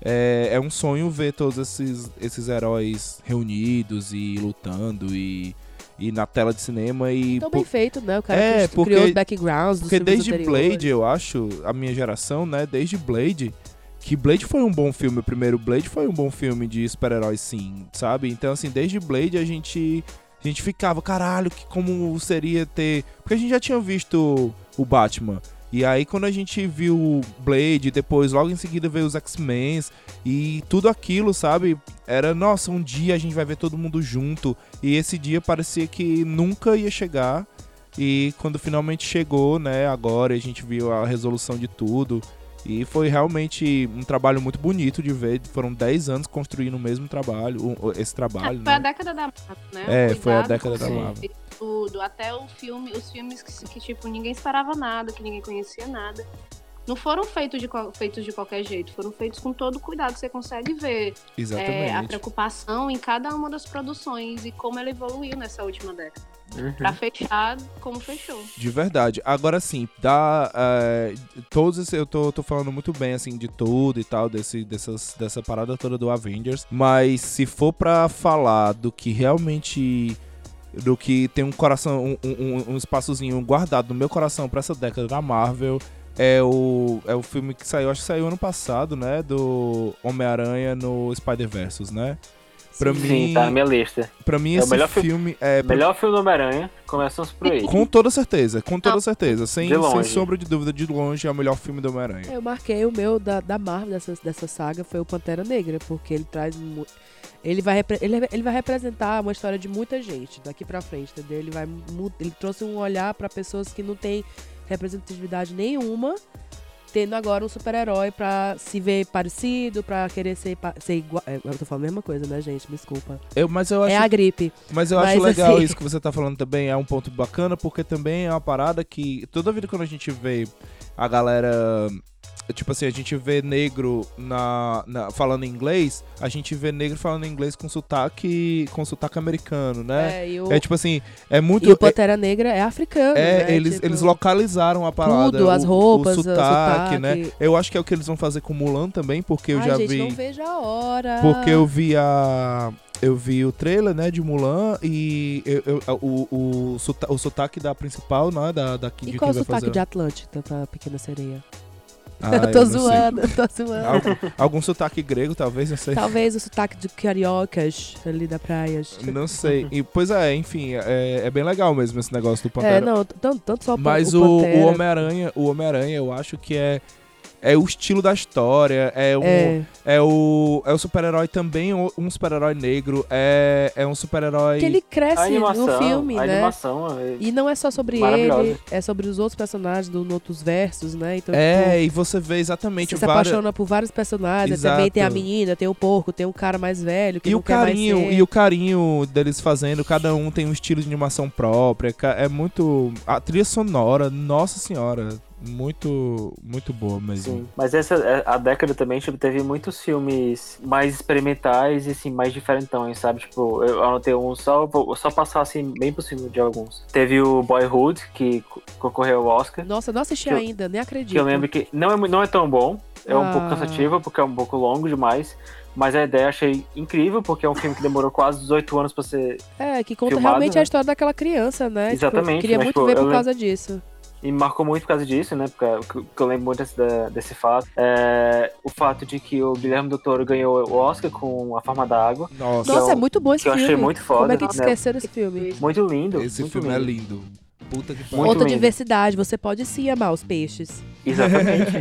É, é um sonho ver todos esses, esses heróis reunidos e lutando e, e na tela de cinema e. Então por- bem feito, né? O cara É, que porque- criou os backgrounds dos porque filmes desde anteriores. né? Blade, eu acho, a minha geração, né? Desde Blade, que Blade foi um bom filme. O primeiro Blade foi um bom filme de super-heróis, sim, sabe? Então, assim, desde Blade a gente. A gente ficava, caralho, que como seria ter. Porque a gente já tinha visto o Batman. E aí, quando a gente viu o Blade, depois, logo em seguida, veio os X-Men e tudo aquilo, sabe? Era, nossa, um dia a gente vai ver todo mundo junto. E esse dia parecia que nunca ia chegar. E quando finalmente chegou, né, agora a gente viu a resolução de tudo. E foi realmente um trabalho muito bonito de ver. Foram 10 anos construindo o mesmo trabalho, o- o- esse trabalho. Ah, foi a né? década da Marvel, né? É, foi a Cuidado década com da o Marvel. conceito, Tudo, até o filme, os filmes que, se- que, tipo, ninguém esperava nada, que ninguém conhecia nada. Não foram feitos de, qual- feitos de qualquer jeito, foram feitos com todo cuidado. Você consegue ver é, a Exatamente. preocupação em cada uma das produções e como ela evoluiu nessa última década. Uhum. Pra fechar como fechou. De verdade. Agora sim, dá. eh, todos esses- eu tô, tô falando muito bem, assim, de tudo e tal, desse, dessas, dessa parada toda do Avengers. Mas se for pra falar do que realmente. Do que tem um coração, um, um, um espaçozinho guardado no meu coração pra essa década da Marvel. É o, é o filme que saiu, acho que saiu ano passado, né? Do Homem-Aranha no Spider-Versus, né? Pra mim, Sim, tá na minha lista. pra mim É o esse melhor filme- filme é, pra Melhor filme do Homem-Aranha, começamos por aí. com toda certeza, com toda certeza. Sem, De sem longe. sombra de dúvida, de longe é o melhor filme do Homem-Aranha. É, Eu marquei o meu da, da Marvel dessa, dessa saga foi o Pantera Negra, porque ele traz mu- ele vai repre- ele, ele vai representar uma história de muita gente daqui pra frente, entendeu? Ele vai mu- ele trouxe um olhar pra pessoas que não têm representatividade nenhuma, tendo agora um super-herói pra se ver parecido, pra querer ser pa- ser igual, é, eu tô falando a mesma coisa, né, gente? Me desculpa. Eu, mas eu acho, É a gripe. mas eu mas acho legal assim- isso que você tá falando também, é um ponto bacana, porque também é uma parada que toda vida quando a gente vê a galera. Tipo assim, a gente vê negro na, na- falando inglês, a gente vê negro falando inglês com sotaque, com sotaque americano, né? É, e o, É, tipo assim, é muito. e o Pantera Negra é africano, É, né? eles, Tipo, eles localizaram a parada. tudo, as o- roupas, o o sotaque, né? sotaque. Eu acho que é o que eles vão fazer com Mulan também, porque eu Ai, já gente, vi. não vejo a hora. Porque eu vi a. Eu vi o trailer, né, de Mulan e eu- eu- o, o, sota- o sotaque da principal, né, da, da que, E de qual quem vai o sotaque fazer. de Atlântida pra Pequena Sereia? Ah, eu tô não sei. zoando, Tá. eu tô zoando. Algum, algum sotaque grego, talvez, não sei. Talvez o sotaque de cariocas ali da praia. Não sei. E, pois é, enfim, é, é bem legal mesmo esse negócio do Pantera. É, não, tanto, tanto só Mas o, o, Pantera, é o Homem-Aranha, o Homem-Aranha, eu acho que é é o estilo da história, é, um, é. é, o é o super-herói também um um super-herói negro, é, é um super-herói que ele cresce A animação, um no filme, a né? animação, é- E não é só sobre Maravilhosa. ele, é sobre os outros personagens dos outros versos, né? Então, É, e você vê tipo, exatamente você o se apaixona por vários personagens. Exato. Também tem a menina, tem o porco, tem o cara mais velho que E não o quer mais carinho, ser. e o carinho deles fazendo, cada um tem um estilo de animação própria, ca- é muito a trilha sonora, nossa senhora, muito, muito boa mesmo. Sim. Mas essa é, a década também tipo, teve muitos filmes mais experimentais e assim, mais diferentões, sabe? Tipo, eu anotei um só, vou só passar assim, bem por cima de alguns. Teve o Boyhood, que co- concorreu ao Oscar. Nossa, eu não assisti Que eu- ainda, nem Que acredito. eu lembro que não é, mu- não é tão bom, é um pouco Ah. cansativo, porque é um pouco longo demais. Mas a ideia eu achei incrível, porque é um filme que demorou quase 18 anos pra ser. É, que conta filmado, realmente né? a história daquela criança, né? Tipo, Exatamente, eu queria mas, muito tipo, ver eu por lem- causa disso. E marcou muito por causa disso, né? Porque eu- que eu lembro muito desse, da- desse fato. É, o fato de que o Guilherme Del Toro ganhou o Oscar com A Forma da Água. Nossa, Nossa, Então, é muito bom esse que eu filme. achei muito foda, Como é que né? esqueceram esse filme? Muito lindo. esse muito filme é lindo. Puta que pariu. Muito Outra lindo. diversidade, você pode sim amar os peixes. Exatamente.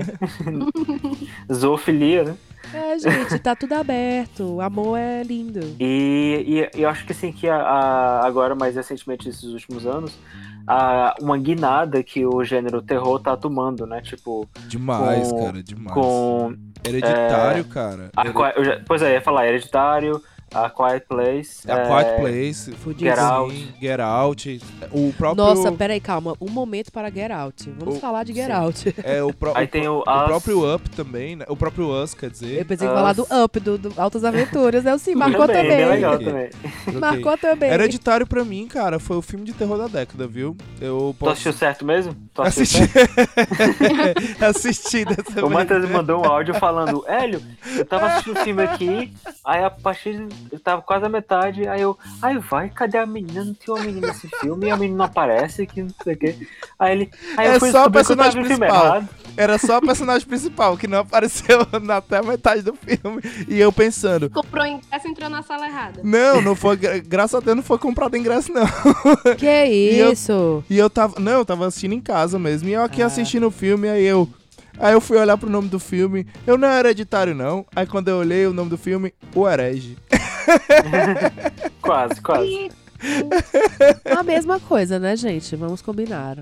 Zoofilia, né? É, gente, tá tudo aberto. O amor é lindo. E, e- e eu acho que assim, que a, a- agora, mais recentemente, esses últimos anos, a, uma guinada que o gênero terror tá tomando, né? Tipo, Demais, Com- cara, demais. com. Hereditário, cara. A, Hered- Qui- eu já- pois é, ia falar Hereditário, A Quiet Place. A é, Quiet Place, Fudido. Get Out. Get Out. O próprio. Oh, Nossa, peraí, calma. Um momento para Get Out. Vamos O- falar de Get sim. Out. É, o, pró- Aí o tem o, pró- o Us, próprio Up também, né? O próprio Us, quer Eu dizer. pensei em falar do Up, do, do Altas Aventuras. Eu sim, marcou também, é também. Ah. Bem legal Ok. também. Joguei. Marcou também. Hereditário pra mim, cara, foi o filme de terror da década, viu? Eu Tu posso assistiu certo mesmo? Tu assistiu né? assistir. certo? Assisti dessa O vez. Matheus mandou um áudio falando, Hélio, eu tava assistindo um filme aqui, aí a partir. Eu tava quase a metade, aí eu, ai vai, cadê a menina? Não tem uma menina nesse filme, e a menina não aparece, que não sei o quê. Aí ele. Aí É eu fui só o descobrir que eu tava personagem no filme principal. errado. Era só a personagem principal, que não apareceu na- até a metade do filme. E eu pensando, Comprou ingresso e entrou na sala errada. não, não foi. gra- Graças a Deus não foi comprado ingresso, não. Que eu- isso? E eu tava. Não, eu tava assistindo em casa mesmo. E eu aqui Ah. assistindo o filme, aí eu. Aí eu fui olhar pro nome do filme. Eu não era hereditário, não. Aí quando eu olhei o nome do filme, o herege. Quase, quase. A mesma coisa, né, gente? Vamos combinar.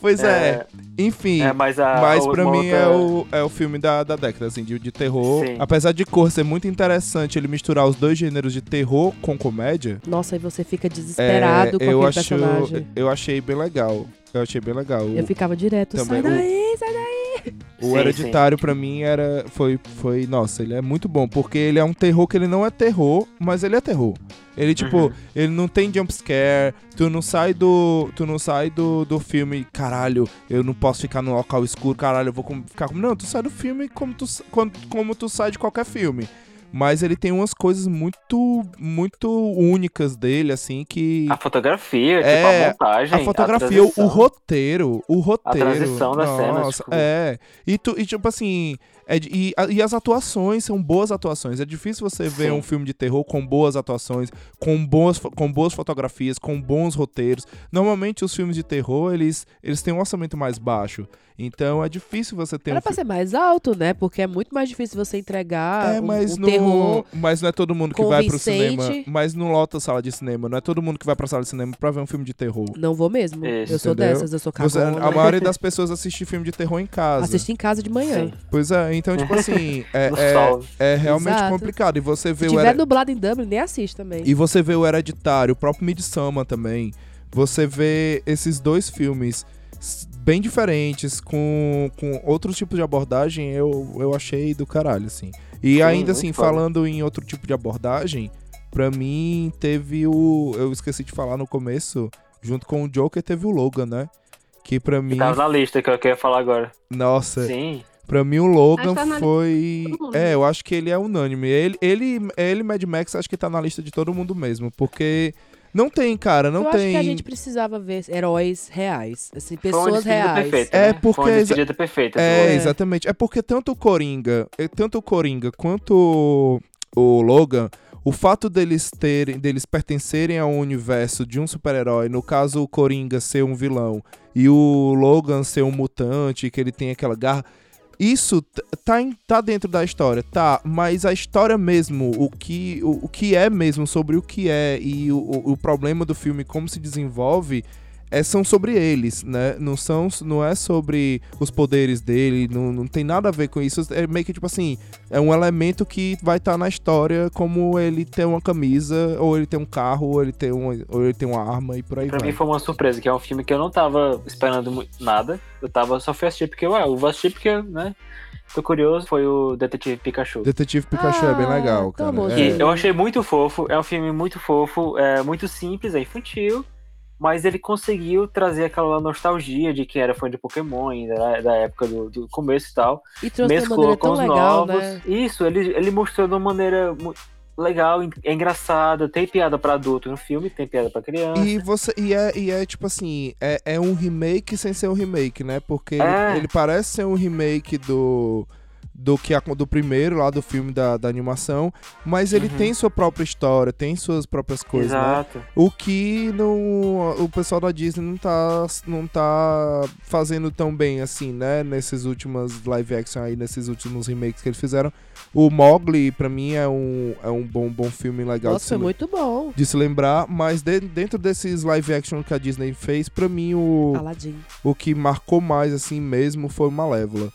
Pois é, enfim. É, mas a. Mas a- pra uma mim outra- é o, é o filme da, da década, assim, de, de terror. Sim. Apesar de cor ser muito interessante ele misturar os dois gêneros de terror com comédia. Nossa, aí você fica é, desesperado com eu, aquele acho, personagem. eu achei bem legal. Eu achei bem legal. O- Eu ficava direto, Também sai o- daí, sai daí. O Sim, Hereditário pra mim era foi foi, nossa, ele é muito bom, porque ele é um terror que ele não é terror, mas ele é terror. Ele tipo, Uhum. ele não tem jump scare, tu não sai do tu não sai do, do filme, caralho, eu não posso ficar num local escuro, caralho, eu vou com- ficar como não, tu sai do filme como tu sa- quando- como tu sai de qualquer filme. Mas ele tem umas coisas muito muito únicas dele assim que A fotografia, tipo, É, a montagem. a fotografia, o- o transição. roteiro, o roteiro. transição das nossa, cenas, tipo- É. E, tu, e tipo assim, é de- e, a- e as atuações são boas atuações. É difícil você ver Sim. um filme de terror com boas atuações, com, boas, fo- com boas fotografias, com bons roteiros. Normalmente os filmes de terror, eles, eles têm um orçamento mais baixo. Então é difícil você ter Era um pra filme. ser mais alto, né? Porque é muito mais difícil você entregar É, um, mas, um não, terror. mas não é todo mundo que vai pro convincente. cinema. Mas não lota sala de cinema. Não é todo mundo que vai pra sala de cinema pra ver um filme de terror. Não vou mesmo. Isso, eu sou entendeu? dessas, eu sou Você- cagona. a maioria das pessoas assiste filme de terror em casa. Assisti em casa de manhã. Sim, Pois é, então, tipo assim, é, no é, sol. é realmente Exato. complicado. E você vê Se o tiver Hered- dublado em Dublin, nem assiste também. E você vê o Hereditário, o próprio Midsoma também. Você vê esses dois filmes s- bem diferentes, com, com outros tipos de abordagem, eu, eu achei do caralho, assim. E Sim, ainda muito assim, foda. falando em outro tipo de abordagem, pra mim teve o. Eu esqueci de falar no começo, junto com o Joker, teve o Logan, né? Que pra mim. Tava na lista que eu queria falar agora. Nossa, Sim. um Pra mim, o Logan Acho que tá na foi. lista de todo mundo. É, eu acho que ele é unânime. Ele, ele, é ele e Mad Max, acho que tá na lista de todo mundo mesmo. Porque não tem, cara, não eu acho tem. que a gente precisava ver heróis reais. Assim, foi uma pessoas despedida reais. perfeita. É, né? porque Foi uma exa- despedida perfeita. É, É. exatamente. É porque tanto o Coringa, é, tanto o Coringa quanto o, o Logan, o fato deles terem, deles pertencerem ao universo de um super-herói, no caso o Coringa ser um vilão e o Logan ser um mutante, que ele tem aquela garra, isso t- tá, em- tá dentro da história, tá, mas a história mesmo, o que, o, o que é mesmo sobre o que é e o, o- o problema do filme, como se desenvolve, é, são sobre eles, né? Não, são, não é sobre os poderes dele, não, não tem nada a ver com isso. É meio que tipo assim, é um elemento que vai estar na história como ele tem uma camisa, ou ele tem um carro, ou ele tem, um, ou ele tem uma arma e por aí Pra vai. mim foi uma surpresa, que é um filme que eu não tava esperando mu- nada. Eu tava só fui assistir porque, ué, eu vou assistir porque, né? Tô curioso, foi o Detetive Pikachu. Detetive Pikachu é bem Ah, legal, tá cara. bom, É. Que gente. eu achei muito fofo, é um filme muito fofo, é muito simples, é infantil, mas ele conseguiu trazer aquela nostalgia de quem era fã de Pokémon, ainda da, da época do, do começo e tal. E trouxe de uma mesclou maneira com tão os legal, novos. né? Isso, ele, ele mostrou de uma maneira mu- legal, en- é engraçada. Tem piada pra adulto no filme, tem piada pra criança. E você. E é, e é tipo assim, é, é um remake sem ser um remake, né? Porque É. ele, ele parece ser um remake do. Do que acon- do primeiro lá do filme da, da animação, mas ele Uhum. tem sua própria história, tem suas próprias coisas, né? Exato. O que não, o pessoal da Disney não tá, não tá fazendo tão bem assim, né? Nesses últimos live action aí, nesses últimos remakes que eles fizeram. O Mogli, pra mim, é um, é um bom, bom filme legal de Nossa, se foi muito bom. de se lembrar, mas de- dentro desses live action que a Disney fez, pra mim o, Aladdin. o que marcou mais assim mesmo foi o Malévola.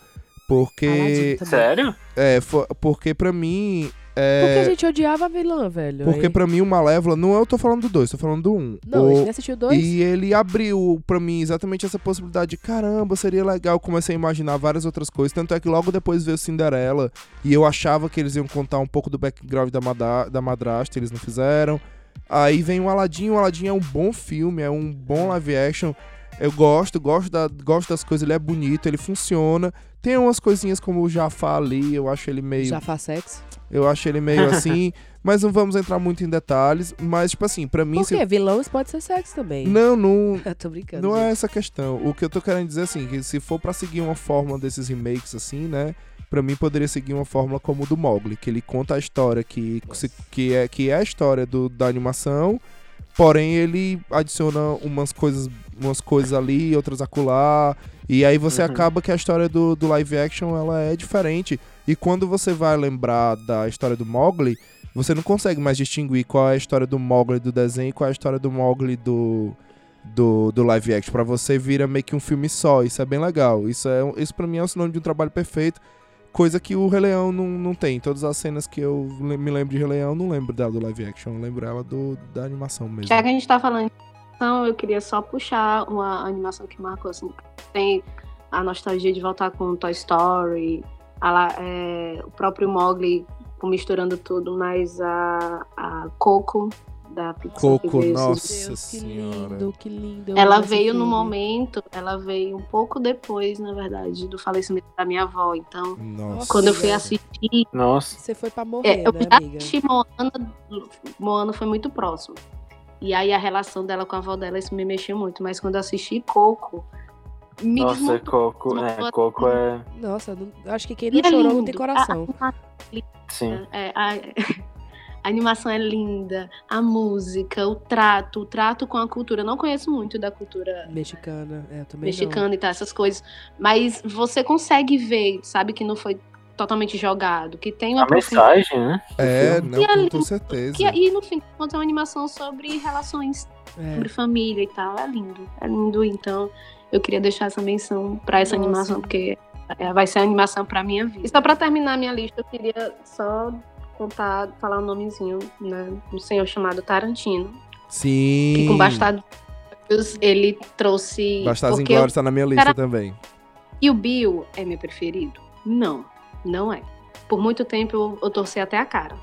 Porque Aladdin também. Sério? é, fo- porque para mim Porque a é, gente odiava a vilã, velho. porque hein? para mim o Malévola não é eu tô falando do dois, tô falando do um. Não, a O- gente nem assistiu dois. e ele abriu pra mim exatamente essa possibilidade de caramba, seria legal. Comecei a imaginar várias outras coisas. Tanto é que logo depois veio Cinderela e eu achava que eles iam contar um pouco do background da, mada- da madrasta, eles não fizeram. Aí vem o Aladdin. O Aladdin é um bom filme, é um bom live action. Eu gosto, gosto, da, gosto das coisas. Ele é bonito, ele funciona. Tem umas coisinhas como o Jafar ali, eu acho ele meio. Já faz sexo. Eu acho ele meio assim. Mas não vamos entrar muito em detalhes. Mas, tipo assim, pra mim. Por se- quê? Vilões pode ser sexo também. Não, não, Eu tô brincando. não gente. é essa a questão. O que eu tô querendo dizer assim, que se for pra seguir uma forma desses remakes assim, né? Pra mim poderia seguir uma fórmula como o do Mowgli, que ele conta a história que, se- que, é, que é a história do, da animação, porém ele adiciona umas coisas, umas coisas ali, outras acolá, e aí você Uhum. acaba que a história do, do live action ela é diferente. E quando você vai lembrar da história do Mowgli, você não consegue mais distinguir qual é a história do Mowgli do desenho e qual é a história do Mowgli do, do, do live action. Pra você vira meio que um filme só. Isso é bem legal. Isso, é, um- isso pra mim é um sinônimo de um trabalho perfeito. Coisa que o Rei Leão não, não tem. Todas as cenas que eu le- me lembro de Rei Leão, eu não lembro dela do live action. Eu lembro ela do, da animação mesmo. Já que a gente tá falando de animação, eu queria só puxar uma animação que marcou, assim, tem a nostalgia de voltar com Toy Story, a lá- é, o próprio Mowgli com- misturando tudo, mas a, a Coco, da Pixar. que Coco, veio esses nossa Deus, que senhora. lindo, que lindo. Eu Ela amo esse veio no filme. momento, ela veio um pouco depois, na verdade, do falecimento da minha avó. Então, Nossa. quando eu fui Nossa. assistir, Nossa. Você foi pra morrer, é, eu né, já amiga? assisti Moana, Moana foi muito próximo. E aí a relação dela com a avó dela, isso me mexeu muito. Mas quando eu assisti Coco, me Nossa, desmontou. Coco, é, Coco é. Nossa, não- acho que quem não E é chorou não lindo. ah. tem coração. A, a- Sim. é, a- a animação é linda, a música, o trato, o trato com a cultura. Eu não conheço muito da cultura Mexicana, é, eu também mexicana e tal, essas coisas. Mas você consegue ver, sabe, que não foi totalmente jogado, que tem uma A mensagem, né? É, não, E com, ali- com certeza. Que, e no fim de contas é uma animação sobre relações, não. É. sobre família e tal. É lindo, é lindo. Então eu queria deixar essa menção pra essa Nossa. animação, porque é, vai ser a animação pra minha vida. E só pra terminar a minha lista, eu queria só contar, falar um nomezinho, né? Um senhor chamado Tarantino, Sim. que com Bastardos ele trouxe. Bastardos porque Inglórios tá na minha lista Cara- também. E o Bill é meu preferido? Não, não é. Por muito tempo eu, eu torci até a cara.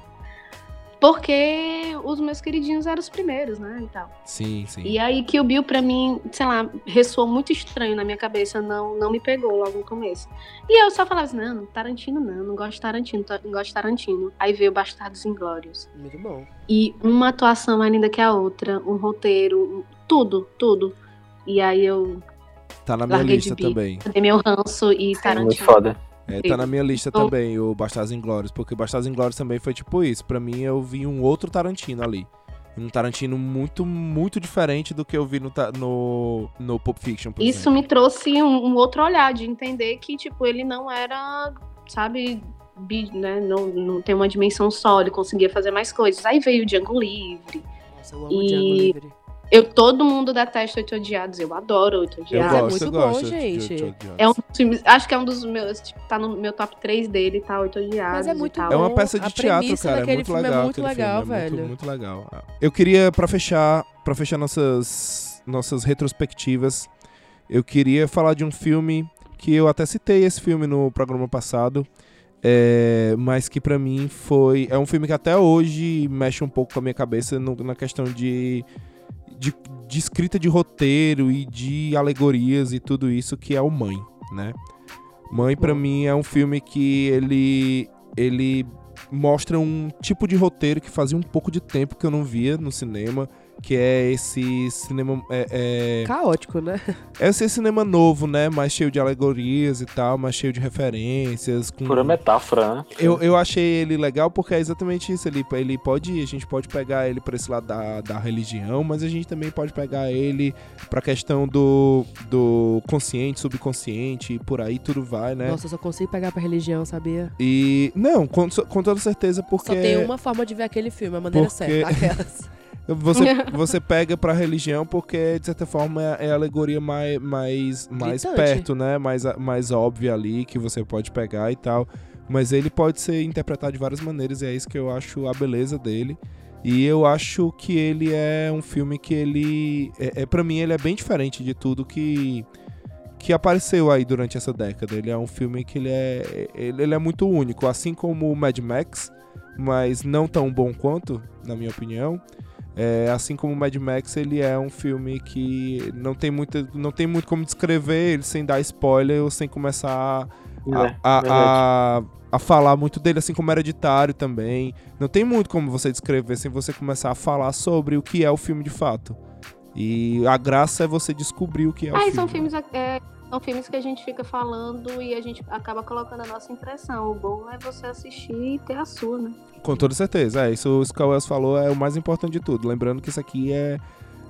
Porque os meus queridinhos eram os primeiros, né? E, tal. Sim, sim. e aí que o Bill, pra mim, sei lá, ressoou muito estranho na minha cabeça, não, não me pegou logo no começo. E eu só falava assim, não, Tarantino não, não gosto de Tarantino, ta- não gosto de Tarantino. Aí veio Bastardos Inglórios. Muito bom. E uma atuação mais linda que a outra, um roteiro, tudo, tudo. E aí eu Tá na minha Larguei lista de bico. também. dei meu ranço e Muito Tarantino. foda. É, tá Sim. na minha lista Então- também, o Bastardos Inglórios, porque o Bastardos Inglórios também foi tipo isso. Pra mim, eu vi um outro Tarantino ali. Um Tarantino muito, muito diferente do que eu vi no, ta- no, no Pulp Fiction, por Isso exemplo. me trouxe um, um outro olhar de entender que, tipo, ele não era, sabe, bi- né, não, não tem uma dimensão só, ele conseguia fazer mais coisas. Aí veio o Django Livre. Nossa, eu amo o E- Django Livre. Eu, todo mundo detesta Oito Odiados. Eu adoro Oito Eu Odiados. é gosto, muito eu bom, gosto. de- gente. de- de- de- É um dos filmes, acho que é um dos meus, tipo, tá no meu top 3 dele, tá? Oito Odiados Mas é muito e tal. É uma bom. peça de A teatro, premissa cara. É daquele muito filme é legal. muito aquele legal, filme, é muito, velho. muito legal. Ah, Eu queria, pra fechar, pra fechar nossas, nossas retrospectivas, eu queria falar de um filme que eu até citei esse filme no programa passado. é, mas que pra mim foi. É um filme que até hoje mexe um pouco com a minha cabeça no- na questão de, de, de escrita de roteiro e de alegorias e tudo isso, que é o Mãe, né? Mãe, pra mim, é um filme que ele. ele mostra um tipo de roteiro que fazia um pouco de tempo que eu não via no cinema, que é esse cinema. É, Caótico, né? é, é esse cinema novo, né? Mais cheio de alegorias e tal, mais cheio de referências. Com... Pura metáfora, né? Eu, eu achei ele legal porque é exatamente isso. Ele, ele pode, a gente pode pegar ele pra esse lado da, da religião, mas a gente também pode pegar ele pra questão do, do consciente, subconsciente, e por aí tudo vai, né? Nossa, eu só consigo pegar pra religião, sabia? E. Não, com, com toda certeza, porque. Só tem um uma forma de ver aquele filme, a maneira Porque- certa. Aquelas. Você, você pega pra religião porque, de certa forma, é a alegoria mais, mais, mais Gritante. perto, né? Mais, mais óbvia ali, que você pode pegar e tal. Mas ele pode ser interpretado de várias maneiras, e é isso que eu acho a beleza dele. E eu acho que ele é um filme que ele. É, é, para mim, ele é bem diferente de tudo que. Que apareceu aí durante essa década. Ele é um filme que ele é, ele, ele é muito único. Assim como o Mad Max, mas não tão bom quanto, na minha opinião. É, assim como o Mad Max, ele é um filme que não tem muito, não tem muito como descrever ele sem dar spoiler ou sem começar a, É, a- verdade. a- a falar muito dele, assim como hereditário também. Não tem muito como você descrever sem você começar a falar sobre o que é o filme de fato. E a graça é você descobrir o que é o Ah, e filme. são filmes, é, são filmes que a gente fica falando e a gente acaba colocando a nossa impressão. O bom é você assistir e ter a sua, né? Com toda certeza, é. Isso que o Wells falou é o mais importante de tudo. Lembrando que isso aqui é,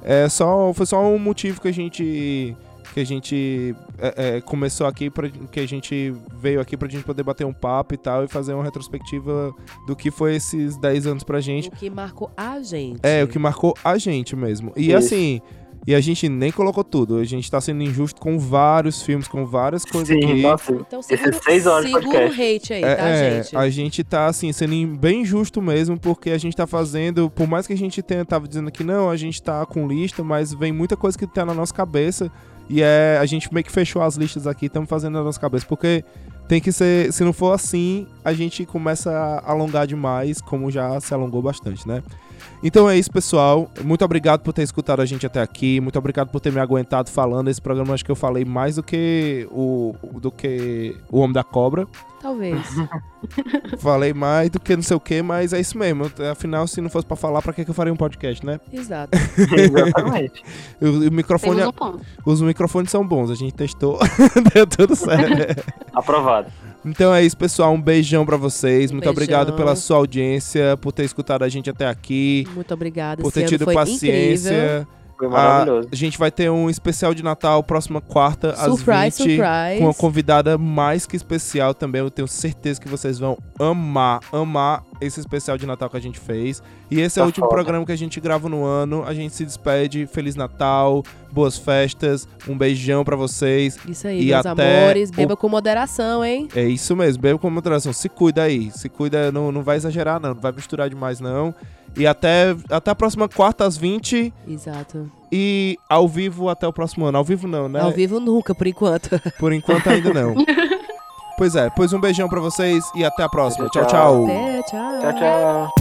é só, foi só um motivo que a gente que a gente é, é, começou aqui, pra, que a gente veio aqui pra gente poder bater um papo e tal e fazer uma retrospectiva do que foi esses 10 anos pra gente. o que marcou a gente. É, o que marcou a gente mesmo. E Isso. assim, e a gente nem colocou tudo. A gente tá sendo injusto com vários filmes, com várias coisas Sim, aqui. nossa, Então Esses segura, seis horas de segura o hate aí, tá, É, é, gente? a gente tá assim, sendo in- bem justo mesmo, porque a gente tá fazendo, por mais que a gente tenha, tava dizendo que não, a gente tá com lista, mas vem muita coisa que tá na nossa cabeça. E é, a gente meio que fechou as listas aqui, estamos fazendo na nossa cabeça, porque tem que ser, se não for assim, a gente começa a alongar demais, como já se alongou bastante, né? Então é isso, pessoal. Muito obrigado por ter escutado a gente até aqui. Muito obrigado por ter me aguentado falando. Esse programa acho que eu falei mais do que o do que o Homem da Cobra. Talvez. Falei mais do que não sei o que, mas é isso mesmo. Afinal, se não fosse pra falar, pra que que eu faria um podcast, né? Exato. exatamente. O, o microfone, é- Temos um ponto. Os microfones são bons, a gente testou, deu tudo certo. Aprovado. então é isso, pessoal. Um beijão pra vocês. Um Muito beijão. obrigado pela sua audiência, por ter escutado a gente até aqui, Muito obrigada. por ter Esse ano tido foi incrível. paciência. Foi A, maravilhoso. a gente vai ter um especial de Natal próxima quarta às 20. Surprise, surprise. com uma convidada mais que especial também. Eu tenho certeza que vocês vão amar, amar esse especial de Natal que a gente fez. E esse é o Tá último foda. programa que a gente grava no ano. A gente se despede. Feliz Natal, boas festas, um beijão pra vocês. Isso aí, E meus até amores. o- Beba com moderação, hein? É isso mesmo, beba com moderação. Se cuida aí, se cuida, não, não vai exagerar não, não vai misturar demais não. E até, até a próxima quarta às 20 Exato. e ao vivo até o próximo ano. Ao vivo não, né? Ao vivo nunca, por enquanto. Por enquanto ainda não. pois é, pois um beijão pra vocês e até a próxima. Tchau, tchau. Até, tchau. Tchau, tchau.